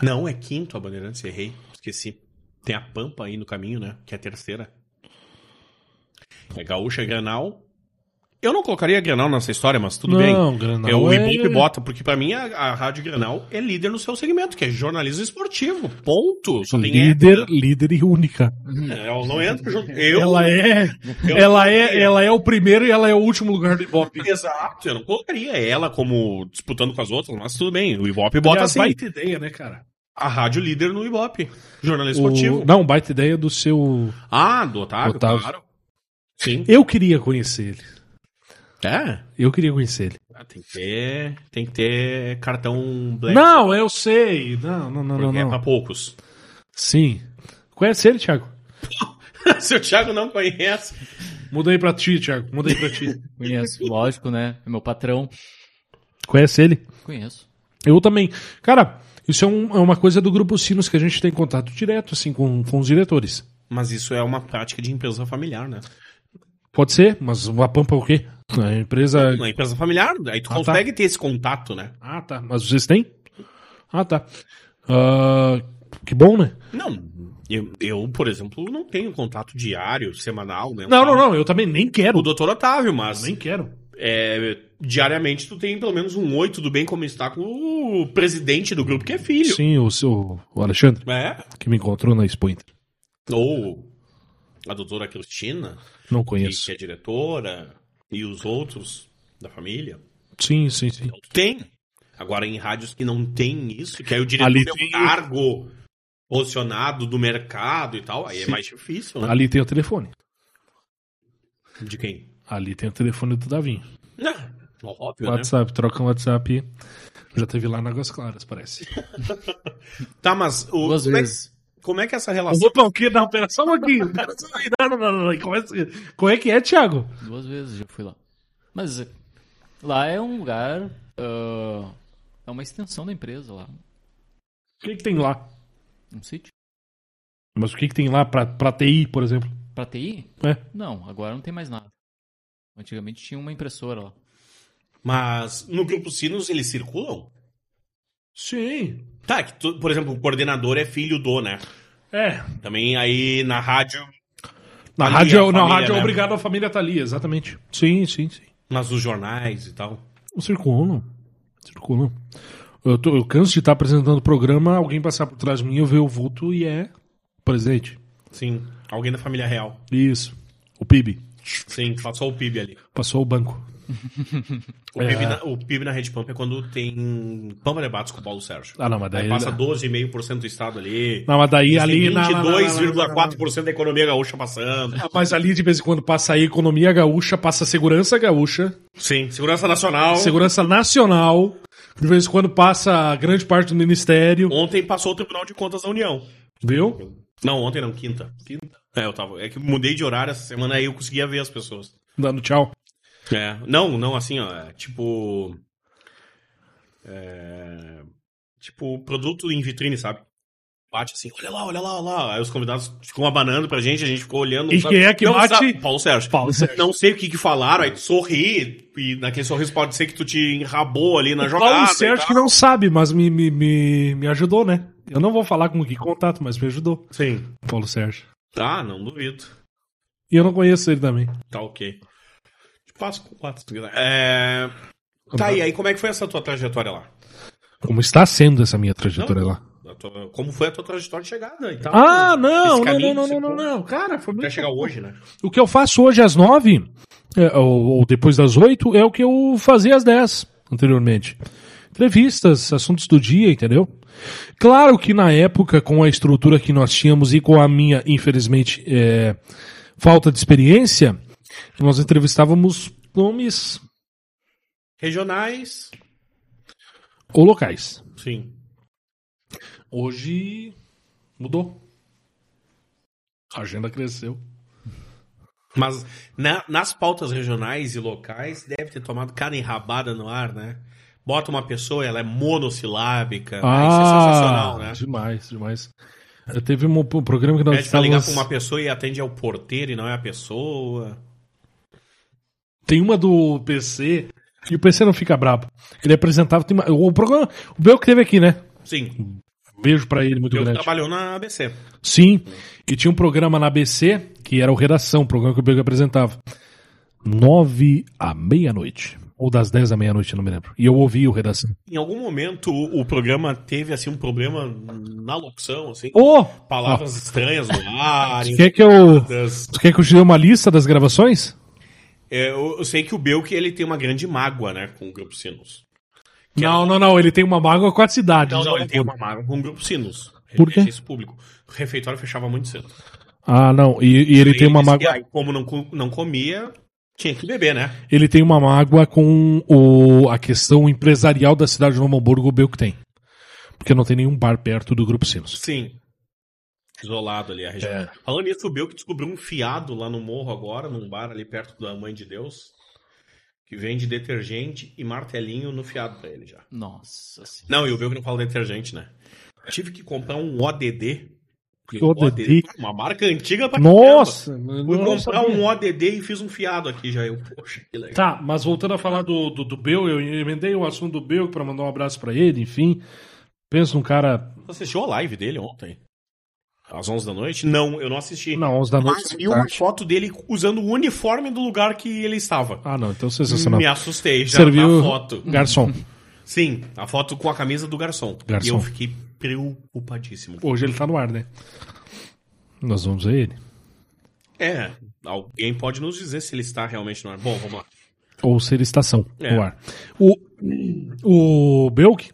Speaker 2: Não, é quinto a Bandeirantes, errei, esqueci. Tem a Pampa aí no caminho, né? Que é a terceira. É gaúcha, é Granal. Eu não colocaria Granal nessa história, mas tudo bem.
Speaker 3: não, Granal.
Speaker 2: É o
Speaker 3: é-
Speaker 2: Ibope bota, porque pra mim a, a Rádio Granal é líder no seu segmento, que é jornalismo esportivo. Ponto. Só tem
Speaker 3: Líder, líder e única.
Speaker 2: hétero. Ela não entra junto. Eu,
Speaker 3: Ela é,
Speaker 2: eu-
Speaker 3: ela é, ela é o primeiro e ela é o último lugar do Ibope.
Speaker 2: Exato, eu não colocaria ela como disputando com as outras, mas tudo bem. O Ibope bota
Speaker 3: Aliás,
Speaker 2: assim.
Speaker 3: é baita ideia, né, cara?
Speaker 2: A rádio líder no Ibope. Jornalismo esportivo.
Speaker 3: O- Não, baita ideia do seu.
Speaker 2: Ah, do Otávio,
Speaker 3: Otávio.
Speaker 2: claro. Sim.
Speaker 3: Eu queria conhecer ele.
Speaker 2: É.
Speaker 3: Eu queria conhecer ele.
Speaker 2: Ah, Tem que ter, tem que ter cartão black.
Speaker 3: Não, eu sei. Não, não, não, não.
Speaker 2: porque é pra
Speaker 3: não.
Speaker 2: poucos.
Speaker 3: Sim. Conhece ele, Thiago?
Speaker 2: Se o Thiago não conhece,
Speaker 3: Mudei pra ti, Thiago. Mudei pra ti.
Speaker 1: Conheço, lógico, né? É meu patrão.
Speaker 3: Conhece ele?
Speaker 1: Conheço.
Speaker 3: Eu também. Cara, isso é, um- é uma coisa do Grupo Sinos que a gente tem contato direto, assim, com, com os diretores.
Speaker 2: Mas isso é uma prática de empresa familiar, né?
Speaker 3: Pode ser, mas a Pampa é o quê? A empresa. é
Speaker 2: Na empresa familiar, aí tu
Speaker 3: Ah,
Speaker 2: consegue ter esse contato, né?
Speaker 3: Ah, tá. Mas vocês têm? Ah, tá. Ah, que bom, né?
Speaker 2: Não, eu, eu, por exemplo, não tenho contato diário, semanal, né?
Speaker 3: Não, não, não. Eu também nem
Speaker 2: O
Speaker 3: quero.
Speaker 2: doutor Otávio, mas
Speaker 3: Nem quero.
Speaker 2: é, diariamente tu tem pelo menos um oi, tudo bem, como está com o presidente do grupo, que é filho.
Speaker 3: Sim, o seu o Alexandre,
Speaker 2: É.
Speaker 3: que me encontrou na Expo Inter.
Speaker 2: Ou a doutora Cristina,
Speaker 3: Não
Speaker 2: que,
Speaker 3: conheço.
Speaker 2: que é diretora, e os outros da família.
Speaker 3: Sim, sim, sim.
Speaker 2: Então tu tem. Agora, em rádios que não tem isso, que aí o diretor
Speaker 3: Ali
Speaker 2: é um
Speaker 3: tem-
Speaker 2: cargo posicionado do mercado e tal, aí é
Speaker 3: Sim.
Speaker 2: mais difícil, né?
Speaker 3: Ali tem o telefone.
Speaker 2: De quem?
Speaker 3: Ali tem o telefone do Davinho.
Speaker 2: Ah, óbvio, né?
Speaker 3: WhatsApp, troca um WhatsApp. Já teve lá na Águas Claras, parece.
Speaker 2: Tá, mas o,
Speaker 1: Duas
Speaker 2: como, é,
Speaker 1: vezes.
Speaker 2: como é que essa
Speaker 3: Mas,
Speaker 2: relação.
Speaker 3: opa, o quê? Não, pera só um pouquinho. Pera só um pouquinho. Não, não, não, não, não. Como é, que- como é que é, Thiago?
Speaker 1: Duas vezes já fui lá. Mas eh, lá é um lugar. ah, é uma extensão da empresa lá.
Speaker 3: O que, que tem lá?
Speaker 1: Um sítio.
Speaker 3: Mas o que, que tem lá pra, pra TI, por exemplo?
Speaker 1: Pra TI?
Speaker 3: É.
Speaker 1: Não, agora não tem mais nada. Antigamente tinha uma impressora lá.
Speaker 2: Mas no grupo Sinos eles circulam?
Speaker 3: Sim.
Speaker 2: Tá, que tu- por exemplo, o coordenador é filho do, né?
Speaker 3: É.
Speaker 2: Também aí na rádio.
Speaker 3: Na
Speaker 2: Ali
Speaker 3: rádio,
Speaker 2: é a
Speaker 3: na
Speaker 2: família,
Speaker 3: rádio é
Speaker 2: né?
Speaker 3: obrigado a família tá ali, exatamente. Sim, sim, sim.
Speaker 2: Mas os jornais e tal.
Speaker 3: Circulam. Circulam. Eu, tô- eu canso de estar apresentando o programa, alguém passar por trás de mim, eu ver o vulto e é presente.
Speaker 2: Sim. Alguém da família real.
Speaker 3: Isso. O PIB.
Speaker 2: Sim, passou o PIB ali.
Speaker 3: Passou o banco.
Speaker 2: O, PIB, na, o PIB na Rede Pampa é quando tem Pampa Debates com o Paulo Sérgio.
Speaker 3: Ah, não, mas daí.
Speaker 2: Aí passa 12,5% do estado ali.
Speaker 3: Não, mas daí
Speaker 2: Tem
Speaker 3: ali. na- na- na- na- na- na- na- na-
Speaker 2: 22,4% da economia gaúcha passando.
Speaker 3: Ah, Mas ali de vez em quando passa a economia gaúcha, passa a segurança gaúcha,
Speaker 2: Sim, segurança nacional.
Speaker 3: segurança nacional, de vez em quando passa a grande parte do ministério,
Speaker 2: Ontem passou o Tribunal de Contas da União.
Speaker 3: viu?
Speaker 2: Não, ontem não, quinta. Quinta. É, eu tava. É que mudei de horário essa semana aí eu conseguia ver as pessoas.
Speaker 3: Dando tchau.
Speaker 2: É. Não, não, assim, ó. é Tipo. é, Tipo, produto em vitrine, sabe? Bate assim, olha lá, olha lá, olha lá. Aí os convidados ficam abanando pra gente, a gente ficou olhando. não
Speaker 3: E
Speaker 2: sabe-
Speaker 3: quem é que
Speaker 2: não
Speaker 3: bate?
Speaker 2: sabe- Paulo Sérgio.
Speaker 3: Paulo Sérgio.
Speaker 2: Não sei o que que falaram, aí tu sorri, e naquele sorriso pode ser que tu te enrabou ali na jogada.
Speaker 3: Paulo
Speaker 2: e
Speaker 3: Sérgio que
Speaker 2: tal.
Speaker 3: não sabe, mas me, me, me, me ajudou, né? Eu não vou falar com que contato, mas me ajudou.
Speaker 2: Sim.
Speaker 3: Paulo Sérgio.
Speaker 2: Ah, não duvido.
Speaker 3: E eu não conheço ele também.
Speaker 2: Tá ok. Passo com quatro. É...
Speaker 3: Uhum.
Speaker 2: Tá, e aí como é que foi essa tua trajetória lá?
Speaker 3: Como está sendo essa minha trajetória lá?
Speaker 2: A tua- Como foi a tua trajetória de chegada e tal?
Speaker 3: Ah, não,
Speaker 2: tá Esse
Speaker 3: não,
Speaker 2: caminho
Speaker 3: não, não,
Speaker 2: que você
Speaker 3: não, não, não. Cara, foi
Speaker 2: Até
Speaker 3: muito
Speaker 2: chegar hoje, né?
Speaker 3: O que eu faço hoje às nove, é, ou, ou depois das oito, é o que eu fazia às dez anteriormente. entrevistas, assuntos do dia, entendeu? Claro que na época, com a estrutura que nós tínhamos e com a minha, infelizmente, é, falta de experiência, nós entrevistávamos nomes
Speaker 2: Regionais,
Speaker 3: ou locais.
Speaker 2: sim.
Speaker 3: Hoje mudou. A agenda cresceu.
Speaker 2: Mas na- nas pautas regionais e locais deve ter tomado cada enrabada no ar, né? Bota uma pessoa, ela é monossilábica. Ah, isso é sensacional, né? É,
Speaker 3: Demais, demais. Eh, Teve um um programa que nós
Speaker 2: Pede pra ligar pra
Speaker 3: estávamos-
Speaker 2: uma pessoa e atende ao porteiro e não é a pessoa.
Speaker 3: Tem uma do PC e o PC não fica brabo. Ele apresentava. tem uma- O programa. O Bel que teve aqui, né?
Speaker 2: Sim,
Speaker 3: Beijo pra ele, é muito
Speaker 2: eu
Speaker 3: grande.
Speaker 2: trabalhou na ABC.
Speaker 3: Sim. E tinha um programa na ABC, que era o Redação, o programa que o Bel apresentava. Nove à meia-noite. Ou das dez à meia-noite, não me lembro. E eu ouvi o Redação.
Speaker 2: Em algum momento o o programa teve assim um problema na locução, assim,
Speaker 3: Ô!
Speaker 2: palavras estranhas no ar.
Speaker 3: Tu quer é que eu.
Speaker 2: entradas.
Speaker 3: Tu quer que eu te dê uma lista das gravações?
Speaker 2: É, eu, eu sei que o Belk ele tem uma grande mágoa, né, com o grupo Sinus.
Speaker 3: Não, não, não. Ele tem uma mágoa com a cidade.
Speaker 2: Então, Não, não, ele tem uma mágoa com o grupo Sinus. Ele
Speaker 3: Por quê?
Speaker 2: deixa Isso público. O refeitório fechava muito cedo.
Speaker 3: Ah, não. E, e ele tem uma
Speaker 2: disse que,
Speaker 3: mágoa.
Speaker 2: ah, como não, co- não comia, tinha que beber, né?
Speaker 3: Ele tem uma mágoa com o, a questão empresarial da cidade de Novo Hamburgo, o Bel que tem. Porque não tem nenhum bar perto do Grupo Sinos.
Speaker 2: Sim. Isolado ali a região.
Speaker 3: É.
Speaker 2: Falando nisso, o Belk descobriu um fiado lá no morro agora, num bar ali perto da Mãe de Deus, que vende detergente e martelinho no fiado pra ele já.
Speaker 1: Nossa senhora.
Speaker 2: Não, e o Belk não fala detergente, né? Tive que comprar um ODD. porque
Speaker 3: ODD?
Speaker 2: é Uma marca antiga pra
Speaker 3: Nossa!
Speaker 2: caramba. Fui
Speaker 3: eu não
Speaker 2: comprar
Speaker 3: sabia.
Speaker 2: um ODD e fiz um fiado aqui já. Eu, poxa, que legal.
Speaker 3: Tá, mas voltando a falar do, do, do Bel, eu emendei o assunto do Bel pra mandar um abraço pra ele, enfim. Pensa um cara.
Speaker 2: Você assistiu a live dele ontem? Às 11 da noite? Não, eu não assisti.
Speaker 3: Não, 11 da
Speaker 2: Mas
Speaker 3: noite. é
Speaker 2: vi uma foto dele usando o uniforme do lugar que ele estava.
Speaker 3: Ah, não, então sensacional.
Speaker 2: Me assustei já
Speaker 3: Serviu.
Speaker 2: na foto.
Speaker 3: Garçom.
Speaker 2: Sim, a foto com a camisa do garçom.
Speaker 3: Garçom.
Speaker 2: E eu fiquei preocupadíssimo.
Speaker 3: Hoje ele tá no ar, né? Nós vamos a ele.
Speaker 2: É, alguém pode nos dizer se ele está realmente no ar. Bom, vamos lá.
Speaker 3: ou ser estação
Speaker 2: É.
Speaker 3: no ar. O, o Belk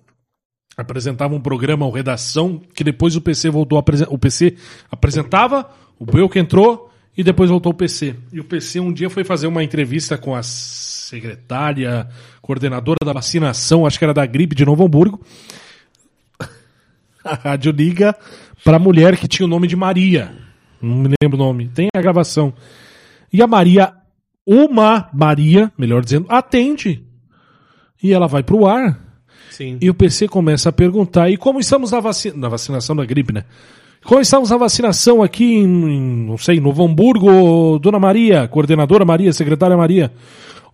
Speaker 3: apresentava um programa, o Redação, que depois o PC voltou a apresen- O PC apresentava, o Belk entrou e depois voltou o PC. E o PC um dia foi fazer uma entrevista com a secretária, coordenadora da vacinação, acho que era da gripe de Novo Hamburgo. A rádio liga pra mulher que tinha o nome de Maria. Não me lembro o nome. Tem a gravação. E a Maria, uma Maria, melhor dizendo, atende. E ela vai pro ar.
Speaker 2: Sim.
Speaker 3: E o PC começa a perguntar: e como estamos na, vaci na vacinação da gripe, né? Como estamos na vacinação aqui em, em, não sei, Novo Hamburgo, Dona Maria, coordenadora Maria, secretária Maria?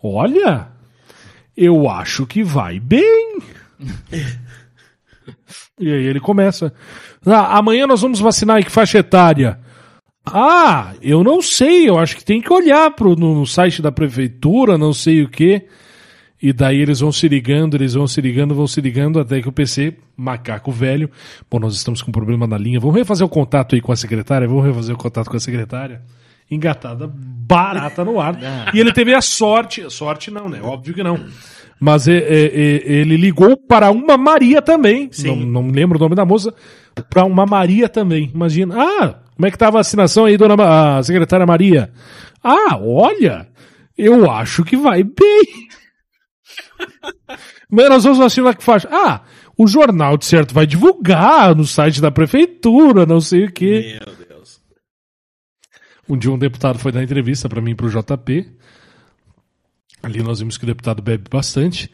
Speaker 3: Olha, eu acho que vai bem. e aí ele começa. "Ah, amanhã nós vamos vacinar em que faixa etária? Ah, eu não sei, eu acho que tem que olhar pro, no, no site da prefeitura, não sei o quê. E daí eles vão se ligando, eles vão se ligando, vão se ligando, até que o PC, macaco velho, bom, nós estamos com um problema na linha, vamos refazer o contato aí com a secretária, vamos refazer o contato com a secretária. Engatada, barata no ar. E ele teve a sorte, sorte não, né? Óbvio que não. Mas é, é, é, ele ligou para uma Maria também, não, não me lembro o nome da moça, para uma Maria também. Imagina, ah, como é que tá a vacinação aí, dona Ma- a secretária Maria? Ah, olha, eu acho que vai bem. Mas nós vamos vacinar que faz. Ah, o jornal, de certo, vai divulgar no site da prefeitura, não sei o quê.
Speaker 2: Meu Deus.
Speaker 3: Um dia um deputado foi dar entrevista pra mim e pro JP. Ali nós vimos que o deputado bebe bastante.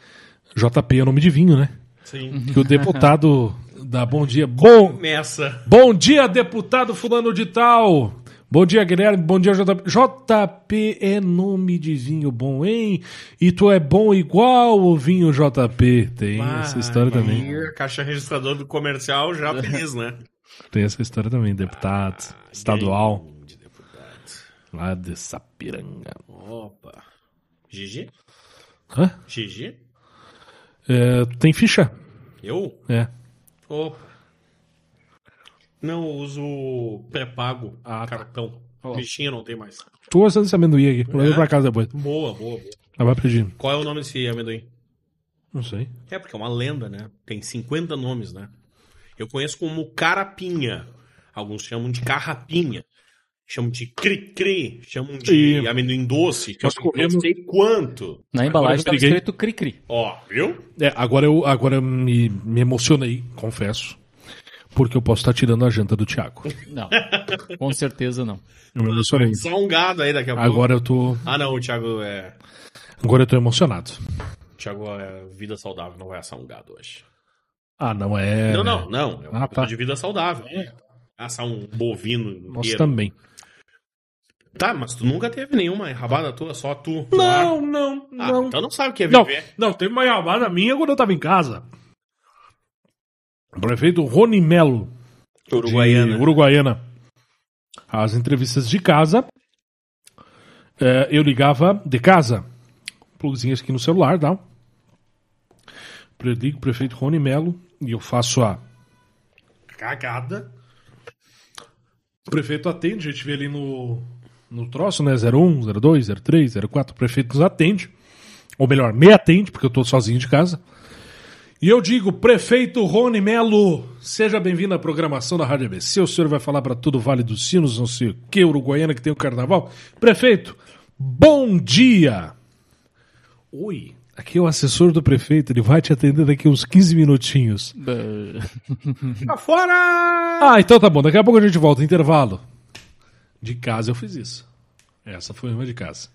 Speaker 3: JP é nome de vinho, né?
Speaker 2: Sim.
Speaker 3: Que o deputado dá bom dia. Bom,
Speaker 2: Começa.
Speaker 3: bom dia, deputado fulano de tal. Bom dia, Guilherme. Bom dia, JP. JP é nome de vinho bom, hein? E tu é bom igual o vinho JP. Tem
Speaker 2: Ah,
Speaker 3: essa história também.
Speaker 2: E a caixa registradora do comercial já feliz, né?
Speaker 3: Tem essa história também, deputado estadual
Speaker 2: De deputado.
Speaker 3: lá de Sapiranga.
Speaker 2: Opa. Gigi?
Speaker 3: Hã?
Speaker 2: Gigi?
Speaker 3: É, tem ficha?
Speaker 2: Eu?
Speaker 3: É.
Speaker 2: Opa. Não, eu uso pré-pago,
Speaker 3: Ah, tá.
Speaker 2: cartão.
Speaker 3: Ó.
Speaker 2: Bichinho não tem mais.
Speaker 3: Tu gosta desse amendoim aqui? Leva
Speaker 2: É?
Speaker 3: pra casa depois.
Speaker 2: Boa, boa, boa.
Speaker 3: Ela vai pedir.
Speaker 2: Qual é o nome desse amendoim?
Speaker 3: Não sei.
Speaker 2: É, porque é uma lenda, né? Tem 50 nomes, né? Eu conheço como Carapinha. Alguns chamam de Carrapinha. Chamam de Cri-Cri. Chamam de
Speaker 3: E-
Speaker 2: amendoim doce.
Speaker 3: Nós
Speaker 2: chamam de
Speaker 3: corremos-
Speaker 2: não sei quanto.
Speaker 1: Na embalagem
Speaker 3: eu
Speaker 1: tava
Speaker 3: briguei.
Speaker 1: escrito cri-cri.
Speaker 2: Ó, viu?
Speaker 3: É, agora eu, agora eu me, me emocionei, confesso. Porque eu posso estar tirando a janta do Thiago.
Speaker 1: Não, com certeza não.
Speaker 3: Eu me emocionei.
Speaker 2: Só um gado aí daqui a pouco.
Speaker 3: Agora eu tô,
Speaker 2: Ah, não, o Thiago é.
Speaker 3: agora eu tô emocionado.
Speaker 2: o Thiago é vida saudável, não vai assar um gado hoje.
Speaker 3: Ah, não é.
Speaker 2: Não, não, não. É uma
Speaker 3: Ah,
Speaker 2: coisa
Speaker 3: tá.
Speaker 2: de vida saudável. Assar um bovino
Speaker 3: Nós
Speaker 2: inteiro.
Speaker 3: também.
Speaker 2: Tá, mas tu nunca teve nenhuma rabada tua, só tu.
Speaker 3: Não, não,
Speaker 2: Ah,
Speaker 3: não.
Speaker 2: Então não sabe o que é
Speaker 3: Não,
Speaker 2: viver.
Speaker 3: não, teve uma chamada minha quando eu tava em casa. O prefeito Rony Melo, de Uruguaiana. As entrevistas de casa. eh, eu ligava de casa. Plugzinhas aqui no celular, tá? Eu ligo o prefeito Rony Melo e eu faço a.
Speaker 2: Cagada.
Speaker 3: O prefeito atende, a gente vê ali no, no troço, né? 01, 02, 03, 04. O prefeito nos atende. Ou melhor, me atende, porque eu tô sozinho de casa. E eu digo, prefeito Rony Melo, seja bem-vindo à programação da Rádio ABC. O senhor vai falar para todo o Vale dos Sinos, não sei o que, Uruguaiana que tem o carnaval. Prefeito, bom dia! Oi, aqui é o assessor do prefeito, ele vai te atender daqui a uns 15 minutinhos.
Speaker 1: Bã.
Speaker 2: Tá fora!
Speaker 3: Ah, então tá bom. Daqui a pouco a gente volta. Intervalo. De casa eu fiz isso. Essa foi uma de casa.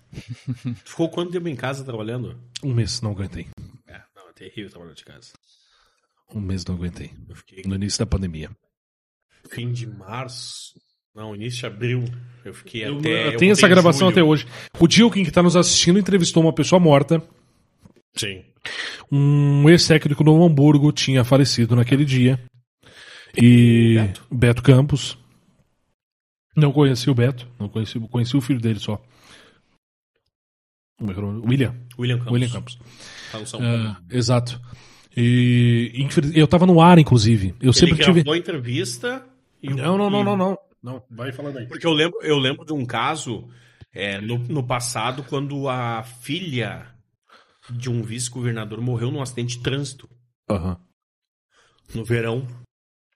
Speaker 2: Ficou quanto tempo em casa trabalhando?
Speaker 3: Um mês não aguentei.
Speaker 2: É, não, é terrível trabalhar de casa.
Speaker 3: Um mês não aguentei.
Speaker 2: Eu fiquei
Speaker 3: No início da pandemia.
Speaker 2: fim de março. Não, início de abril. Eu fiquei
Speaker 3: Eu,
Speaker 2: até.
Speaker 3: eu tenho essa gravação até hoje. O Dilkin, que tá nos assistindo, entrevistou uma pessoa morta.
Speaker 2: Sim.
Speaker 3: Um ex-técnico do Hamburgo tinha falecido naquele dia. E Beto, Campos. Não conheci o Beto. Não conheci, conheci o filho dele só. Como é que era o nome? William.
Speaker 2: William Campos.
Speaker 3: William Campos.
Speaker 2: Tá no São Paulo.
Speaker 3: É, exato. E infeliz- eu tava no ar, inclusive. Eu sempre
Speaker 2: Ele
Speaker 3: tive.
Speaker 2: gravou a entrevista. E...
Speaker 3: Não, não, não, não, não. Não, vai falando aí.
Speaker 2: Porque eu lembro, eu lembro de um caso é, no, no passado quando a filha de um vice-governador morreu num acidente de trânsito.
Speaker 3: Aham.
Speaker 2: no verão,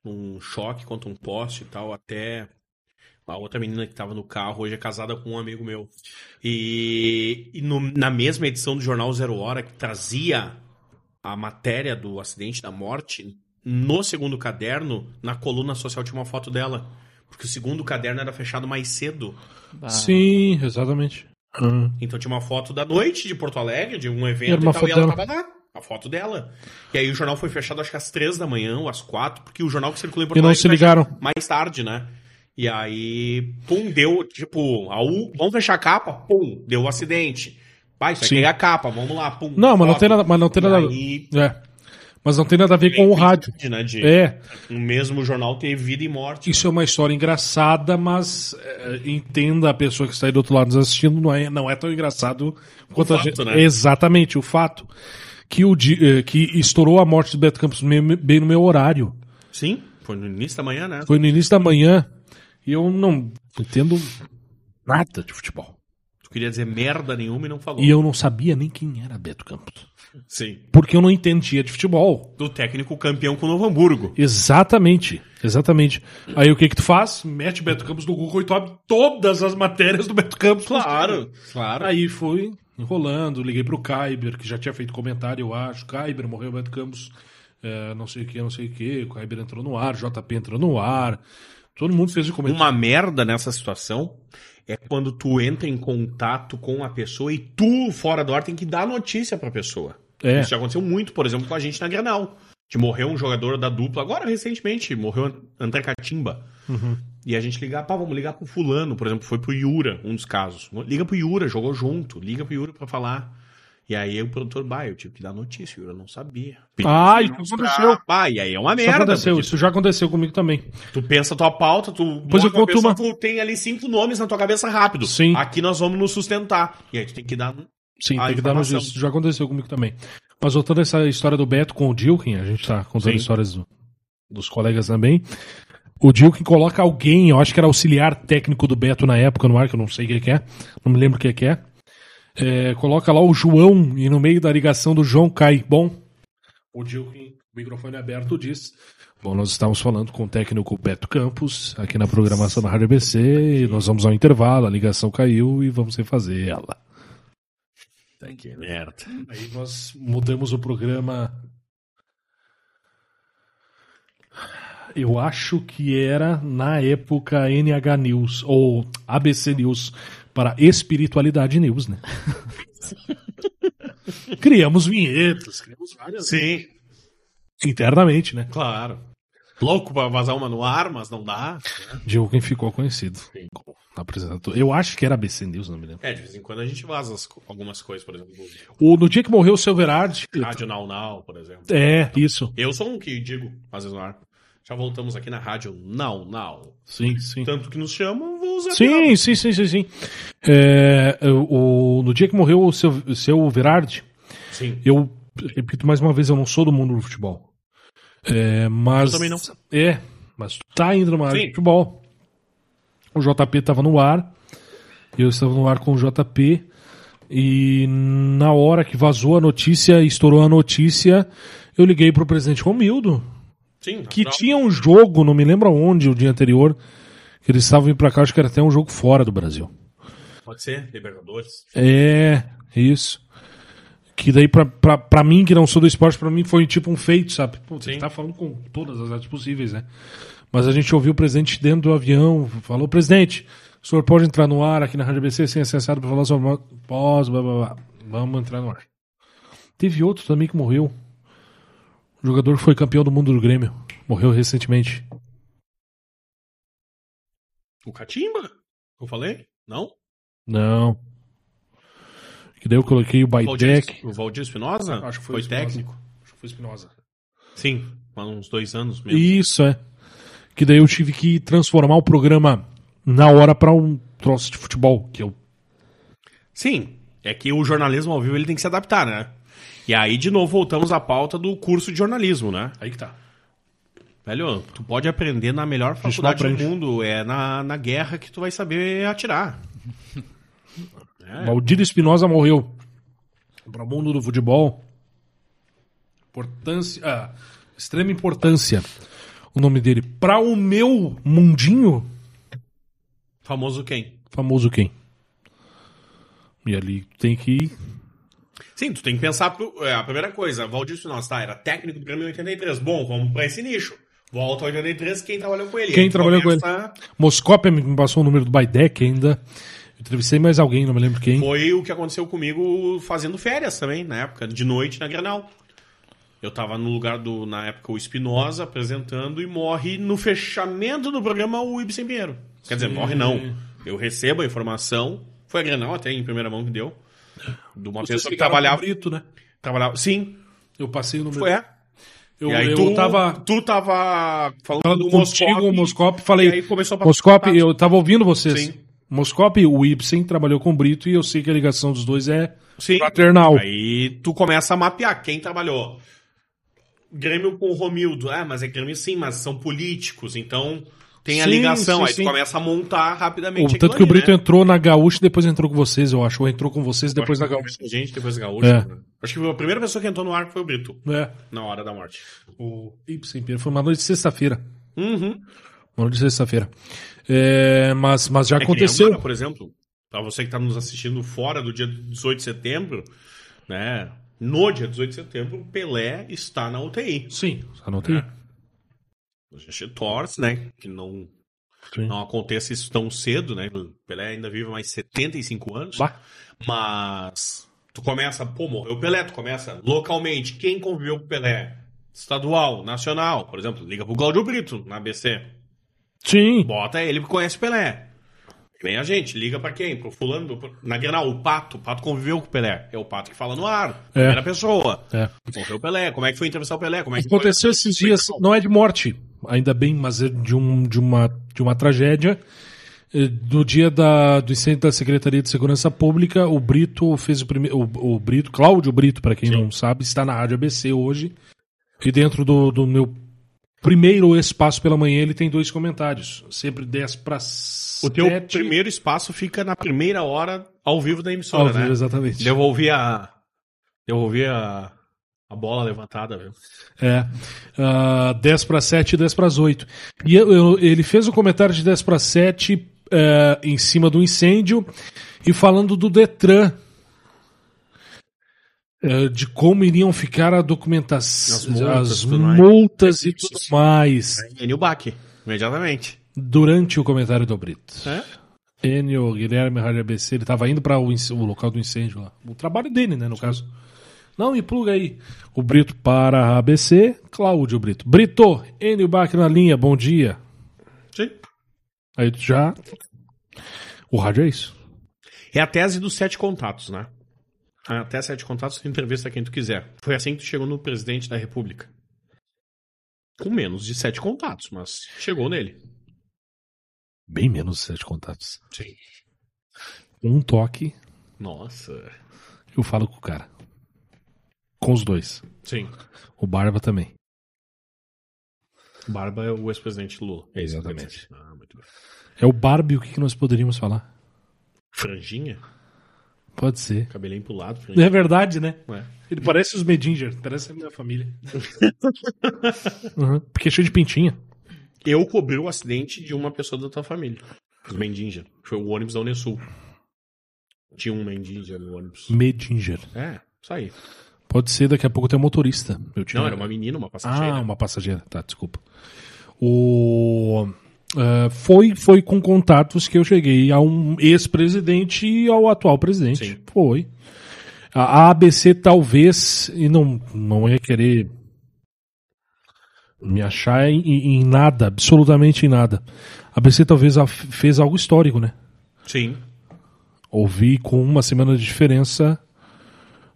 Speaker 2: um choque contra um poste e tal, até a outra menina que tava no carro hoje é casada com um amigo meu. E, e no- na mesma edição do jornal Zero Hora, que trazia a matéria do acidente da morte, no segundo caderno, na coluna social tinha uma foto dela. Porque o segundo caderno era fechado mais cedo.
Speaker 1: Bah.
Speaker 3: Sim, exatamente. Aham.
Speaker 2: Então tinha uma foto da noite de Porto Alegre, de um evento
Speaker 3: Era uma
Speaker 2: e tal, e
Speaker 3: foto
Speaker 2: ela
Speaker 3: dela.
Speaker 2: tava lá. A foto dela. E aí o jornal foi fechado acho que às três da manhã ou às quatro, porque o jornal que circulou em Porto
Speaker 3: E não
Speaker 2: Alegre
Speaker 3: se
Speaker 2: fecha
Speaker 3: ligaram.
Speaker 2: mais tarde, né? E aí, pum, deu, tipo, a U, vamos fechar a capa, pum, deu o acidente. Pai, isso aqui
Speaker 3: Sim.
Speaker 2: é a capa, vamos lá, pum.
Speaker 3: Não, mas não
Speaker 2: foto.
Speaker 3: tem nada, mas não tem nada.
Speaker 2: E
Speaker 3: É. Mas não tem nada a ver com o rádio.
Speaker 2: aí, né, de,
Speaker 3: É,
Speaker 2: No mesmo jornal ter vida e morte.
Speaker 3: isso é uma história engraçada, mas é, entenda a pessoa que está aí do outro lado nos assistindo, não é, não é tão engraçado quanto a
Speaker 2: fato,
Speaker 3: gente.
Speaker 2: né?
Speaker 3: Exatamente, o fato que, o, di- eh, que estourou a morte do Beto Campos me- bem no meu horário.
Speaker 2: Sim, foi no início da manhã, né?
Speaker 3: Foi no início da manhã e eu não entendo nada de futebol.
Speaker 2: Tu queria dizer merda nenhuma e não falou.
Speaker 3: E eu não sabia nem quem era Beto Campos.
Speaker 2: Sim.
Speaker 3: Porque eu não entendia de futebol.
Speaker 2: Do técnico campeão com o Novo Hamburgo.
Speaker 3: Exatamente, exatamente. Aí o que que tu faz? Mete Beto Campos no Google e tu abre todas as matérias do Beto Campos.
Speaker 2: Claro, claro.
Speaker 3: Aí fui enrolando, liguei pro Kyber, que já tinha feito comentário, eu acho. Kyber morreu, Beto Campos, eh, não sei o que, não sei o que. O Kyber entrou no ar, JP entrou no ar. Todo mundo fez o comentário.
Speaker 2: Uma merda nessa situação é quando tu entra em contato com a pessoa e tu, fora do ar, tem que dar notícia pra pessoa.
Speaker 3: É.
Speaker 2: Isso já aconteceu muito, por exemplo, com a gente na Granal. Que morreu um jogador da dupla, agora recentemente, morreu An- André Catimba.
Speaker 3: Uhum.
Speaker 2: E a gente ligar, pá, vamos ligar pro fulano, por exemplo, foi pro Yura, um dos casos. Liga pro Yura, jogou junto, liga pro Yura pra falar. E aí o produtor, bah, eu tive que dar notícia, o Yura não sabia.
Speaker 3: Ah, isso aconteceu.
Speaker 2: Bah, e aí é uma
Speaker 3: Isso
Speaker 2: merda.
Speaker 3: aconteceu,
Speaker 2: porque
Speaker 3: isso já aconteceu comigo também.
Speaker 2: Tu pensa a tua pauta, tu
Speaker 3: Pois eu
Speaker 2: bota uma
Speaker 3: conto uma.
Speaker 2: tu tem ali cinco nomes na tua cabeça rápido.
Speaker 3: Sim.
Speaker 2: Aqui nós vamos nos sustentar. E aí tu tem que dar.
Speaker 3: Sim,
Speaker 2: A
Speaker 3: tem que dar mais
Speaker 2: informação.
Speaker 3: isso. Já aconteceu comigo também. Mas voltando a essa história do Beto com o Dilkin, a gente tá contando
Speaker 2: Sim.
Speaker 3: histórias do- dos colegas também. O Dilkin coloca alguém, eu acho que era auxiliar técnico do Beto na época no ar, que eu não sei quem que é, não me lembro quem que é. É, Coloca lá o João e no meio da ligação do João cai. Bom, o Dilkin, microfone aberto, diz. Bom, nós estamos falando com o técnico Beto Campos, aqui na programação da Rádio BC, e nós vamos ao intervalo, a ligação caiu e vamos refazer ela.
Speaker 2: Tá que merda.
Speaker 3: Aí nós mudamos o programa. Eu acho que era na época NH News ou ABC News para Espiritualidade News, né? criamos vinhetas, criamos várias
Speaker 2: Sim,
Speaker 3: internamente, né?
Speaker 2: claro. Louco pra vazar uma no ar, mas não dá.
Speaker 3: De alguém ficou conhecido. como Apresentador. Eu acho que era ABC News, não me lembro.
Speaker 2: É, de vez em quando a gente vaza as co- algumas coisas, por exemplo,
Speaker 3: O, no dia que morreu o seu Gerard.
Speaker 2: Rádio Now Now, por exemplo.
Speaker 3: É, isso.
Speaker 2: Eu sou um que digo, às vezes no ar. Já voltamos aqui na Rádio Now Now.
Speaker 3: Sim, sim.
Speaker 2: Tanto que nos chamam, vou usar.
Speaker 3: Sim, sim, sim, sim, sim. É, o, no dia que morreu o seu, o seu Verardi,
Speaker 2: Sim.
Speaker 3: eu repito mais uma vez, eu não sou do mundo do futebol. É, mas,
Speaker 2: Eu também não.
Speaker 3: É, mas tu tá indo numa área
Speaker 2: Sim.
Speaker 3: de futebol. O JP tava no ar, eu estava no ar com o JP, e na hora que vazou a notícia, estourou a notícia, eu liguei pro presidente Romildo,
Speaker 2: Sim,
Speaker 3: que
Speaker 2: natural.
Speaker 3: tinha um jogo, não me lembro aonde, o dia anterior, que eles estavam indo pra cá, acho que era até um jogo fora do Brasil.
Speaker 2: Pode ser, Libertadores.
Speaker 3: É, isso. Que daí, pra, pra, pra mim, que não sou do esporte, pra mim foi tipo um feito, sabe? Pô, você
Speaker 2: Sim.
Speaker 3: tá falando com todas as artes possíveis, né? Mas a gente ouviu o presidente dentro do avião, falou, presidente, o senhor pode entrar no ar aqui na Rádio BC sem acessado pra falar sobre mo- pós, blá, blá, blá. Vamos entrar no ar. Teve outro também que morreu. O jogador que foi campeão do mundo do Grêmio. Morreu recentemente.
Speaker 2: O Catimba? que Eu falei? Não?
Speaker 3: Não. Que daí eu coloquei o
Speaker 2: Valdir-
Speaker 3: Baidec.
Speaker 2: o Valdir Espinosa?
Speaker 3: Acho que foi
Speaker 2: foi,
Speaker 3: o Espinosa.
Speaker 2: técnico.
Speaker 3: Acho que foi Espinosa.
Speaker 2: Sim, há uns dois anos mesmo.
Speaker 3: Isso, é. Que daí eu tive que transformar o programa na hora pra um troço de futebol. Que é eu...
Speaker 2: Sim, é que o jornalismo ao vivo ele tem que se adaptar, né? E aí, de novo, voltamos à pauta do curso de jornalismo, né?
Speaker 3: Aí que tá.
Speaker 2: Velho, tu pode aprender na melhor
Speaker 3: não
Speaker 2: faculdade do
Speaker 3: aprende.
Speaker 2: mundo, é na, na guerra que tu vai saber atirar. É.
Speaker 3: Maldito Espinosa morreu. Para o mundo do futebol. Importância. ah, extrema importância. O nome dele. Pra o meu mundinho,
Speaker 2: Famoso quem?
Speaker 3: famoso quem? E ali tem que.
Speaker 2: Sim, tu tem que pensar. pro- é, a primeira coisa, Valdir Espinosa, tá? Era técnico do Grêmio em 83. Bom, vamos pra esse nicho. Volta ao 83, quem trabalhou com ele?
Speaker 3: Quem
Speaker 2: Aí tu
Speaker 3: trabalhou com ele?
Speaker 2: começa-
Speaker 3: Moscópia me passou o número do Baidec ainda. Entrevistei mais alguém, não me lembro quem.
Speaker 2: Foi o que aconteceu comigo fazendo férias também, na época, de noite na Granal. Eu tava no lugar do, na época, o Espinosa apresentando e morre no fechamento do programa o Ibsen Pinheiro. Quer dizer, morre não. Eu recebo a informação, foi a Granal até em primeira mão que deu, de uma pessoa que trabalhava,
Speaker 3: Brito, né?
Speaker 2: trabalhava. Sim,
Speaker 3: Eu passei o número.
Speaker 2: foi. é.
Speaker 3: Eu,
Speaker 2: e aí
Speaker 3: eu
Speaker 2: tu,
Speaker 3: tava
Speaker 2: tu tava falando
Speaker 3: falando
Speaker 2: do
Speaker 3: contigo, o Moscop, falei.
Speaker 2: e aí começou a
Speaker 3: Moscop, eu tava ouvindo vocês.
Speaker 2: Sim.
Speaker 3: Moscop, o Ibsen trabalhou com o Brito e eu sei que a ligação dos dois é
Speaker 2: Sim.
Speaker 3: fraternal.
Speaker 2: Aí tu começa a mapear quem trabalhou. Grêmio com o Romildo. Ah, mas é Grêmio sim, mas são políticos, então tem a
Speaker 3: Sim,
Speaker 2: ligação.
Speaker 3: sim,
Speaker 2: aí
Speaker 3: sim.
Speaker 2: tu começa a montar
Speaker 3: O-
Speaker 2: rapidamente. aquilo
Speaker 3: tanto que o
Speaker 2: ali,
Speaker 3: Brito
Speaker 2: né?
Speaker 3: entrou na Gaúcha e depois entrou com vocês, eu acho. Ou entrou com vocês depois da
Speaker 2: Acho que
Speaker 3: Gaúcha.
Speaker 2: foi a Gente, depois da Gaúcha.
Speaker 3: É.
Speaker 2: né? Acho que a primeira pessoa que entrou no ar foi o Brito,
Speaker 3: É.
Speaker 2: na hora da morte.
Speaker 3: O Ibsen Pinheiro foi uma noite de sexta-feira.
Speaker 2: Uhum.
Speaker 3: Uma noite de sexta-feira. É, mas, mas já
Speaker 2: É que nem
Speaker 3: aconteceu.
Speaker 2: agora, por exemplo, pra você que tá nos assistindo fora do dia 18 de setembro, né? No dia 18 de setembro, o Pelé está na UTI.
Speaker 3: Sim, anotei.
Speaker 2: É. A gente torce, né? Que não
Speaker 3: Sim.
Speaker 2: não aconteça isso tão cedo, né? O Pelé ainda vive mais 75 anos.
Speaker 3: Bah.
Speaker 2: Mas tu começa, pô, morreu o Pelé, tu começa localmente. Quem conviveu com o Pelé? Estadual, nacional, por exemplo, liga pro Claudio Brito na ABC.
Speaker 3: Sim.
Speaker 2: Bota ele que conhece o Pelé. Vem a gente, liga pra quem? Pro fulano, pro- na Grenal, o Pato. O Pato conviveu com o Pelé. É o Pato que fala no ar, primeira pessoa.
Speaker 3: É.
Speaker 2: Morreu o Pelé, como é que foi entrevistar o Pelé? Como é que foi?
Speaker 3: Aconteceu esses dias, não é de morte, ainda bem, mas é de, um, de, uma, de uma tragédia. Eh, No dia da, do incêndio da Secretaria de Segurança Pública, o Brito fez o primeiro. O, o Brito, Cláudio Brito, para quem não sabe, está na Rádio ABC hoje. E dentro do, do meu primeiro espaço pela manhã, ele tem dois comentários. Sempre 10 para
Speaker 2: O teu primeiro espaço fica na primeira hora ao vivo da emissora, né?
Speaker 3: Exatamente.
Speaker 2: Devolvi a. Devolvi a. A bola levantada mesmo.
Speaker 3: É. Ah, 10 para 7 e 10 para as 8. E eu- eu- ele fez o comentário de 10 para 7 eh, em cima do incêndio e falando do Detran. eh, de como iriam ficar a
Speaker 2: As
Speaker 3: documentação,
Speaker 2: multas,
Speaker 3: as
Speaker 2: tudo mais.
Speaker 3: multas e tudo mais
Speaker 2: Enio Baque, imediatamente.
Speaker 3: durante o comentário do Brito.
Speaker 2: É?
Speaker 3: Enio, Guilherme, Rádio ABC, ele estava indo para o, inc- o local do incêndio lá. O trabalho dele, né, no caso. Não, me pluga aí. O Brito para a ABC, Cláudio Brito. Brito, Enio Bach na linha, bom dia.
Speaker 2: Sim.
Speaker 3: Aí tu já. O rádio é isso.
Speaker 2: É a tese dos sete contatos, né? Até sete contatos, tu entrevista quem tu quiser. Foi assim que tu chegou no presidente da República. Com menos de sete contatos, mas chegou nele.
Speaker 3: Bem menos sete contatos.
Speaker 2: Sim.
Speaker 3: Um toque,
Speaker 2: Nossa.
Speaker 3: eu falo com o cara. Com os dois.
Speaker 2: Sim.
Speaker 3: O Barba também.
Speaker 2: Barba é o ex-presidente Lula.
Speaker 3: Exatamente.
Speaker 2: Ah, muito bem.
Speaker 3: É o Barbie, o que que nós poderíamos falar?
Speaker 2: Franjinha?
Speaker 3: Pode ser.
Speaker 2: Cabelinho pro lado, franjinha.
Speaker 3: É verdade, né?
Speaker 2: Ué.
Speaker 3: Ele parece os Medinger, parece a minha família. Uhum, porque é cheio de pintinha.
Speaker 2: Eu cobri o acidente de uma pessoa da tua família. Os Mendinja. Foi o ônibus da Unesul. Tinha um Mendinja no ônibus.
Speaker 3: Medinger.
Speaker 2: É, isso aí.
Speaker 3: Pode ser, daqui a pouco tem um motorista. Eu tinha...
Speaker 2: Não, era uma menina, uma passageira.
Speaker 3: Ah, uma passageira. Tá, desculpa. O... ah, foi, foi com contatos que eu cheguei a um ex-presidente e ao atual presidente.
Speaker 2: Sim.
Speaker 3: Foi. A a ABC talvez, e não, não ia querer me achar em, em- em nada, absolutamente em nada. A ABC talvez a- fez algo histórico, né?
Speaker 2: Sim.
Speaker 3: Ouvi com uma semana de diferença,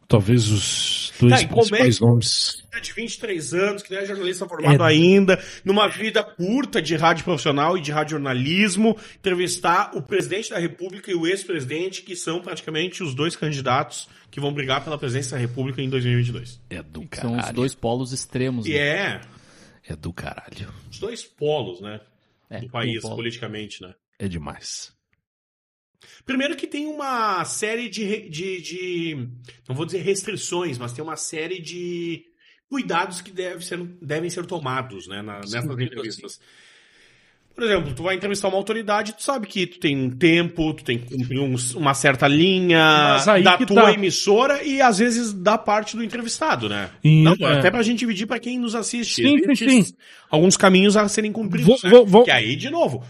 Speaker 3: talvez os dois
Speaker 2: Tá, e como é
Speaker 3: principais
Speaker 2: que-
Speaker 3: nomes.
Speaker 2: É De 23 anos, que não é jornalista formado
Speaker 3: É.
Speaker 2: ainda, numa vida curta de rádio profissional e de rádio jornalismo, entrevistar o presidente da República e o ex-presidente, que são praticamente os dois candidatos que vão brigar pela presidência da República em 2022.
Speaker 3: É do
Speaker 1: Que são os dois polos extremos.
Speaker 2: E
Speaker 1: né?
Speaker 2: é
Speaker 3: É do caralho.
Speaker 2: os dois polos, né?
Speaker 1: É,
Speaker 2: Do país,
Speaker 1: um polo.
Speaker 2: politicamente, né?
Speaker 3: É demais.
Speaker 2: Primeiro que tem uma série de, re- de, de- não vou dizer restrições, mas tem uma série de cuidados que deve ser, devem ser tomados né, na- nessas
Speaker 3: tipo assim.
Speaker 2: entrevistas. Por exemplo, tu vai entrevistar uma autoridade, tu sabe que tu tem um tempo, tu tem que cumprir uns- uma certa linha
Speaker 3: Mas aí
Speaker 2: da
Speaker 3: que
Speaker 2: tua
Speaker 3: tá.
Speaker 2: emissora e às vezes da parte do entrevistado, né?
Speaker 3: E-
Speaker 2: Não,
Speaker 3: é.
Speaker 2: Até pra gente dividir pra quem nos assiste.
Speaker 3: Sim, sim,
Speaker 2: Existem
Speaker 3: sim.
Speaker 2: Alguns caminhos a serem cumpridos.
Speaker 3: Vou-
Speaker 2: né?
Speaker 3: vou- vou-
Speaker 2: Que aí, de novo,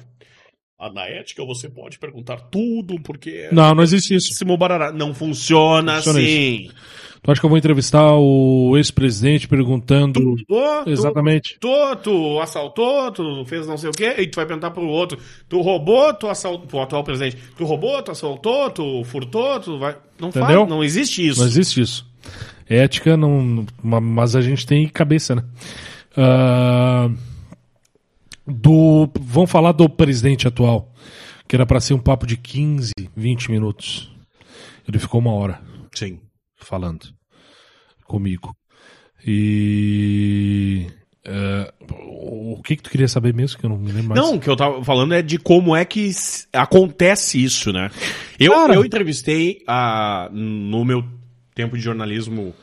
Speaker 2: na ética você pode perguntar tudo, porque
Speaker 3: Não, não existe isso.
Speaker 2: se barará. Não funciona,
Speaker 3: Funciona
Speaker 2: assim.
Speaker 3: Tu acha que eu vou entrevistar o ex-presidente perguntando
Speaker 2: Tô, tu-
Speaker 3: exatamente?
Speaker 2: Tô, tu assaltou, tu fez não sei o quê, e tu vai perguntar pro outro. Tu roubou, tu assaltou. Pro atual presidente. Tu roubou, tu assaltou, tu furtou, tu vai. Não
Speaker 3: Entendeu?
Speaker 2: faz, não existe isso.
Speaker 3: Não existe isso. Ética não, ma- mas a gente tem cabeça, né? Ah, do vamos falar do presidente atual, que era pra ser um papo de 15, 20 minutos. Ele ficou uma hora.
Speaker 2: Sim.
Speaker 3: falando comigo. E eh, o que que tu queria saber mesmo que eu não me lembro mais?
Speaker 2: Não, o que eu tava falando é de como é que s- acontece isso, né? Eu,
Speaker 3: Cara.
Speaker 2: eu entrevistei a, no meu tempo de jornalismo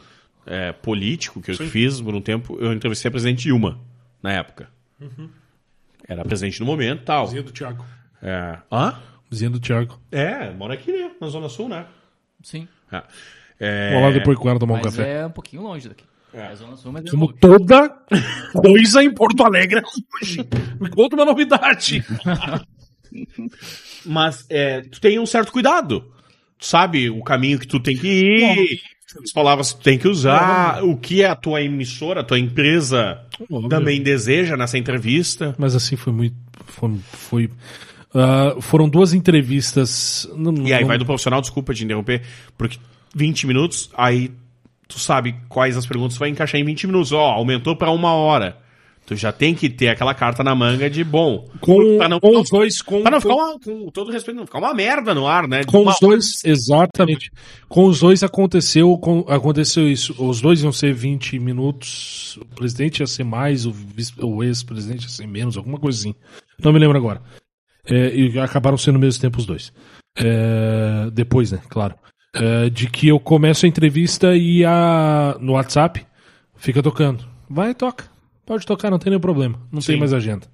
Speaker 2: é, político que eu fiz por um tempo, eu entrevistei a presidente Dilma na época. Era presidente no momento e tal.
Speaker 3: do Thiago.
Speaker 2: É. Hã?
Speaker 3: Cozinha do Thiago.
Speaker 2: É, mora aqui, né? Na Zona Sul, né?
Speaker 1: Sim.
Speaker 2: É.
Speaker 3: Vou lá depois com ela tomar um
Speaker 1: Mas
Speaker 3: café.
Speaker 1: é um pouquinho longe daqui. É, Zona Sul, mas é
Speaker 3: Como
Speaker 1: longe.
Speaker 3: toda coisa em Porto Alegre hoje. Me conta uma novidade.
Speaker 2: Mas é, tu tem um certo cuidado. Tu sabe o caminho que tu tem que ir, as palavras que tu tem que usar, o que é a tua emissora, a tua empresa também deseja nessa entrevista.
Speaker 3: Mas assim foi muito. Foi. foi ah, foram duas entrevistas. Não,
Speaker 2: E aí
Speaker 3: não-
Speaker 2: vai do profissional, desculpa te interromper, porque 20 minutos, aí tu sabe quais as perguntas tu vai encaixar em 20 minutos. Ó, aumentou pra uma hora. Tu já tem que ter aquela carta na manga de bom.
Speaker 3: com,
Speaker 2: pra Tá não,
Speaker 3: com
Speaker 2: não-
Speaker 3: os dois. Com,
Speaker 2: pra não
Speaker 3: com-
Speaker 2: ficar uma, com todo respeito, não ficar uma merda no ar, né?
Speaker 3: Com
Speaker 2: Uma-
Speaker 3: os dois, exatamente. Com os dois aconteceu, com- aconteceu isso. Os dois iam ser 20 minutos, o presidente ia ser mais, o, vice- o ex-presidente ia ser menos, alguma coisa assim. Não me lembro agora. É, e acabaram sendo ao mesmo tempo os dois. É, depois, né? Claro. É, de que eu começo a entrevista e a, no WhatsApp Fica tocando. Vai, toca. Pode tocar, não tem nenhum problema. Não tem
Speaker 2: Sim.
Speaker 3: mais agenda.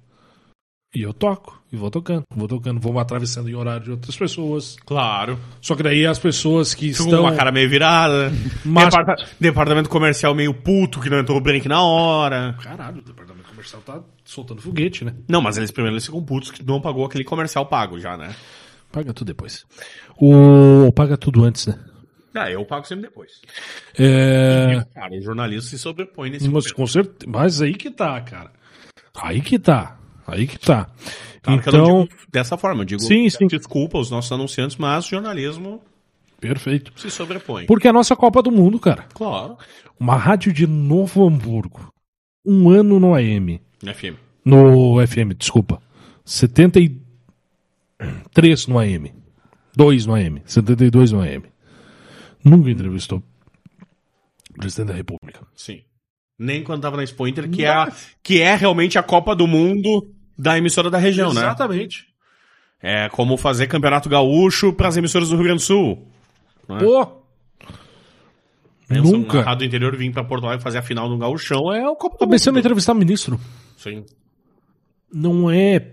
Speaker 3: E eu toco, e vou tocando, vou tocando, vou atravessando em horário de outras pessoas.
Speaker 2: Claro.
Speaker 3: Só que daí as pessoas que
Speaker 2: Ficou
Speaker 3: estão.
Speaker 2: com uma cara meio virada.
Speaker 3: Mas-
Speaker 2: Departa- Departamento comercial meio puto que não entrou o break na hora.
Speaker 3: Caralho, o departamento comercial tá soltando foguete, né?
Speaker 2: Não, mas eles primeiro eles ficam putos que não pagou aquele comercial pago já, né?
Speaker 3: Paga tudo depois. O paga tudo antes, né?
Speaker 2: Ah, eu pago sempre depois.
Speaker 3: É.
Speaker 2: Cara, o jornalista se sobrepõe nesse
Speaker 3: Mas,
Speaker 2: momento.
Speaker 3: com certeza, mas aí que tá, cara. Aí que tá. Aí que tá.
Speaker 2: Claro que eu não
Speaker 3: então,
Speaker 2: digo dessa forma, eu digo
Speaker 3: Sim, sim.
Speaker 2: desculpa aos nossos anunciantes, mas o jornalismo
Speaker 3: perfeito.
Speaker 2: se sobrepõe.
Speaker 3: Porque é a nossa Copa do Mundo, cara.
Speaker 2: Claro.
Speaker 3: Uma rádio de Novo Hamburgo. Um ano no AM.
Speaker 2: FM.
Speaker 3: No FM, desculpa. 73 no AM. 2 no AM. 72 no AM. Nunca entrevistou o presidente da República.
Speaker 2: Sim. Nem quando tava na Expo Inter, que é, a- que é realmente a Copa do Mundo da emissora da região, né?
Speaker 3: Exatamente.
Speaker 2: É como fazer campeonato gaúcho pras emissoras do Rio Grande do Sul.
Speaker 3: Pô!
Speaker 2: Pensa, É. Um
Speaker 3: Nunca.
Speaker 2: narrado do interior vir pra Porto Alegre fazer a final do gauchão é o Copa do
Speaker 3: Tô
Speaker 2: Mundo.
Speaker 3: pensando em entrevistar ministro.
Speaker 2: Sim.
Speaker 3: não é,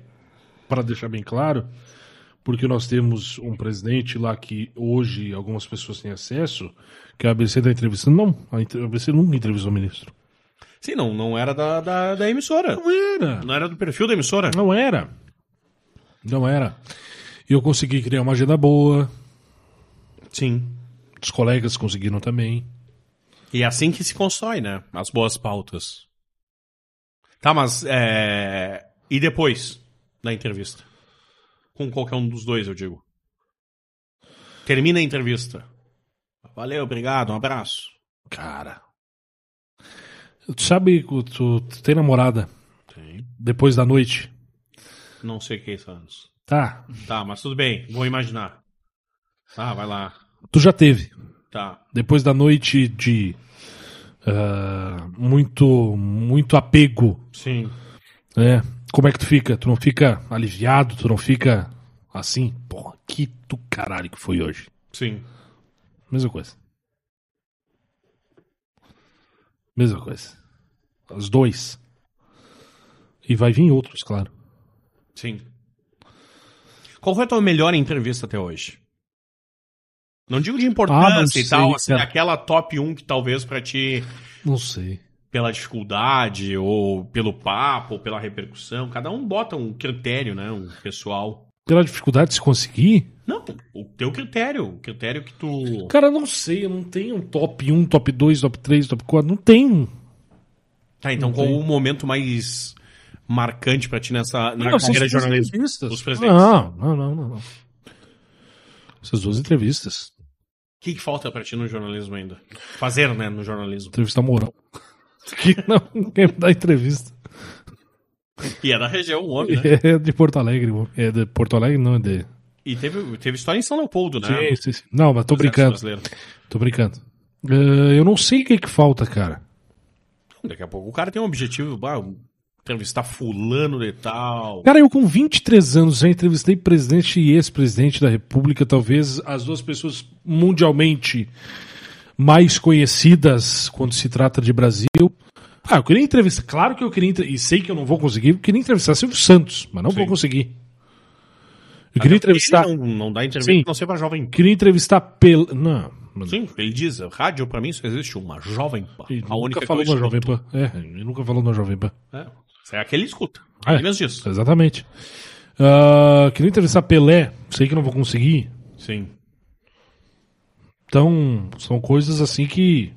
Speaker 3: para deixar bem claro, porque nós temos um presidente lá que hoje algumas pessoas têm acesso, que a ABC está entrevistando. Não, a entre- a ABC nunca entrevistou o ministro.
Speaker 2: Sim, não, não era da, da, da emissora.
Speaker 3: Não era.
Speaker 2: Não era do perfil da emissora.
Speaker 3: Não era. Não era. E eu consegui criar uma agenda boa,
Speaker 2: Sim.
Speaker 3: os colegas conseguiram também.
Speaker 2: E é assim que se constrói, né? As boas pautas. Tá, mas. É... E depois da entrevista? Com qualquer um dos dois, eu digo. Termina a entrevista. Valeu, obrigado, um abraço.
Speaker 3: Cara. Tu sabe, que tu, tu tem namorada
Speaker 2: Tem.
Speaker 3: depois da noite?
Speaker 2: Não sei o que é isso antes.
Speaker 3: Tá.
Speaker 2: Tá, mas tudo bem, vou imaginar. Tá, vai lá.
Speaker 3: Tu já teve.
Speaker 2: Tá.
Speaker 3: depois da noite de ah, muito muito apego,
Speaker 2: Sim.
Speaker 3: né? Como é que tu fica? Tu não fica aliviado? Tu não fica assim? Porra, que do caralho que foi hoje.
Speaker 2: Sim.
Speaker 3: Mesma coisa. Mesma coisa. Os dois. E vai vir outros, claro.
Speaker 2: Sim. Qual foi a tua melhor entrevista até hoje? Não digo de
Speaker 3: Ah, não
Speaker 2: importância
Speaker 3: sei,
Speaker 2: e tal, assim,
Speaker 3: cara.
Speaker 2: aquela top 1 que talvez pra ti,
Speaker 3: Não sei.
Speaker 2: pela dificuldade, ou pelo papo, ou pela repercussão, cada um bota um critério, né? Um pessoal.
Speaker 3: Pela dificuldade de se conseguir,
Speaker 2: Não, o teu critério, o critério que tu.
Speaker 3: cara, eu não sei. Eu não tenho um top 1, top 2, top 3, top 4. Não tem.
Speaker 2: Tá, então
Speaker 3: Não
Speaker 2: qual
Speaker 3: tem.
Speaker 2: o momento mais marcante pra ti nessa na
Speaker 3: Não, vocês
Speaker 2: Ah, carreira de
Speaker 3: duas
Speaker 2: jornalismo?
Speaker 3: entrevistas.
Speaker 2: Os presidentes.
Speaker 3: Não, não, não, não, não. Essas duas entrevistas.
Speaker 2: O que, que falta pra ti no jornalismo ainda? Fazer, né, no jornalismo.
Speaker 3: Entrevista moral. Que não quer me dar entrevista.
Speaker 2: E é da região, o homem, né?
Speaker 3: É de Porto Alegre. mo- É de Porto Alegre, não é de.
Speaker 2: E teve, teve história em São Leopoldo, né?
Speaker 3: Sim, sim, sim. Não, mas tô brincando.
Speaker 2: Brasileiro.
Speaker 3: Tô brincando. Eh, eu não sei o que que falta, cara.
Speaker 2: Daqui a pouco o cara tem um objetivo, bah, entrevistar fulano de tal.
Speaker 3: Cara, eu com 23 anos já entrevistei presidente e ex-presidente da República, talvez as duas pessoas mundialmente mais conhecidas quando se trata de Brasil. Ah, eu queria entrevistar, claro que eu queria, entre- e sei que eu não vou conseguir, eu queria entrevistar Silvio Santos, mas não vou
Speaker 2: Sim.
Speaker 3: conseguir. Eu queria entrevistar,
Speaker 2: Ele não, não dá entrevista,
Speaker 3: Sim.
Speaker 2: não sei pra jovem.
Speaker 3: queria entrevistar Pel, não, mas
Speaker 2: Sim, ele diz, rádio pra mim só existe uma jovem. Pan.
Speaker 3: ele
Speaker 2: A única
Speaker 3: nunca falou
Speaker 2: que eu
Speaker 3: na Jovem Pan. É, ele nunca falou na Jovem Pan.
Speaker 2: escuto. É, é a que ele escuta.
Speaker 3: Ah, é.
Speaker 2: Ele mesmo diz.
Speaker 3: Exatamente. Ah, queria entrevistar Pelé, sei que eu não vou conseguir.
Speaker 2: Sim.
Speaker 3: Então, são coisas assim que.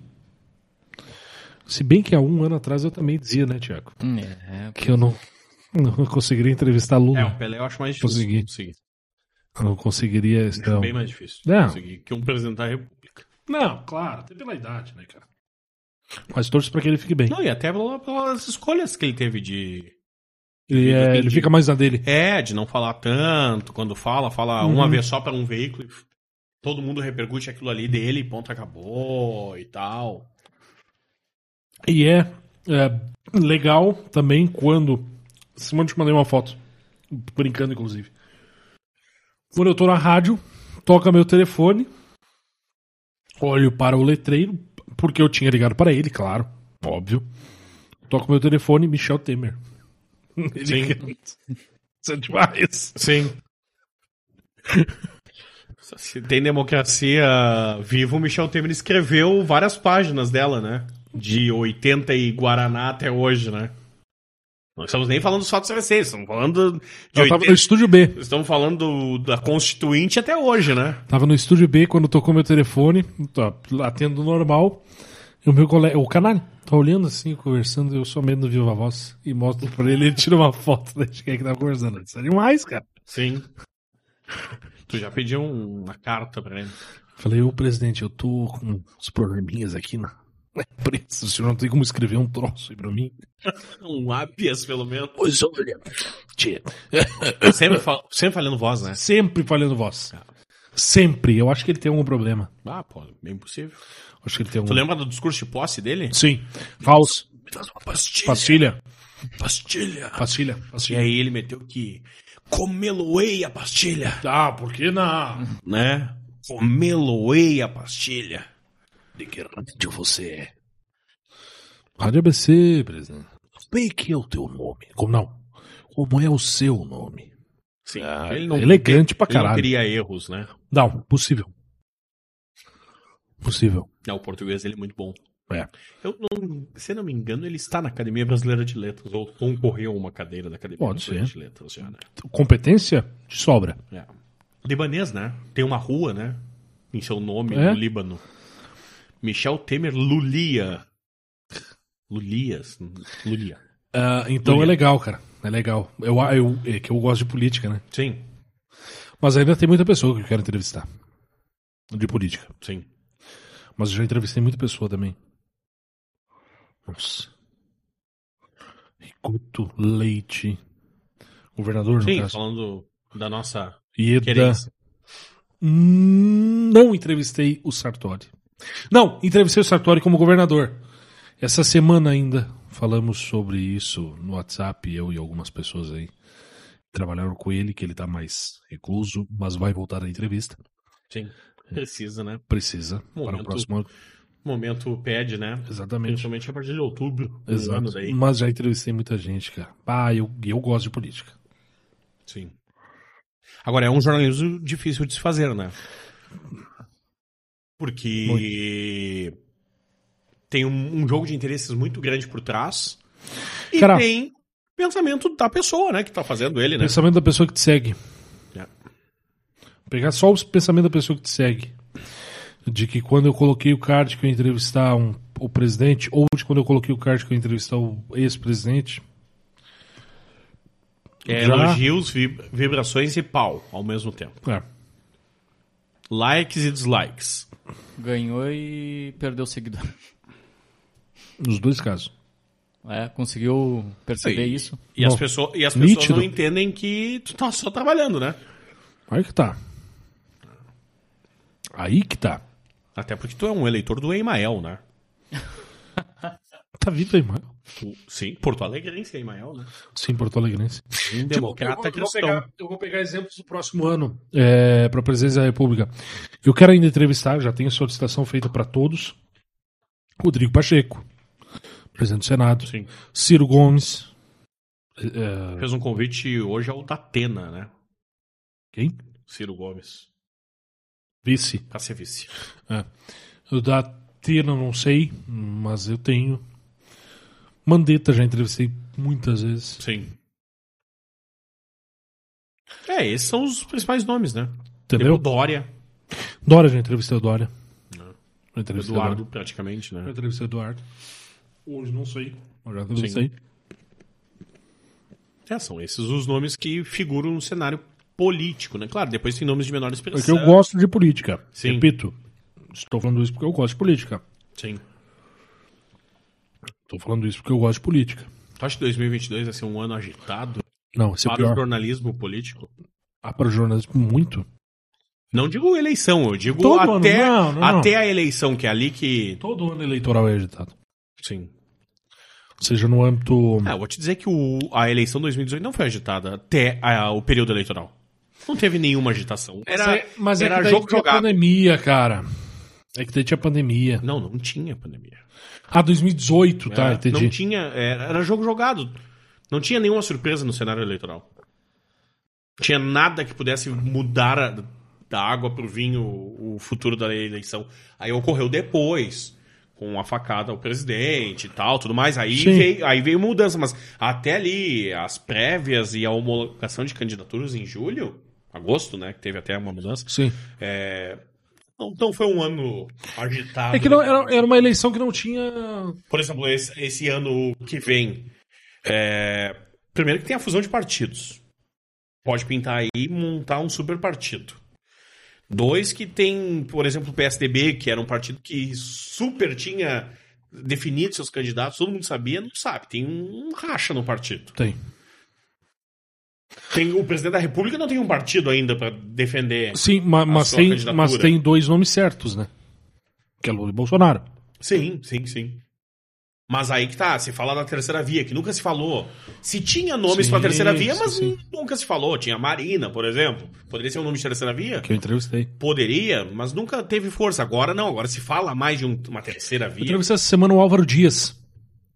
Speaker 3: Se bem que há um ano atrás eu também dizia, né, Tiago?
Speaker 1: Hum, É,
Speaker 3: Que eu não, não conseguiria entrevistar
Speaker 2: É, o
Speaker 3: Lula.
Speaker 2: Pelé eu acho mais difícil.
Speaker 3: Consegui.
Speaker 2: Conseguir.
Speaker 3: Eu não conseguiria.
Speaker 2: Acho
Speaker 3: Então...
Speaker 2: bem mais difícil.
Speaker 3: Não.
Speaker 2: Conseguir que um presidente da república.
Speaker 3: Não, claro, até pela idade, né, cara? Mas torço pra que ele fique bem.
Speaker 2: Não, e até pela- pelas escolhas que ele teve de,
Speaker 3: Ele, é- ele fica mais na dele.
Speaker 2: É, de não falar tanto. Quando fala, fala
Speaker 3: Uhum.
Speaker 2: uma vez só pra um veículo. e Todo mundo repercute aquilo ali dele, e ponto, acabou e tal.
Speaker 3: E é, é, legal também quando. Simone te mandei uma foto. Brincando, inclusive. Quando eu tô na rádio, toca meu telefone. Olho para o letreiro, porque eu tinha ligado para ele, claro. Óbvio. Toco meu telefone, Michel Temer.
Speaker 2: Sim.
Speaker 3: Isso é demais.
Speaker 2: Sim. Se tem democracia viva, o Michel Temer escreveu várias páginas dela, né? De 80 e Guaraná até hoje, né? Não estamos nem falando só dos receios, estamos falando de
Speaker 3: Eu tava no
Speaker 2: 80...
Speaker 3: estúdio B.
Speaker 2: Estamos falando da Constituinte até hoje, né?
Speaker 3: Tava no estúdio B quando tocou meu telefone, tá, atendo normal. E o meu colega, o canalho, tá olhando assim, conversando, eu só medo vivo a voz e mostro pra ele, ele tira uma foto da gente que é que tava conversando. Isso é demais, cara.
Speaker 2: Sim. Tu já pediu um- uma carta pra ele.
Speaker 3: Falei, ô presidente, eu tô com uns probleminhas aqui na na empresa, o senhor não tem como escrever um troço aí pra mim?
Speaker 2: Um habeas, pelo menos.
Speaker 3: Pois olha, tia,
Speaker 2: Sempre, fal... Sempre falando voz, né?
Speaker 3: sempre falhando voz. Sempre, eu acho que ele tem algum problema.
Speaker 2: Ah, pô, bem possível.
Speaker 3: Acho que ele tem
Speaker 2: Tu
Speaker 3: algum...
Speaker 2: lembra do discurso de posse dele?
Speaker 3: Sim, falso,
Speaker 2: Me traz uma pastilha.
Speaker 3: pastilha,
Speaker 2: Pastilha.
Speaker 3: pastilha,
Speaker 2: E
Speaker 3: pastilha.
Speaker 2: aí ele meteu que comeloei a pastilha,
Speaker 3: Ah, por que não?
Speaker 2: né? Comeloei a pastilha.
Speaker 3: De que rádio você é? Rádio ABC, presidente. Bem que é o teu nome. Como não? Como é o seu nome?
Speaker 2: Sim.
Speaker 3: Ah, elegante pra
Speaker 2: ele não
Speaker 3: caralho.
Speaker 2: teria erros, né?
Speaker 3: Não, possível. Possível.
Speaker 2: Não, o português ele é muito bom.
Speaker 3: É.
Speaker 2: Eu não, se eu não me engano, ele está na Academia Brasileira de Letras, ou concorreu a uma cadeira da Academia
Speaker 3: Pode
Speaker 2: Brasileira
Speaker 3: ser.
Speaker 2: de Letras já, né?
Speaker 3: Competência de sobra.
Speaker 2: É. Libanês, né? Tem uma rua, né? Em seu nome,
Speaker 3: É?
Speaker 2: no Líbano. Michel Temer Lulia. Lulias. Lulia.
Speaker 3: Ah, então
Speaker 2: Juliano.
Speaker 3: é legal, cara. É legal. Eu, eu, é que eu gosto de política, né?
Speaker 2: Sim,
Speaker 3: Mas ainda tem muita pessoa que eu quero entrevistar. De política.
Speaker 2: sim.
Speaker 3: Mas eu já entrevistei muita pessoa também. Nossa. Ricoto Leite. Governador, no
Speaker 2: Sim,
Speaker 3: caso.
Speaker 2: falando da nossa
Speaker 3: Ieda.
Speaker 2: querência.
Speaker 3: Hum, Não entrevistei o Sartori. Não, entrevistei o Sartori como governador. Essa semana ainda falamos sobre isso no WhatsApp, eu e algumas pessoas aí que trabalharam com ele, que ele tá mais recluso, mas vai voltar à entrevista.
Speaker 2: Sim.
Speaker 3: É.
Speaker 2: Precisa, né?
Speaker 3: Precisa para
Speaker 2: Momento.
Speaker 3: o próximo.
Speaker 2: O momento pede, né?
Speaker 3: Exatamente.
Speaker 2: Principalmente a partir de outubro. do ano
Speaker 3: Exato.
Speaker 2: daí.
Speaker 3: Mas já entrevistei muita gente, cara. Ah, eu, eu gosto de política.
Speaker 2: Sim. Agora, é um jornalismo difícil de se fazer, né? Porque tem um, um jogo de interesses muito grande por trás e
Speaker 3: Cara-
Speaker 2: tem pensamento da pessoa, né, que tá fazendo ele, né?
Speaker 3: Pensamento da pessoa que te segue.
Speaker 2: É.
Speaker 3: Pegar só os pensamentos da pessoa que te segue. De que quando eu coloquei o card que eu ia entrevistar um, o presidente, ou de quando eu coloquei o card que eu ia entrevistar o ex-presidente,
Speaker 2: É,
Speaker 3: Já-
Speaker 2: elogios, vib- vibrações e pau ao mesmo tempo.
Speaker 3: é,
Speaker 2: Likes e dislikes.
Speaker 1: Ganhou e perdeu seguidor.
Speaker 3: nos dois casos.
Speaker 1: É, conseguiu perceber
Speaker 2: Sim.
Speaker 1: isso?
Speaker 2: E
Speaker 3: Bom,
Speaker 2: as, pessoa, e as pessoas
Speaker 3: nítido.
Speaker 2: não entendem que tu tá só trabalhando, né?
Speaker 3: Aí que tá. Aí que tá.
Speaker 2: Até porque tu é um eleitor do Emael, né?
Speaker 3: Tá vivo aí, mano.
Speaker 2: Tu- sim, Porto Alegrense é Emael, né?
Speaker 3: Sim, Porto Alegrense.
Speaker 2: Um democrata
Speaker 3: Tipo, eu, vou,
Speaker 2: cristão.
Speaker 3: pegar, eu vou pegar exemplos do próximo ano é, para a presidência da República. Eu quero ainda entrevistar, já tenho solicitação feita para todos: Rodrigo Pacheco, presidente do Senado,
Speaker 2: Sim.
Speaker 3: Ciro Gomes. é, é,
Speaker 2: Fez um convite hoje ao Datena, né?
Speaker 3: quem?
Speaker 2: Ciro Gomes,
Speaker 3: Vice.
Speaker 2: pra ser vice.
Speaker 3: O da Atena, não sei, mas eu tenho. Mandetta, já entrevistei muitas vezes.
Speaker 2: Sim. É, esses são os principais nomes, né?
Speaker 3: Entendeu?
Speaker 2: Depois Dória,
Speaker 3: Dória, já entrevistei o Dória. Já entrevistei o Dória.
Speaker 2: um Eduardo, praticamente,
Speaker 3: Eu
Speaker 2: né?
Speaker 3: entrevistei o Eduardo. Hoje não sei. Hoje já
Speaker 2: Sim.
Speaker 3: entrevistei.
Speaker 2: É, são esses os nomes que figuram no cenário político, né? Claro, depois tem nomes de menor expressão.
Speaker 3: Porque É eu gosto de política.
Speaker 2: Sim.
Speaker 3: Repito, estou falando isso porque eu gosto de política.
Speaker 2: Sim.
Speaker 3: Estou falando isso porque eu gosto de política.
Speaker 2: Tu acha que 2022 vai ser um ano agitado
Speaker 3: Não, esse é
Speaker 2: para o
Speaker 3: pior.
Speaker 2: jornalismo político?
Speaker 3: Ah, para o jornalismo, muito.
Speaker 2: Não digo eleição, eu digo
Speaker 3: Todo ano,
Speaker 2: até,
Speaker 3: não, não, não.
Speaker 2: até a eleição, que é ali que.
Speaker 3: Todo ano eleitoral é agitado.
Speaker 2: Sim.
Speaker 3: Seja no âmbito.
Speaker 2: Ah, eu vou te dizer que o- a eleição 2018 não foi agitada até a- o período eleitoral. Não teve nenhuma agitação. Era,
Speaker 3: mas é, mas é
Speaker 2: era
Speaker 3: que daí
Speaker 2: jogo
Speaker 3: veio a
Speaker 2: jogado.
Speaker 3: pandemia, cara. É que daí tinha pandemia.
Speaker 2: Não, não tinha pandemia.
Speaker 3: Ah, 2018, tá,
Speaker 2: Era-
Speaker 3: entendi.
Speaker 2: É, Não tinha, era, era jogo jogado. Não tinha nenhuma surpresa no cenário eleitoral. Não tinha nada que pudesse mudar a- da água pro vinho o futuro da eleição. Aí ocorreu depois, com a facada ao presidente e tal, tudo mais. Aí
Speaker 3: Sim.
Speaker 2: veio, aí veio mudança, mas até ali, as prévias e a homologação de candidaturas em julho, agosto, né, que teve até uma mudança.
Speaker 3: Sim.
Speaker 2: é, não- Então foi um ano agitado.
Speaker 3: É que não, era, era uma eleição que não tinha.
Speaker 2: Por exemplo, esse, esse ano que vem. é, primeiro que tem a fusão de partidos. Pode pintar aí e montar um super partido. Dois que tem, por exemplo, o PSDB, que era um partido que super tinha definido seus candidatos, todo mundo sabia, não sabe. Tem um racha no partido.
Speaker 3: Tem.
Speaker 2: Tem, o presidente da República não tem um partido ainda para defender.
Speaker 3: Sim, ma- mas,
Speaker 2: sua
Speaker 3: tem,
Speaker 2: candidatura.
Speaker 3: mas tem dois nomes certos, né? Que é Lula e Bolsonaro.
Speaker 2: Sim, sim, sim. Mas aí que tá, se fala da terceira via, que nunca se falou. Se tinha nomes
Speaker 3: Sim,
Speaker 2: pra terceira via, mas
Speaker 3: sim,
Speaker 2: nunca se falou. Tinha Marina, por exemplo. Poderia ser um nome de terceira via?
Speaker 3: Que eu entrevistei.
Speaker 2: Poderia, mas nunca teve força. Agora não, agora se fala mais de um- uma terceira
Speaker 3: Eu
Speaker 2: via.
Speaker 3: entrevistei essa semana o Álvaro Dias.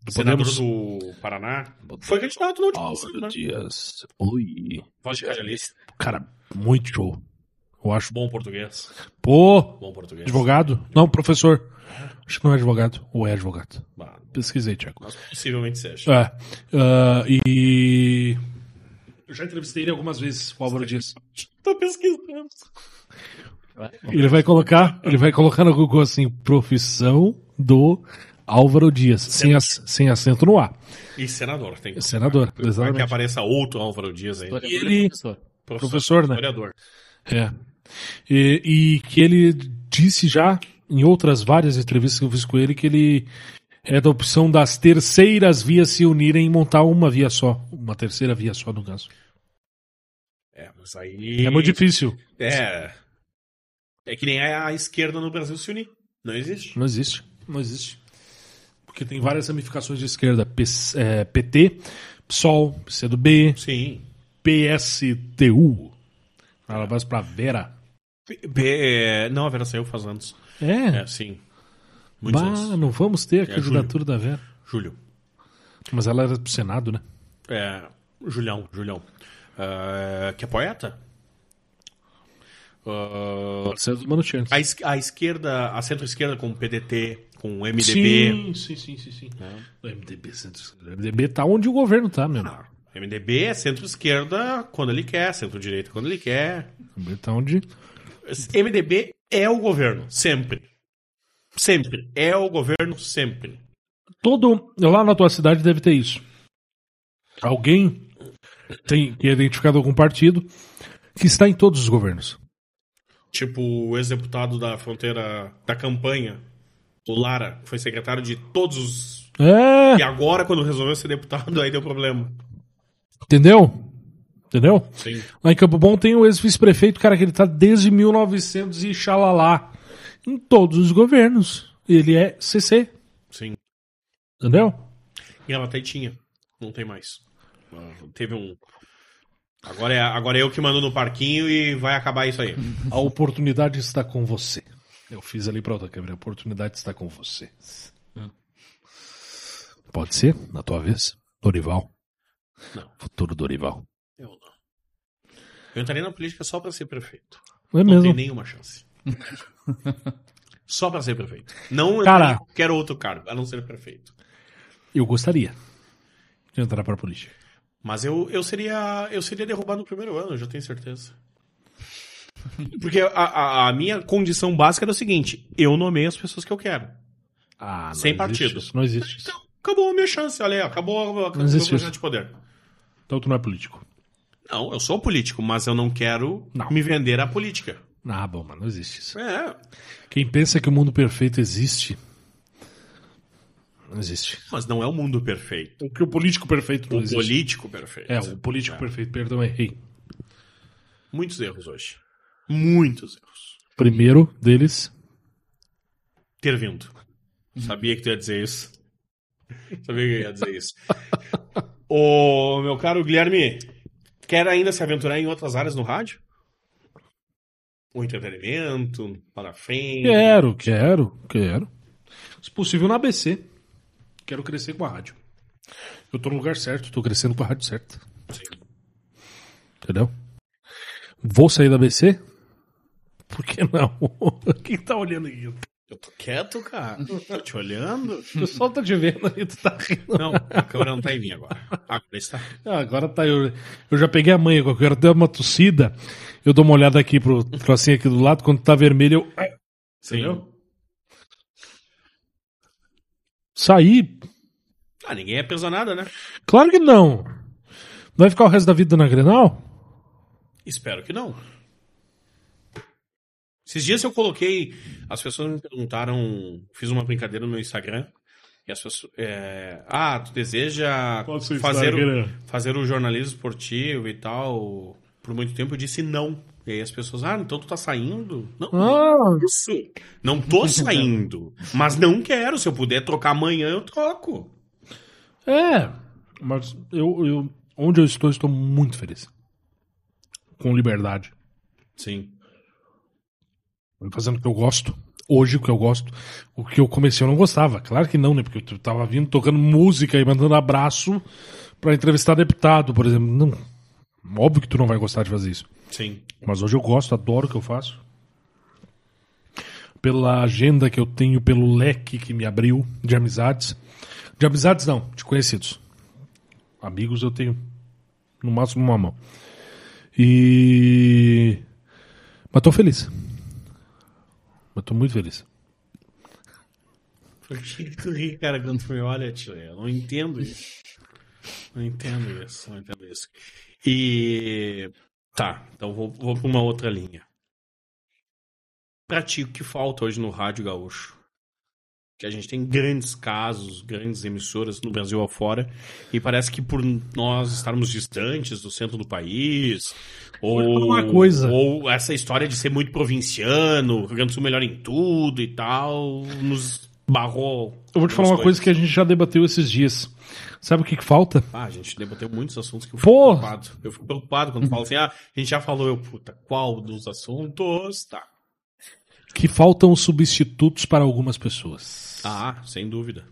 Speaker 2: O senador
Speaker 3: Podemos.
Speaker 2: do Paraná. Foi candidato na última eleição, né?
Speaker 3: Dias. Oi.
Speaker 2: Voz de radialista.
Speaker 3: Cara, muito show. Eu acho.
Speaker 2: Bom português.
Speaker 3: Pô,
Speaker 2: Bom português.
Speaker 3: advogado? Não, professor. Acho que não é advogado. Ou é advogado?
Speaker 2: Bah,
Speaker 3: Pesquisei, Tiago.
Speaker 2: mas possivelmente seja.
Speaker 3: É. Ah, e. Eu já entrevistei ele algumas vezes, o Álvaro Dias.
Speaker 2: Tô pesquisando.
Speaker 1: É,
Speaker 3: Ele vai colocar, ele vai colocar no Google assim, profissão do Álvaro Dias, sem, ac- sem acento no A.
Speaker 2: E senador, tem que
Speaker 3: Senador,
Speaker 2: Vai que
Speaker 3: exatamente.
Speaker 2: apareça outro Álvaro Dias aí.
Speaker 1: História
Speaker 3: E
Speaker 1: do
Speaker 3: ele-
Speaker 1: professor.
Speaker 3: Professor, né?
Speaker 2: Historiador.
Speaker 3: É. E, e que ele disse já em outras várias entrevistas que eu fiz com ele que ele é da opção das terceiras vias se unirem e montar uma via só, uma terceira via só no caso.
Speaker 2: É, mas aí.
Speaker 3: É muito difícil,
Speaker 2: É. É que nem a esquerda no Brasil se unir. Não existe.
Speaker 3: não existe, não existe, porque tem várias ramificações de esquerda, PS, é, PT, PSOL, PCdoB,
Speaker 2: Sim.
Speaker 3: PSTU. Ela vai pra Vera.
Speaker 2: é, Não, a Vera saiu faz anos.
Speaker 3: É.
Speaker 2: É, sim. Muitos
Speaker 3: Bah,
Speaker 2: anos.
Speaker 3: não vamos ter a
Speaker 2: É,
Speaker 3: candidatura da Vera.
Speaker 2: Júlio.
Speaker 3: Mas ela era pro Senado, né?
Speaker 2: É, Julião, Julião. É, que é poeta? Ah,
Speaker 3: Pode ser do Mano Chance.
Speaker 2: a, es- a esquerda, a centro-esquerda com o PDT, com o MDB.
Speaker 3: Sim, sim, sim, sim, sim. O MDB, centro- o MDB tá onde o governo tá, meu.
Speaker 2: Ah, MDB é centro-esquerda quando ele quer, centro-direita quando ele quer.
Speaker 3: O MDB tá onde.
Speaker 2: MDB é o governo, sempre. Sempre. É o governo, sempre.
Speaker 3: Todo. Lá na tua cidade deve ter isso. Alguém tem, que é identificado com um partido que está em todos os governos.
Speaker 2: Tipo o ex-deputado da fronteira da campanha, o Lara, que foi secretário de todos os.
Speaker 3: É!
Speaker 2: E agora, quando resolveu ser deputado, aí deu problema.
Speaker 3: Entendeu? Entendeu?
Speaker 2: Sim.
Speaker 3: Lá em Campo Bom tem o ex-vice-prefeito, cara, que ele tá desde 1900 e xalalá. Em todos os governos. Ele é CC,
Speaker 2: Sim.
Speaker 3: entendeu?
Speaker 2: E ela até tinha. Não tem mais. Teve um. Agora é, agora é eu que mando no parquinho e vai acabar isso aí.
Speaker 3: A oportunidade está com você. Eu fiz ali pra outra câmera. A oportunidade está com você. Pode ser? Na tua vez? Dorival?
Speaker 2: Não.
Speaker 3: Futuro Dorival.
Speaker 2: Eu não. Eu entraria na política só pra ser prefeito.
Speaker 3: Não é
Speaker 2: Não tem
Speaker 3: mesmo?
Speaker 2: nenhuma chance. só pra ser prefeito. Não
Speaker 3: Cara.
Speaker 2: entraria em qualquer outro cargo, a não ser prefeito.
Speaker 3: Eu gostaria de entrar pra política.
Speaker 2: Mas eu, eu seria eu seria derrubado no primeiro ano, eu já tenho certeza. Porque a, a, a minha condição básica era o seguinte: eu nomeio as pessoas que eu quero.
Speaker 3: Ah, não
Speaker 2: Sem
Speaker 3: existe
Speaker 2: partido.
Speaker 3: isso, Não existe isso.
Speaker 2: Então, acabou a minha chance, olha aí, acabou, acabou o meu
Speaker 3: existe
Speaker 2: projeto
Speaker 3: isso.
Speaker 2: de poder.
Speaker 3: Então tu não é político.
Speaker 2: Não, eu sou político, mas eu não quero
Speaker 3: Não.
Speaker 2: me vender à política.
Speaker 3: Ah, bom, mas não existe isso.
Speaker 2: É,
Speaker 3: Quem pensa que o mundo perfeito existe, não existe.
Speaker 2: mas não é o mundo perfeito.
Speaker 3: O que o político perfeito não
Speaker 2: O
Speaker 3: existe.
Speaker 2: político perfeito.
Speaker 3: É, o político perfeito, perdão, é errei.
Speaker 2: Muitos erros hoje. Muitos erros.
Speaker 3: Primeiro deles,
Speaker 2: ter vindo. Sabia que tu ia dizer isso. Sabia que eu ia dizer isso. Ô, meu caro Guilherme, quer ainda se aventurar em outras áreas no rádio? um entretenimento para frente.
Speaker 3: Quero, quero, quero. Se possível, na ABC. Quero crescer com a rádio. Eu tô no lugar certo, tô crescendo com a rádio certa. Entendeu? Vou sair da ABC? Por que não? Quem tá olhando aí?
Speaker 2: Eu tô quieto, cara. Tô te olhando.
Speaker 3: O pessoal tá te vendo aí, tu tá rindo.
Speaker 2: Não, a câmera não tá em mim agora. Agora está.
Speaker 3: Ah, agora tá eu. Eu já peguei a manha, qualquer hora deu uma tossida. Eu dou uma olhada aqui pro trocinho aqui do lado, quando tá vermelho eu. Ah,
Speaker 2: Entendeu?
Speaker 3: Saí?
Speaker 2: Ah, ninguém é preso a nada, né?
Speaker 3: Claro que não. Vai ficar o resto da vida na Grenal?
Speaker 2: Espero que não. Esses dias eu coloquei. As pessoas me perguntaram. Fiz uma brincadeira no meu Instagram. E as pessoas. é, ah, tu deseja
Speaker 3: Qual o seu
Speaker 2: fazer o,
Speaker 3: Instagram?
Speaker 2: fazer o jornalismo esportivo e tal? Por muito tempo eu disse não. E aí as pessoas, ah, então tu tá saindo? Não,
Speaker 3: Ah,
Speaker 2: isso. Não tô saindo. mas não quero. Se eu puder trocar amanhã, eu troco.
Speaker 3: é. Mas eu, eu, onde eu estou, estou muito feliz. Com liberdade.
Speaker 2: Sim.
Speaker 3: Eu fazendo o que eu gosto. Hoje o que eu gosto. O que eu comecei eu não gostava. Claro que não, né? Porque eu tava vindo tocando música e mandando abraço pra entrevistar deputado, por exemplo. Não. Óbvio que tu não vai gostar de fazer isso.
Speaker 2: Sim.
Speaker 3: Mas hoje eu gosto, adoro o que eu faço. Pela agenda que eu tenho, pelo leque que me abriu de amizades. De amizades não, de conhecidos. Amigos eu tenho no máximo uma mão. E. Mas tô feliz. Mas tô muito feliz.
Speaker 2: Por que, que tu ri, cara, quando tu me olha, tio? Eu não entendo isso. Não entendo isso, não entendo isso. E. Tá, então vou, vou pra uma outra linha. Pra ti, o que falta hoje no Rádio Gaúcho? Que a gente tem grandes casos, grandes emissoras no Brasil afora, e parece que por nós estarmos distantes do centro do país, ou,
Speaker 3: uma coisa.
Speaker 2: ou essa história de ser muito provinciano, Rio Grande do Sul melhor em tudo e tal, nos barrou.
Speaker 3: Eu vou te falar uma coisa que a gente já debateu esses dias. Sabe o que, que falta?
Speaker 2: Ah, a gente debateu muitos assuntos que eu fico
Speaker 3: Pô!
Speaker 2: preocupado. Eu fico preocupado quando falo assim, ah, a gente já falou, eu, puta, qual dos assuntos? Tá.
Speaker 3: Que faltam substitutos para algumas pessoas.
Speaker 2: Ah, sem dúvida.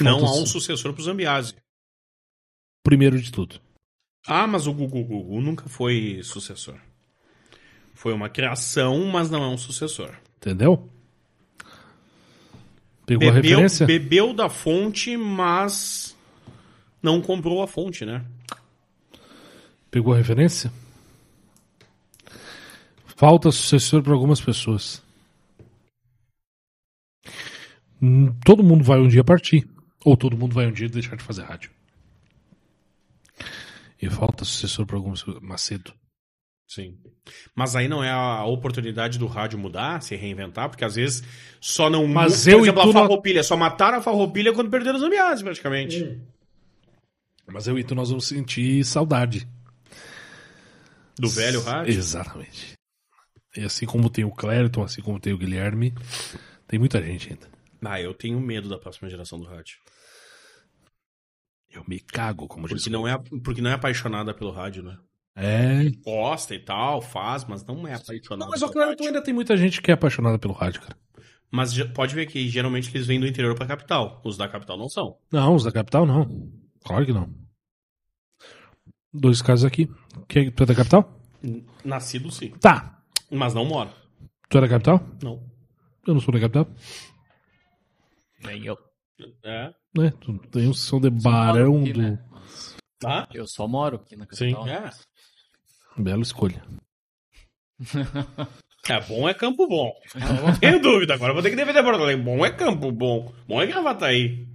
Speaker 2: Não há um sucessor pro Zambiase.
Speaker 3: Primeiro de tudo.
Speaker 2: Ah, mas o Gugu Gugu nunca foi sucessor. Foi uma criação, mas não é um sucessor.
Speaker 3: Entendeu? Pegou a
Speaker 2: Bebeu,
Speaker 3: referência?
Speaker 2: bebeu da fonte, mas não comprou a fonte, né?
Speaker 3: Pegou a referência? Falta sucessor para algumas pessoas. Hum, Todo mundo vai um dia partir. Ou todo mundo vai um dia deixar de fazer rádio. E falta sucessor para algumas pessoas. Macedo.
Speaker 2: Sim. Mas aí não é a oportunidade do rádio mudar, se reinventar, porque às vezes só não.
Speaker 3: Mas
Speaker 2: por
Speaker 3: eu e
Speaker 2: exemplo,
Speaker 3: tu
Speaker 2: a
Speaker 3: não-
Speaker 2: farroupilha, só mataram a farroupilha quando perderam os ambiases, praticamente.
Speaker 3: Mas eu e tu nós vamos sentir saudade.
Speaker 2: Do velho rádio.
Speaker 3: Exatamente. E assim como tem o Clériton, assim como tem o Guilherme, tem muita gente ainda.
Speaker 2: Ah, eu tenho medo da próxima geração do rádio.
Speaker 3: Eu me cago, como diz.
Speaker 2: Porque não é, porque não é apaixonada pelo rádio, né?
Speaker 3: É. tá
Speaker 2: Gosta e tal, faz, mas não é apaixonada.
Speaker 3: Não, mas o
Speaker 2: pelo
Speaker 3: Clériton ainda tem muita gente que é apaixonada pelo rádio, cara.
Speaker 2: Mas ge- pode ver que geralmente eles vêm do interior pra capital. Os da capital não são.
Speaker 3: Não, os da capital não. Claro que não. Dois casos aqui. Quem, tu é da capital?
Speaker 2: N- Nascido sim,
Speaker 3: Tá.
Speaker 2: mas não moram.
Speaker 3: Tu é da capital?
Speaker 2: Não.
Speaker 3: Eu não sou da capital.
Speaker 1: Nem eu.
Speaker 2: É.
Speaker 3: Né? Tu tem um som de barão
Speaker 1: aqui,
Speaker 3: do.
Speaker 1: né?
Speaker 2: Tá?
Speaker 1: Eu só moro aqui na capital. né?
Speaker 2: É.
Speaker 3: Bela escolha.
Speaker 2: É, bom é campo bom. Não tenho dúvida. Agora eu vou ter que defender Porto Alegre. Bom é campo bom. Bom é Gravataí.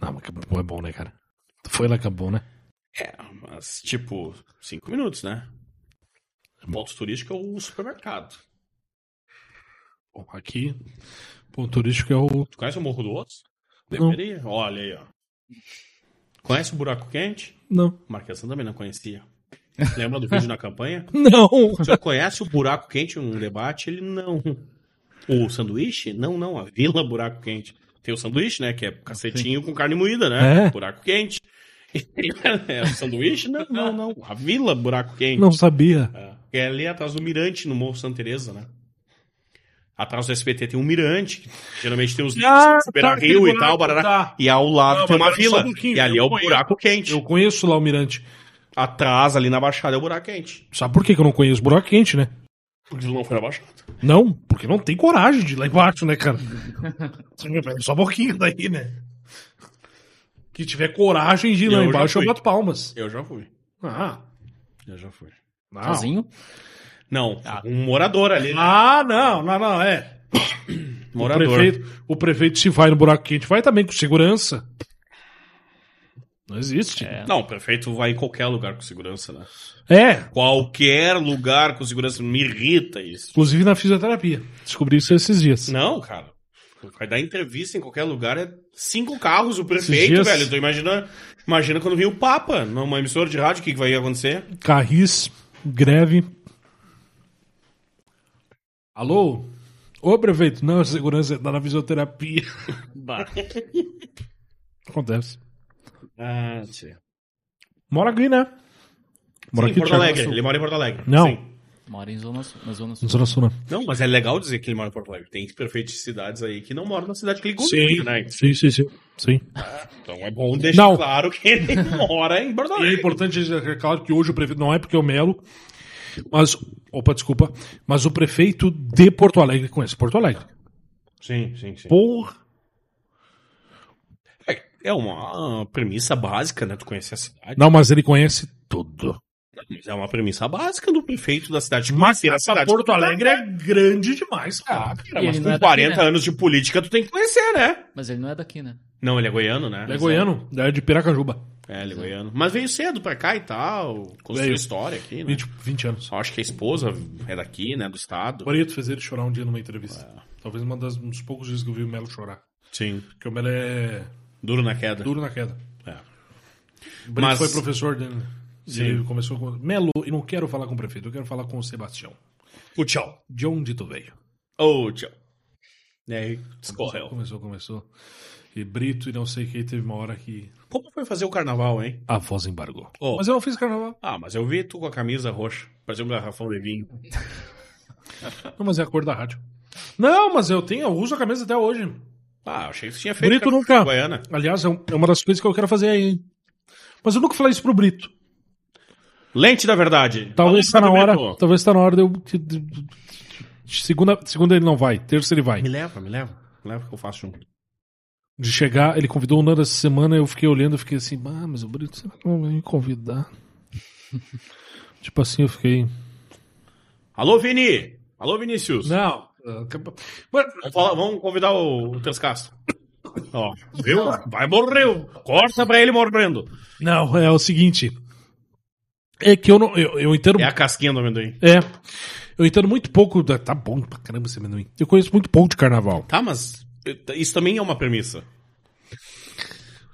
Speaker 3: Não, mas Capão é bom, né, cara? Tu foi lá Capão, né?
Speaker 2: É, mas tipo, cinco minutos, né? Ponto turístico é o supermercado.
Speaker 3: Bom, aqui. Ponto turístico é o.
Speaker 2: Tu conhece o Morro do Osso?
Speaker 3: Não.
Speaker 2: Deveria. Olha aí, ó. Conhece o Buraco Quente?
Speaker 3: Não.
Speaker 2: O Marquesão também não conhecia. Lembra do vídeo na campanha?
Speaker 3: Não!
Speaker 2: O senhor conhece o Buraco Quente, um debate? Ele não. O sanduíche? Não, não. A Vila Buraco Quente. Tem o sanduíche, né? Que é cacetinho com carne moída, né?
Speaker 3: É.
Speaker 2: Buraco Quente. É, sanduíche? Não, não, não. A Vila Buraco Quente.
Speaker 3: Não sabia.
Speaker 2: É, que é ali atrás do Mirante, no Morro Santa Teresa, né? Atrás do SBT tem um mirante, que geralmente tem uns
Speaker 3: Ah,
Speaker 2: Beira
Speaker 3: tá,
Speaker 2: Rio
Speaker 3: aquele
Speaker 2: e tal,
Speaker 3: buraco,
Speaker 2: barará.
Speaker 3: tá.
Speaker 2: E ao lado
Speaker 3: Não,
Speaker 2: tem
Speaker 3: mas
Speaker 2: uma
Speaker 3: pera só um
Speaker 2: vila.
Speaker 3: pouquinho,
Speaker 2: e ali é
Speaker 3: eu
Speaker 2: o
Speaker 3: conheço.
Speaker 2: buraco quente.
Speaker 3: Eu conheço lá o Mirante.
Speaker 2: Atrás, ali na Baixada, é o buraco quente.
Speaker 3: Sabe por que que eu não conheço buraco quente, né?
Speaker 2: Porque tu não foi na Baixada.
Speaker 3: Não, porque não tem coragem de ir lá embaixo, né, cara? Só um pouquinho daí, né? Que tiver coragem de ir lá
Speaker 2: Eu já
Speaker 3: embaixo, eu
Speaker 2: fui.
Speaker 3: bato palmas.
Speaker 2: Eu já fui.
Speaker 3: Ah,
Speaker 2: Eu já fui.
Speaker 3: não.
Speaker 1: Sozinho?
Speaker 2: Não, um morador ali. né?
Speaker 3: Ah, não, não, não, é.
Speaker 2: morador.
Speaker 3: O prefeito, o prefeito se vai no buraco quente, vai também com segurança. Não existe. É,
Speaker 2: Não, o prefeito vai em qualquer lugar com segurança, né?
Speaker 3: é
Speaker 2: Qualquer lugar com segurança. Me irrita isso.
Speaker 3: inclusive na fisioterapia. Descobri isso esses dias.
Speaker 2: Não, cara. Vai dar entrevista em qualquer lugar, é cinco carros o prefeito,
Speaker 3: dias-
Speaker 2: velho. Então imagina, imagina quando vir o Papa numa emissora de rádio, o que, que vai acontecer?
Speaker 3: Carris, greve. Alô? Ô, prefeito. Não, a segurança tá na fisioterapia. Acontece.
Speaker 2: Ah, sim.
Speaker 3: Mora aqui, né? Mora
Speaker 2: Em Porto
Speaker 3: Thiago
Speaker 2: Alegre,
Speaker 3: Sul.
Speaker 2: ele mora em Porto Alegre.
Speaker 3: Não.
Speaker 2: Sim.
Speaker 1: Mora em zona sul. Na zona sul.
Speaker 3: Não sou na Sul, né? não.
Speaker 2: Não, mas é legal dizer que ele mora em Porto Alegre. Tem prefeitos de cidades aí que não moram na cidade que ele governa, né?
Speaker 3: Sim, sim, sim. sim.
Speaker 2: Então é bom deixar
Speaker 3: Não.
Speaker 2: claro que ele mora em Porto
Speaker 3: E é
Speaker 2: Alegre.
Speaker 3: importante recalcar que hoje o prefeito não é porque é o Melo, mas. Opa, desculpa. Mas o prefeito de Porto Alegre conhece Porto Alegre.
Speaker 2: Sim, sim, sim.
Speaker 3: Porra.
Speaker 2: É uma premissa básica, né? Tu conhecer a cidade.
Speaker 3: Não, mas ele conhece tudo.
Speaker 2: Mas é uma premissa básica do prefeito da cidade.
Speaker 3: Mas
Speaker 2: Conhecer a
Speaker 3: essa
Speaker 2: cidade.
Speaker 3: Porto Alegre é grande demais, cara.
Speaker 2: Ah, cara,
Speaker 1: E
Speaker 2: mas
Speaker 1: ele
Speaker 2: com
Speaker 1: não é daqui,
Speaker 2: 40
Speaker 1: né?
Speaker 2: anos de política, tu tem que conhecer, né?
Speaker 1: Mas ele não é daqui, né?
Speaker 2: Não, ele é goiano, né?
Speaker 3: Ele é goiano, é de Piracanjuba.
Speaker 2: É, ele é goiano. Mas veio cedo pra cá e tal. Construiu
Speaker 3: Veio.
Speaker 2: história aqui, né?
Speaker 3: 20, 20 anos.
Speaker 2: Só acho que a esposa é daqui, né? Do estado.
Speaker 3: Bonito fez ele chorar um dia numa entrevista. Talvez uma das, um dos poucos dias que eu vi o Melo chorar.
Speaker 2: Sim.
Speaker 3: Porque o Melo é
Speaker 2: Duro na queda.
Speaker 3: duro na queda.
Speaker 2: É.
Speaker 3: O Brito
Speaker 2: Mas-
Speaker 3: foi professor dele. né? E Ele começou com. Melo, eu não quero falar com o prefeito, eu quero falar com o Sebastião.
Speaker 2: O tchau.
Speaker 3: De onde tu veio?
Speaker 2: Ô, tchau. E aí, descorreu.
Speaker 3: Começou, começou. E Brito e não sei quem teve uma hora que
Speaker 2: Como foi fazer o carnaval, hein?
Speaker 3: a voz embargou.
Speaker 2: Oh.
Speaker 3: Mas eu não fiz carnaval.
Speaker 2: Ah, mas eu vi tu com a camisa roxa. Parecia um garrafão de vinho.
Speaker 3: Não, mas é a cor da rádio. Não, mas eu tenho, eu uso a camisa até hoje.
Speaker 2: Ah, achei que tu tinha feito.
Speaker 3: Brito
Speaker 2: cara,
Speaker 3: nunca.
Speaker 2: Goiana.
Speaker 3: Aliás, é um- é uma das coisas que eu quero fazer aí. hein? Mas eu nunca falei isso pro Brito.
Speaker 2: Lente da verdade.
Speaker 3: Talvez está na
Speaker 2: Brito.
Speaker 3: hora. Talvez está na hora de eu. de- de- de- Segunda, segunda ele não vai, terça ele vai.
Speaker 2: Me leva, me leva. Me leva que eu faço junto.
Speaker 3: De chegar, ele convidou o Nando essa semana, eu fiquei olhando, eu fiquei assim, ah, mas o Brito, será que não vai me convidar? tipo assim, eu fiquei.
Speaker 2: Alô, Vini! Alô, Vinícius!
Speaker 3: Não. acabou. Mas-
Speaker 2: Vamos, falar- vamos convidar o, o Teres Castro. Ó, viu? Vai morreu. Corta pra ele morrendo.
Speaker 3: Não, é o seguinte. É que eu não. Eu, eu entendo.
Speaker 2: É a casquinha do amendoim.
Speaker 3: É. Eu entendo muito pouco. Da, tá bom pra caramba esse amendoim. Eu conheço muito pouco de carnaval.
Speaker 2: Tá, mas eh, isso também é uma premissa.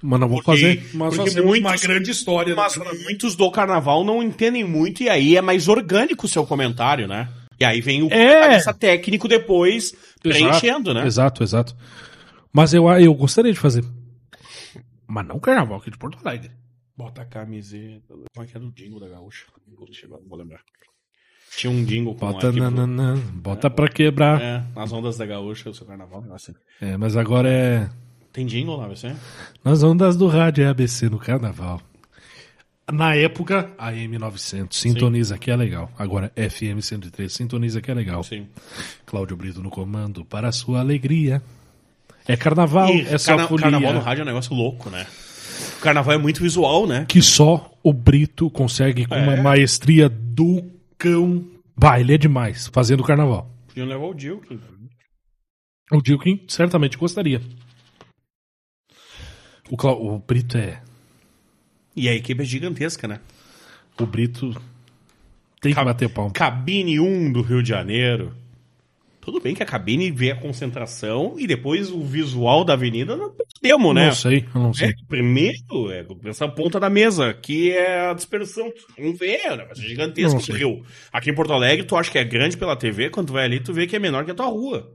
Speaker 3: Mas não vou
Speaker 2: Porque-
Speaker 3: fazer. Mas assim,
Speaker 2: porque
Speaker 3: nós temos
Speaker 2: muitos-
Speaker 3: uma grande história. né? do
Speaker 2: Mas
Speaker 3: carnaval.
Speaker 2: muitos do carnaval não entendem muito e aí é mais orgânico o seu comentário, né? E aí vem o
Speaker 3: É.
Speaker 2: cabeça técnico depois
Speaker 3: Exato,
Speaker 2: preenchendo, né?
Speaker 3: Exato, exato. Mas eu, eu gostaria de fazer. Mas não carnaval aqui de Porto Alegre.
Speaker 2: Bota a camiseta. Como é que era o dingo da gaúcha? Puxa, não Vou lembrar. Tinha um dingo com
Speaker 3: Bota
Speaker 2: aqui pro-
Speaker 3: nananã, bota pra quebrar.
Speaker 2: É, nas ondas da gaúcha, o seu carnaval, negócio assim.
Speaker 3: É. mas agora é.
Speaker 2: Tem jingle lá, você?
Speaker 3: Nas ondas do rádio é ABC no carnaval. Na época, a M900. Sintoniza que é legal. Agora, FM 103. Sintoniza que é legal.
Speaker 2: Sim.
Speaker 3: Cláudio Brito no comando para a sua alegria. É carnaval,
Speaker 2: E
Speaker 3: é só
Speaker 2: carna-
Speaker 3: folia.
Speaker 2: carnaval no rádio é um negócio louco, né? O carnaval é muito visual, né?
Speaker 3: que só o Brito consegue com
Speaker 2: É.
Speaker 3: uma maestria do cão. Bah, ele é demais, fazendo carnaval.
Speaker 2: Podiam levar o Dil.
Speaker 3: O Dilkin certamente gostaria. O, Clau- o Brito é.
Speaker 2: E a equipe é gigantesca, né?
Speaker 3: O Brito tem que
Speaker 2: Ca-
Speaker 3: bater palma.
Speaker 2: Cabine 1 do Rio de Janeiro. Tudo bem que a cabine vê a concentração e depois o visual da avenida não perdemos, né?
Speaker 3: Não sei, eu não
Speaker 2: É,
Speaker 3: sei.
Speaker 2: primeiro, é, essa ponta da mesa, que é a dispersão. Vamos ver, é um negócio gigantesco
Speaker 3: Não
Speaker 2: do
Speaker 3: sei.
Speaker 2: Rio. Aqui em Porto Alegre, tu acha que é grande pela TV, quando tu vai ali, tu vê que é menor que a tua rua.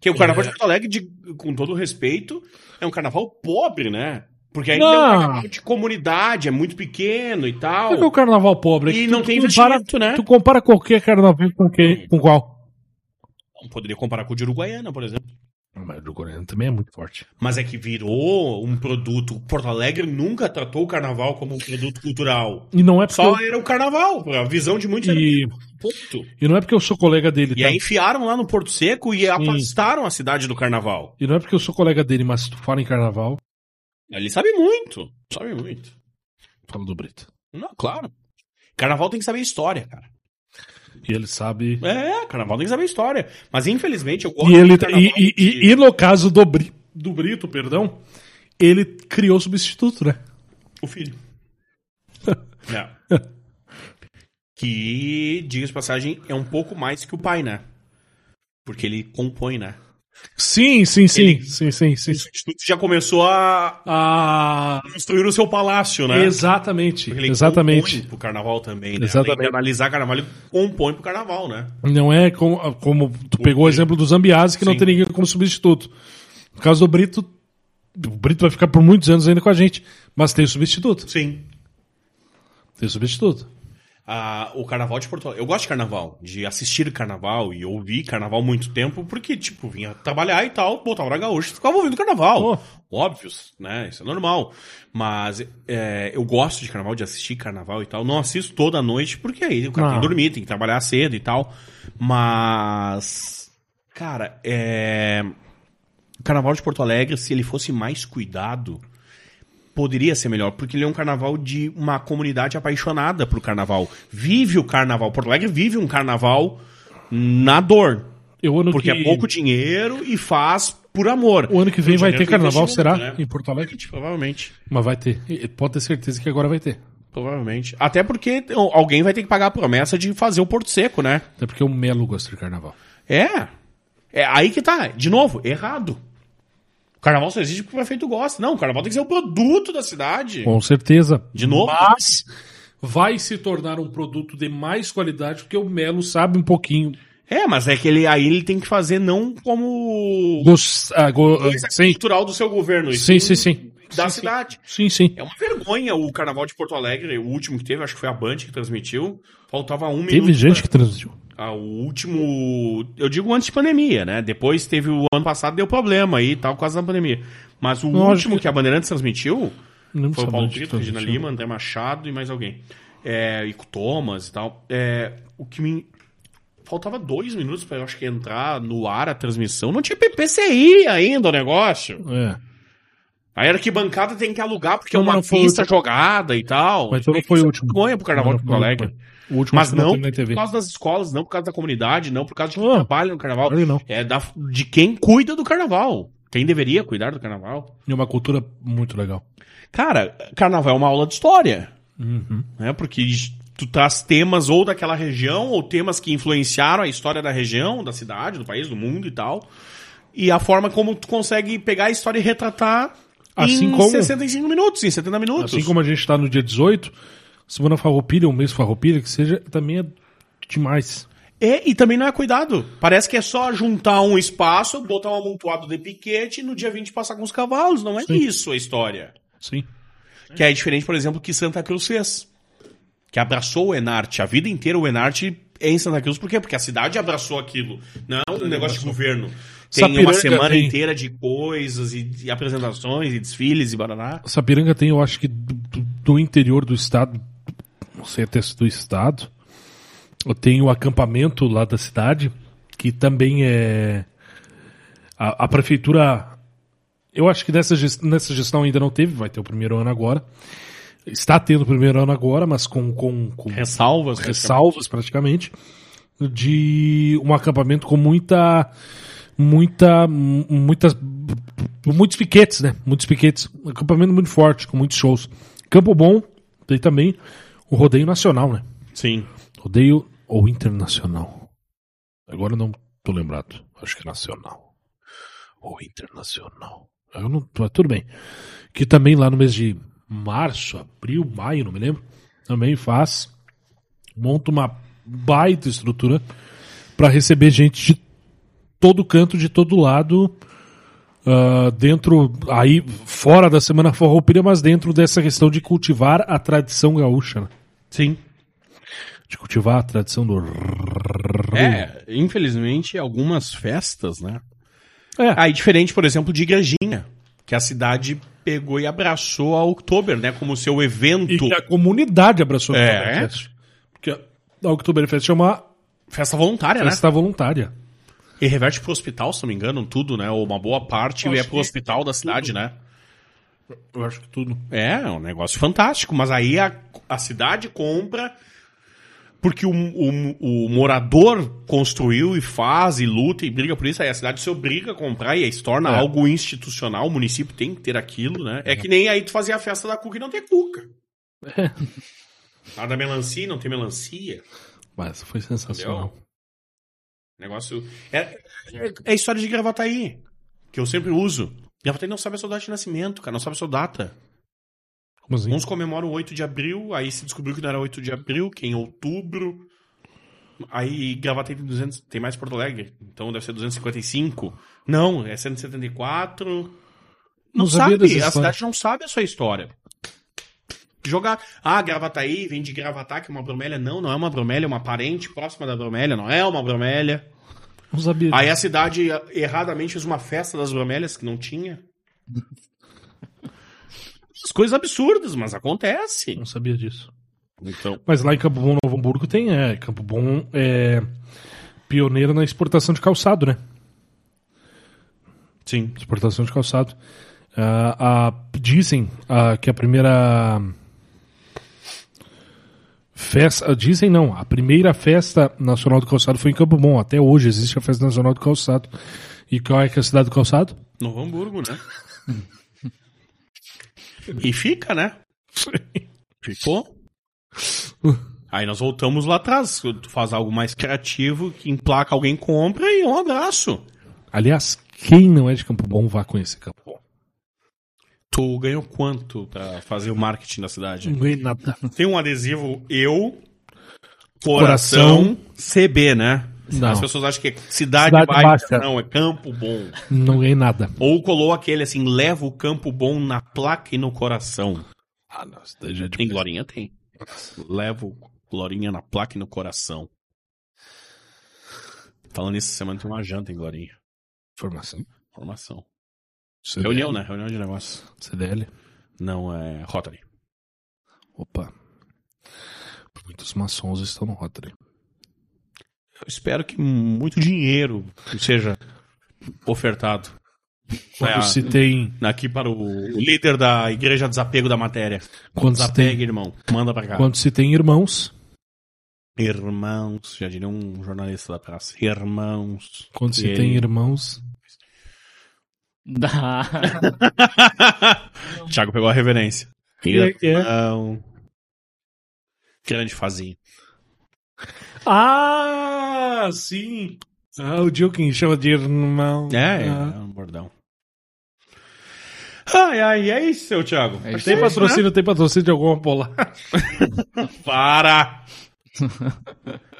Speaker 2: Que o carnaval de Porto Alegre, de- com todo respeito, é um carnaval é pobre, né? Porque ainda
Speaker 3: Não.
Speaker 2: é um carnaval de comunidade, é muito pequeno e tal.
Speaker 3: Como é que é o carnaval pobre? É
Speaker 2: E
Speaker 3: que
Speaker 2: não tem
Speaker 3: compara,
Speaker 2: investimento, né?
Speaker 3: Tu compara qualquer carnaval com, quem, com qual?
Speaker 2: Poderia comparar com o de Uruguaiana, por exemplo.
Speaker 3: Mas o do Coreano também é muito forte.
Speaker 2: Mas é que virou um produto. Porto Alegre nunca tratou o carnaval como um produto cultural.
Speaker 3: E não é porque,
Speaker 2: Só
Speaker 3: eu,
Speaker 2: era o carnaval, a visão de muitos era
Speaker 3: e,
Speaker 2: ponto.
Speaker 3: e não é porque eu sou colega dele,
Speaker 2: E
Speaker 3: tá?
Speaker 2: aí enfiaram lá no Porto Seco e afastaram a cidade do carnaval.
Speaker 3: E não é porque eu sou colega dele, mas se tu fala em carnaval,
Speaker 2: Ele sabe muito, sabe muito.
Speaker 3: fala do Brito.
Speaker 2: Não, claro. Carnaval tem que saber história, cara.
Speaker 3: E ele sabe.
Speaker 2: É, carnaval tem que saber história. Mas infelizmente eu gosto
Speaker 3: E, ele, tá-
Speaker 2: do carnaval
Speaker 3: e, e-
Speaker 2: de-
Speaker 3: e- e no caso do, Bri- do Brito, perdão, ele criou substituto, né?
Speaker 2: O filho. É. Que, diga-se de passagem, é um pouco mais que o pai, né? Porque ele compõe, né?
Speaker 3: Sim, sim, sim.
Speaker 2: Ele-
Speaker 3: Sim, sim, sim.
Speaker 2: O substituto já começou a
Speaker 3: Ah,
Speaker 2: construir o seu palácio,
Speaker 3: é?
Speaker 2: né?
Speaker 3: exatamente.
Speaker 2: Porque ele
Speaker 3: Exatamente.
Speaker 2: compõe pro carnaval também, né?
Speaker 3: Exatamente.
Speaker 2: Além de analisar carnaval, ele compõe pro carnaval, né?
Speaker 3: Não é como, como tu pegou o exemplo do Zambiase, que não
Speaker 2: Sim.
Speaker 3: tem ninguém como substituto. No caso do Brito, o Brito vai ficar por muitos anos ainda com a gente, mas tem substituto.
Speaker 2: Sim.
Speaker 3: Tem substituto.
Speaker 2: Ah, o carnaval de Porto Alegre. Eu gosto de carnaval, de assistir carnaval e ouvir carnaval muito tempo, porque, tipo, vinha trabalhar e tal, botava na gaúcha e ficava ouvindo carnaval. Óbvios, né? Isso é normal. Mas é, eu gosto de carnaval, de assistir carnaval e tal. Não assisto toda noite, porque aí o cara tem
Speaker 3: Ah.
Speaker 2: que dormir, tem que trabalhar cedo e tal. Mas. Cara, é. O carnaval de Porto Alegre, se ele fosse mais cuidado, poderia ser melhor, porque ele é um carnaval de uma comunidade apaixonada pro carnaval. Vive o carnaval. Porto Alegre vive um carnaval na dor.
Speaker 3: Eu, ano
Speaker 2: Porque
Speaker 3: que,
Speaker 2: é pouco dinheiro e faz por amor.
Speaker 3: O ano que vem
Speaker 2: Rio de
Speaker 3: vai
Speaker 2: Janeiro
Speaker 3: ter
Speaker 2: tem
Speaker 3: carnaval, será?
Speaker 2: investimento, né?
Speaker 3: Em Porto Alegre?
Speaker 2: Provavelmente.
Speaker 3: Mas vai ter. E- Pode ter certeza que agora vai ter.
Speaker 2: Provavelmente. Até porque então, alguém vai ter que pagar a promessa de fazer o Porto Seco, né?
Speaker 3: Até porque o Melo gosta de carnaval.
Speaker 2: É. É aí que tá. De novo, errado. O carnaval só existe porque o prefeito gosta. Não, o carnaval tem que ser o produto da cidade.
Speaker 3: Com certeza.
Speaker 2: De novo.
Speaker 3: Mas vai se tornar um produto de mais qualidade, porque o Melo sabe um pouquinho.
Speaker 2: É, mas é que ele, aí ele tem que fazer não como
Speaker 3: Gos- ah, go-
Speaker 2: coisa
Speaker 3: sim.
Speaker 2: cultural do seu governo. e
Speaker 3: sim, sim,
Speaker 2: sim
Speaker 3: sim.
Speaker 2: Da cidade.
Speaker 3: Sim, sim.
Speaker 2: É uma vergonha o carnaval de Porto Alegre, o último que teve, acho que foi a Band que transmitiu. Faltava um
Speaker 3: Teve
Speaker 2: minuto.
Speaker 3: gente que transmitiu.
Speaker 2: Ah, o último. Eu digo antes de pandemia, né? Depois teve o ano passado, deu problema aí e tal, por causa da pandemia. Mas o
Speaker 3: Lógico.
Speaker 2: último que a Bandeirantes transmitiu
Speaker 3: Não
Speaker 2: foi o
Speaker 3: sabe
Speaker 2: Paulo
Speaker 3: onde
Speaker 2: Brito,
Speaker 3: transmitiu.
Speaker 2: Regina Lima, André Machado e mais alguém. É, e com o Thomas e tal. É, o que me. Faltava dois minutos pra eu acho que entrar no ar a transmissão. Não tinha PPCI ainda o negócio.
Speaker 3: É.
Speaker 2: Aí era que bancada tem que alugar porque
Speaker 3: Não,
Speaker 2: é uma
Speaker 3: mas foi o
Speaker 2: pista
Speaker 3: último.
Speaker 2: jogada e tal.
Speaker 3: Mas então não
Speaker 2: Isso
Speaker 3: foi
Speaker 2: é
Speaker 3: o último.
Speaker 2: Vergonha pro carnaval de Porto Alegre.
Speaker 3: O último
Speaker 2: Mas
Speaker 3: que eu
Speaker 2: não
Speaker 3: na TV.
Speaker 2: por causa das escolas, não por causa da comunidade, não por causa de quem
Speaker 3: Ah,
Speaker 2: trabalha no carnaval.
Speaker 3: claro que não.
Speaker 2: É da, de quem cuida do carnaval. Quem deveria cuidar do carnaval.
Speaker 3: E uma cultura muito legal.
Speaker 2: Cara, carnaval é uma aula de história.
Speaker 3: Uhum.
Speaker 2: Né? Porque tu traz temas ou daquela região, ou temas que influenciaram a história da região, da cidade, do país, do mundo e tal. E a forma como tu consegue pegar a história e retratar
Speaker 3: Assim
Speaker 2: em
Speaker 3: como-
Speaker 2: 65 minutos, em 70 minutos.
Speaker 3: Assim como a gente está no dia 18, semana farroupilha, um mês farroupilha, que seja, também é demais.
Speaker 2: É, e também não é cuidado. Parece que é só juntar um espaço, botar um amontoado de piquete e no dia 20 passar com os cavalos. Não é
Speaker 3: Sim.
Speaker 2: isso a história.
Speaker 3: Sim.
Speaker 2: Que é diferente, por exemplo, que Santa Cruz fez. Que abraçou o Enarte. A vida inteira o Enarte é em Santa Cruz. Por quê? Porque a cidade abraçou aquilo. Não um negócio de governo. Tem
Speaker 3: Sapiranga
Speaker 2: uma semana
Speaker 3: tem.
Speaker 2: inteira de coisas e, e apresentações e desfiles e barará.
Speaker 3: Sapiranga tem, eu acho que do, do- do interior do estado, não sei até se do estado, eu tenho o acampamento lá da cidade, que também é. A, a prefeitura. Eu acho que nessa, ges- nessa gestão ainda não teve, vai ter o primeiro ano agora. Está tendo o primeiro ano agora, mas com, com, com
Speaker 2: É, Ressalvas. né?
Speaker 3: ressalvas praticamente de um acampamento com muita muita mu- muitas muitos piquetes, né? Muitos piquetes, um acampamento muito forte, com muitos shows. Campo Bom tem também o rodeio nacional, né?
Speaker 2: Sim.
Speaker 3: Rodeio ou internacional. Agora eu não tô lembrado. Acho que é nacional. Ou internacional. Eu não, mas tudo bem. Que também lá no mês de março, abril, maio, não me lembro. Também faz. Monta uma baita estrutura para receber gente de todo canto, de todo lado. ah, dentro, aí fora da Semana Farroupilha, mas dentro dessa questão de cultivar a tradição gaúcha, né?
Speaker 2: Sim.
Speaker 3: de cultivar a tradição do...
Speaker 2: É, infelizmente, algumas festas, né?
Speaker 3: É.
Speaker 2: Aí, diferente, por exemplo, de Igrejinha, que a cidade pegou e abraçou a Oktober, né? Como seu evento.
Speaker 3: E que a comunidade abraçou
Speaker 2: É.
Speaker 3: a Oktoberfest. Porque a Oktoberfest é uma
Speaker 2: Festa voluntária, né?
Speaker 3: festa voluntária.
Speaker 2: E reverte pro hospital, se não me engano, tudo, né? Ou uma boa parte
Speaker 3: Eu
Speaker 2: e é
Speaker 3: acho
Speaker 2: pro
Speaker 3: que
Speaker 2: hospital da cidade, né?
Speaker 3: Eu acho que tudo.
Speaker 2: É, é um negócio fantástico, mas aí a, a cidade compra porque o, o, o morador construiu e faz e luta e briga por isso, aí a cidade se obriga a comprar e aí se torna
Speaker 3: É.
Speaker 2: algo institucional, o município tem que ter aquilo, né? É que nem aí tu fazia a festa da cuca e não tem cuca. A da melancia e não tem melancia.
Speaker 3: Mas foi sensacional.
Speaker 2: Entendeu? Negócio. É, é, é história de gravataí, que eu sempre uso. Gravataí não sabe a sua data de nascimento, cara, não sabe a sua data.
Speaker 3: Como assim?
Speaker 2: Uns comemoram o 8 de abril, aí se descobriu que não era 8 de abril, que é em outubro. Aí Gravataí tem 200, tem mais Porto Alegre, então deve ser 255. Não, é 174. Não,
Speaker 3: Não sabia
Speaker 2: sabe,
Speaker 3: dessa
Speaker 2: a
Speaker 3: história.
Speaker 2: cidade não sabe a sua história. Jogar, ah, Gravataí vem de Gravatá, que é uma bromélia. Não, não é uma bromélia, é uma parente próxima da bromélia, não é uma bromélia.
Speaker 3: Não sabia.
Speaker 2: Aí a cidade erradamente fez uma festa das bromélias que não tinha. As coisas absurdas, mas acontece.
Speaker 3: Não sabia disso.
Speaker 2: Então,
Speaker 3: Mas lá em Campo Bom, Novo Hamburgo, tem. É, Campo Bom é pioneiro na exportação de calçado, né?
Speaker 2: sim.
Speaker 3: Exportação de calçado. Ah, a- dizem ah, que a primeira festa. ah, Dizem não, a primeira festa nacional do calçado foi em Campo Bom. Até hoje existe a festa nacional do calçado. E qual é, que é a cidade do calçado?
Speaker 2: Novo Hamburgo, né? e fica, né? Ficou. Aí nós voltamos lá atrás. Tu faz algo mais criativo, que emplaca alguém compra e um abraço.
Speaker 3: Aliás, quem não é de Campo Bom vá conhecer Campo Bom.
Speaker 2: Tu ganhou quanto pra fazer o marketing da cidade?
Speaker 3: ganhei nada.
Speaker 2: Tem um adesivo eu, coração,
Speaker 3: Coração.
Speaker 2: CB, né?
Speaker 3: Não.
Speaker 2: As pessoas acham que é cidade,
Speaker 3: Cidade
Speaker 2: baixa.
Speaker 3: Baixa.
Speaker 2: Não, é campo bom.
Speaker 3: Não ganhei nada.
Speaker 2: Ou colou aquele assim, leva o campo bom na placa e no coração.
Speaker 3: Ah, não, isso daí já é
Speaker 2: Tem
Speaker 3: demais.
Speaker 2: Glorinha? Tem. Leva o Glorinha na placa e no coração. Falando isso, semana tem uma janta em Glorinha.
Speaker 3: Informação.
Speaker 2: Formação.
Speaker 3: CDL.
Speaker 2: Reunião, né? Reunião de negócio.
Speaker 3: CDL.
Speaker 2: Não, é Rotary.
Speaker 3: Opa. Muitos maçons estão no Rotary.
Speaker 2: Eu espero que muito dinheiro seja ofertado.
Speaker 3: Quando
Speaker 2: É,
Speaker 3: se tem.
Speaker 2: Aqui para o líder da Igreja Desapego da Matéria.
Speaker 3: Quando se tem,
Speaker 2: Desapegue, irmão. Manda pra cá.
Speaker 3: quando se tem irmãos.
Speaker 2: Irmãos, já diria um jornalista da praça. Irmãos.
Speaker 3: Quando se
Speaker 2: E
Speaker 3: tem
Speaker 2: ele-
Speaker 3: irmãos.
Speaker 1: Da...
Speaker 2: Thiago pegou a reverência.
Speaker 3: é que é?
Speaker 2: Irmão. Grande fazinho.
Speaker 3: Ah, sim! Ah, o Joking chama de irmão.
Speaker 2: É, é,
Speaker 3: Ah.
Speaker 2: um bordão. Ai, ai, é isso, seu Thiago.
Speaker 1: É isso
Speaker 3: Tem patrocínio, tem patrocínio de alguma polar.
Speaker 2: Para!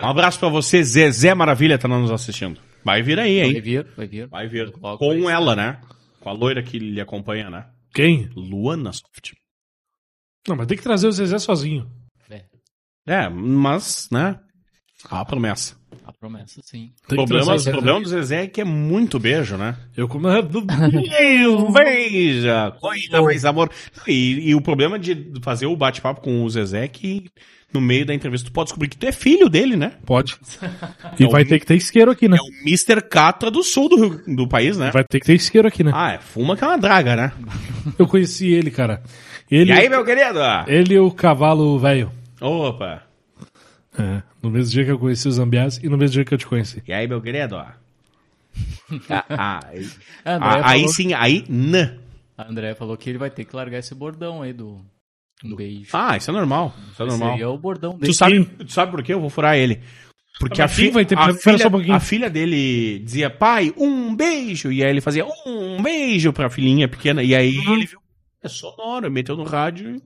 Speaker 2: Um abraço pra você, Zezé Maravilha, tá nos assistindo. Vai vir aí,
Speaker 1: Vai
Speaker 2: hein?
Speaker 1: vir, vai vir.
Speaker 2: Vai vir.
Speaker 1: Logo
Speaker 2: Com
Speaker 1: mais.
Speaker 2: ela, né? Com a loira que lhe acompanha, né?
Speaker 3: Quem?
Speaker 2: Luana Soft.
Speaker 3: Não, mas tem que trazer o Zezé sozinho.
Speaker 1: É,
Speaker 2: É, mas, né? A promessa.
Speaker 1: a promessa, sim.
Speaker 3: Tem que
Speaker 2: Problemas-
Speaker 3: trazer o
Speaker 2: o
Speaker 3: Zezé.
Speaker 2: problema do Zezé é que é muito beijo, né?
Speaker 3: Eu como.
Speaker 2: Veja, coisa mais amor. E, e o problema de fazer o bate-papo com o Zezé é que no meio da entrevista tu pode descobrir que tu é filho dele, né?
Speaker 3: Pode. E vai ter que ter isqueiro aqui, né?
Speaker 2: É o Mr. Catra do sul do, Rio- do país, né?
Speaker 3: Vai ter que ter isqueiro aqui, né?
Speaker 2: Ah, é, fuma que é uma draga, né?
Speaker 3: Eu conheci ele, cara. Ele,
Speaker 2: E aí, meu querido?
Speaker 3: ele e o cavalo velho.
Speaker 2: Opa!
Speaker 3: É, no mesmo dia que eu conheci os Zambiás e no mesmo dia que eu te conheci.
Speaker 2: E aí, meu querido? Ah, ah, aí-
Speaker 1: A Andrea
Speaker 2: ah, aí
Speaker 1: É, falou-
Speaker 2: sim, aí nã.
Speaker 1: A André falou que ele vai ter que largar esse bordão aí do um beijo.
Speaker 2: Ah, isso é normal. Isso é normal.
Speaker 1: Seria o bordão dele.
Speaker 2: Tu sabe, tu sabe por quê? Eu vou furar ele. Porque a,
Speaker 3: Mas quem
Speaker 2: fi
Speaker 3: vai ter-
Speaker 2: a,
Speaker 3: pera só um
Speaker 2: filha,
Speaker 3: pouquinho.
Speaker 2: a filha dele dizia, pai, um beijo. E aí ele fazia um beijo pra filhinha pequena. E aí
Speaker 3: Uhum.
Speaker 2: ele viu, é sonoro, meteu no rádio. e-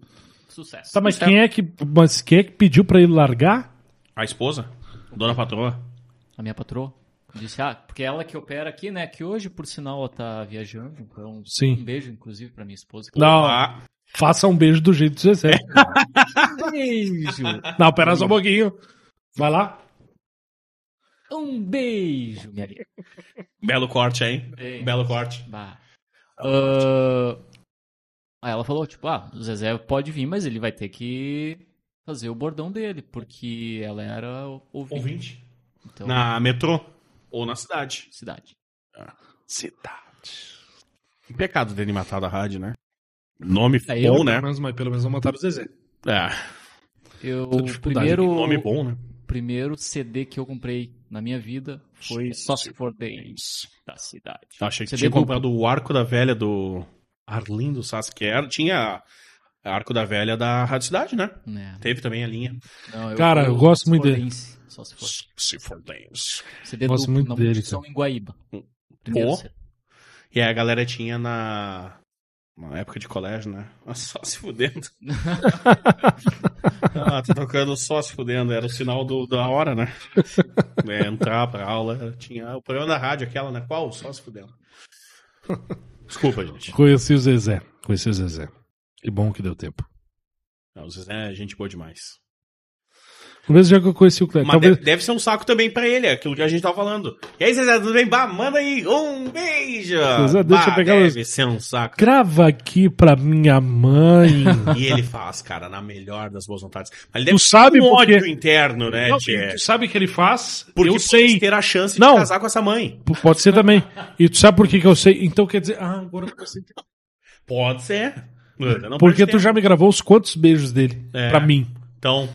Speaker 1: Sucesso.
Speaker 3: Tá, mas quem é que, mas quem é que pediu pra ele largar?
Speaker 2: A esposa, dona patroa.
Speaker 1: A minha patroa? Disse, ah, porque ela que opera aqui, né? Que hoje, por sinal, ela tá viajando. Então,
Speaker 3: Sim.
Speaker 1: um beijo, inclusive, pra minha esposa. que-
Speaker 3: Não,
Speaker 2: Ah,
Speaker 3: faça um beijo do jeito que você recebe.
Speaker 1: Um beijo!
Speaker 3: Não, pera só um pouquinho. Vai lá.
Speaker 1: Um beijo, minha linda.
Speaker 4: Belo corte, hein?
Speaker 1: Bem.
Speaker 4: Belo corte.
Speaker 1: Bah. Ah, Aí ela falou, tipo, ah, o Zezé pode vir, mas ele vai ter que fazer o bordão dele, porque ela era o- ouvinte.
Speaker 4: Ouvinte.
Speaker 1: Então,
Speaker 2: na metrô.
Speaker 4: Ou na cidade.
Speaker 1: cidade.
Speaker 2: Cidade. Que pecado terem matado a rádio, né? Nome
Speaker 1: É, eu-
Speaker 2: bom, né?
Speaker 3: Mas, mas pelo menos vão matar o Zezé.
Speaker 2: É,
Speaker 1: Eu,
Speaker 3: Essa dificuldade.
Speaker 1: primeiro,
Speaker 2: nome bom, né?
Speaker 1: primeiro CD que eu comprei na minha vida foi Só Se For Days, da cidade.
Speaker 2: Achei que
Speaker 1: Você
Speaker 2: tinha
Speaker 1: derruba.
Speaker 2: comprado o Arco da Velha do Arlindo Sassi, que era- tinha a Arco da Velha da Rádio Cidade, né?
Speaker 1: Né?
Speaker 2: Teve também a linha.
Speaker 1: Não,
Speaker 3: Cara, eu gosto muito dele.
Speaker 1: Days, Só Se For
Speaker 2: Se for Deus.
Speaker 1: CD
Speaker 3: Gosto
Speaker 1: duplo,
Speaker 3: muito
Speaker 1: na
Speaker 3: dele, então.
Speaker 1: Multição em um Guaíba. Primeiro
Speaker 2: Um Pô.
Speaker 1: CD.
Speaker 2: E aí a galera tinha na... Na época de colégio, né? Ah, Só se fudendo. ah, tá tocando só se fudendo. Era o sinal do- da hora, né? É, entrar pra aula. Tinha o programa da rádio, aquela, né? Qual? Só se fudendo. Desculpa, gente.
Speaker 3: Conheci o Zezé. Conheci o Zezé. Que bom que deu tempo.
Speaker 2: Não, vocês é gente boa demais.
Speaker 3: No mesmo dia que eu conheci o Cleber.
Speaker 2: Mas
Speaker 3: É, Talvez...
Speaker 2: deve, deve ser um saco também pra ele, é aquilo que a gente tava falando. E aí, Zezé, tudo bem? Bah, manda aí um beijo!
Speaker 3: Zezé, deixa
Speaker 2: bah,
Speaker 3: eu pegar
Speaker 2: deve ser um saco.
Speaker 3: Grava aqui pra minha mãe.
Speaker 2: E ele faz, cara, na melhor das boas vontades. Mas ele
Speaker 3: Tu
Speaker 2: deve
Speaker 3: sabe
Speaker 2: ter um
Speaker 3: porque-
Speaker 2: ódio interno, né,
Speaker 3: Não,
Speaker 2: Tchê?
Speaker 3: tu sabe o É, que ele faz?
Speaker 2: Porque
Speaker 3: eu
Speaker 2: pode
Speaker 3: sei.
Speaker 2: ter a chance
Speaker 3: Não.
Speaker 2: de casar com essa mãe.
Speaker 3: P- Pode ser também. E tu sabe por que, que eu sei? Então quer dizer. Ah, agora eu consigo.
Speaker 2: Pode ser. Não
Speaker 3: Porque
Speaker 2: pode
Speaker 3: tu
Speaker 2: ser.
Speaker 3: já me gravou os quantos beijos dele
Speaker 2: É.
Speaker 3: pra mim.
Speaker 2: Então,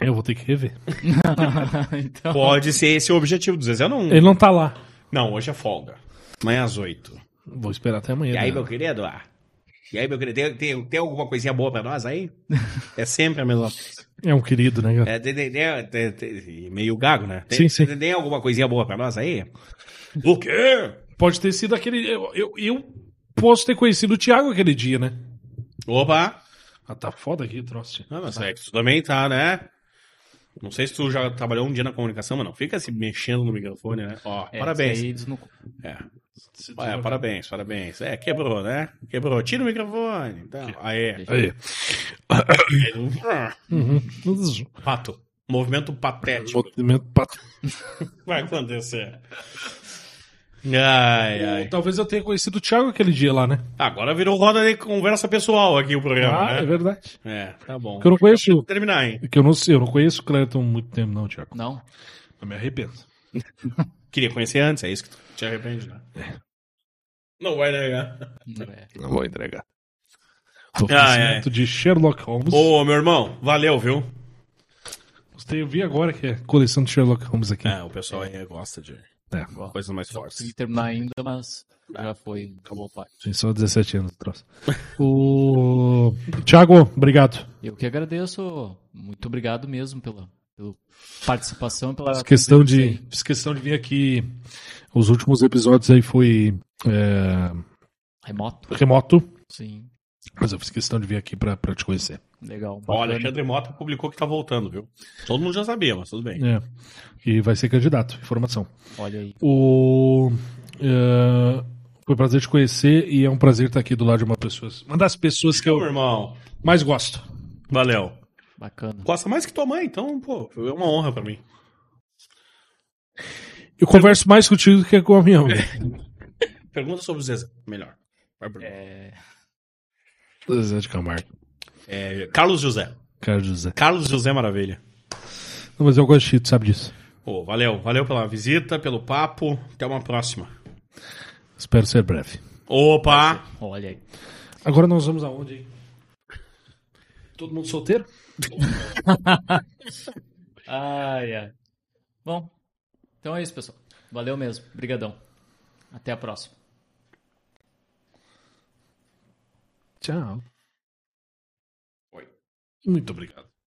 Speaker 3: Eu vou ter que rever.
Speaker 1: então,
Speaker 2: pode ser esse o objetivo do Zezé. Não,
Speaker 3: Ele não tá lá.
Speaker 2: não hoje é folga. Amanhã às oito.
Speaker 3: Vou esperar até amanhã.
Speaker 2: E aí,
Speaker 3: né?
Speaker 2: meu querido? ah, E aí, meu querido? Tem, tem, tem alguma coisinha boa pra nós aí? É sempre a mesma coisa.
Speaker 3: É um querido, né, cara?
Speaker 2: É, tem- tem- tem- tem- tem- meio gago, né? Tem,
Speaker 3: Sim, sim.
Speaker 2: Tem, tem alguma coisinha boa pra nós aí? O quê?
Speaker 3: Pode ter sido aquele. Eu, eu, eu posso ter conhecido o Thiago aquele dia, né?
Speaker 2: Opa!
Speaker 3: Ah, tá foda aqui o troço.
Speaker 2: Não, mas é que tu também tá, né? Não sei se tu já trabalhou um dia na comunicação, mas não fica se mexendo no microfone, né? Ó,
Speaker 1: é,
Speaker 2: parabéns.
Speaker 1: isso aí eles não-
Speaker 2: É. É, parabéns, parabéns. É, quebrou, né? Quebrou. Tira o microfone. Então, aí.
Speaker 3: Aí. Uhum.
Speaker 2: Pato. Movimento patético.
Speaker 3: Movimento pat-
Speaker 2: Vai acontecer. Ai, ai.
Speaker 3: Talvez eu tenha conhecido o Thiago aquele dia lá, né?
Speaker 2: Agora virou roda de conversa pessoal aqui o programa,
Speaker 3: Ah, é
Speaker 2: né?
Speaker 3: verdade.
Speaker 2: É, tá bom.
Speaker 3: Que eu não conheço.
Speaker 2: Terminar, hein?
Speaker 3: Que eu não sei, eu não conheço o Cleiton há muito tempo, não, Thiago.
Speaker 1: Não.
Speaker 3: Eu me arrependo.
Speaker 2: Queria conhecer antes, é isso que tu te arrepende, né? Não vai negar.
Speaker 1: não é.
Speaker 3: Não vou entregar. O
Speaker 2: Ah,
Speaker 3: oferecimento de Sherlock Holmes.
Speaker 2: Ô, meu irmão, valeu, viu?
Speaker 3: Gostei, eu vi agora que é coleção de Sherlock Holmes aqui.
Speaker 2: É, o pessoal aí gosta de
Speaker 3: É.
Speaker 2: coisas mais
Speaker 1: Não consegui
Speaker 2: fortes.
Speaker 1: terminar ainda, mas
Speaker 2: Ah,
Speaker 1: já foi. Acabou, pai.
Speaker 3: Tem só 17 anos atrás. o... Thiago, obrigado.
Speaker 1: Eu que agradeço. Muito obrigado mesmo pela, pela participação. Pela
Speaker 3: Fiz questão, de,
Speaker 1: presença aí.
Speaker 3: fiz questão de vir aqui. Os últimos episódios aí foi é,
Speaker 1: Remoto.
Speaker 3: remoto,
Speaker 1: Sim.
Speaker 3: mas eu fiz questão de vir aqui pra, pra te conhecer.
Speaker 1: Legal.
Speaker 2: Ó,
Speaker 1: bacana.
Speaker 2: Alexandre Mota publicou que tá voltando, viu? Todo mundo já sabia, mas tudo bem.
Speaker 3: É. E vai ser candidato, informação.
Speaker 1: Olha aí.
Speaker 3: O, é, foi um prazer te conhecer e é um prazer estar aqui do lado de uma pessoa. Uma das pessoas que
Speaker 2: Ô, meu
Speaker 3: eu
Speaker 2: irmão,
Speaker 3: mais gosto.
Speaker 2: valeu.
Speaker 1: Bacana.
Speaker 2: Gosta mais que tua mãe, então, pô, é uma honra pra mim.
Speaker 3: Eu converso mais contigo do que com a minha mãe.
Speaker 2: Pergunta sobre o Zezé, melhor. Vai, Bruno.
Speaker 1: É,
Speaker 3: Zé de Camargo.
Speaker 2: É, Carlos José.
Speaker 3: Cara, José.
Speaker 2: Carlos José Maravilha.
Speaker 3: Não, mas eu gosto de ti, tu sabe disso.
Speaker 2: Ô, valeu, valeu pela visita, pelo papo. Até uma próxima.
Speaker 3: Espero ser breve.
Speaker 2: Opa!
Speaker 1: olha aí.
Speaker 3: Agora nós vamos aonde, hein? Todo mundo solteiro?
Speaker 1: Ai, ai. Bom, então é isso, pessoal. Valeu mesmo. Obrigadão. Até a próxima.
Speaker 3: Tchau.
Speaker 2: Oi.
Speaker 3: Muito obrigado.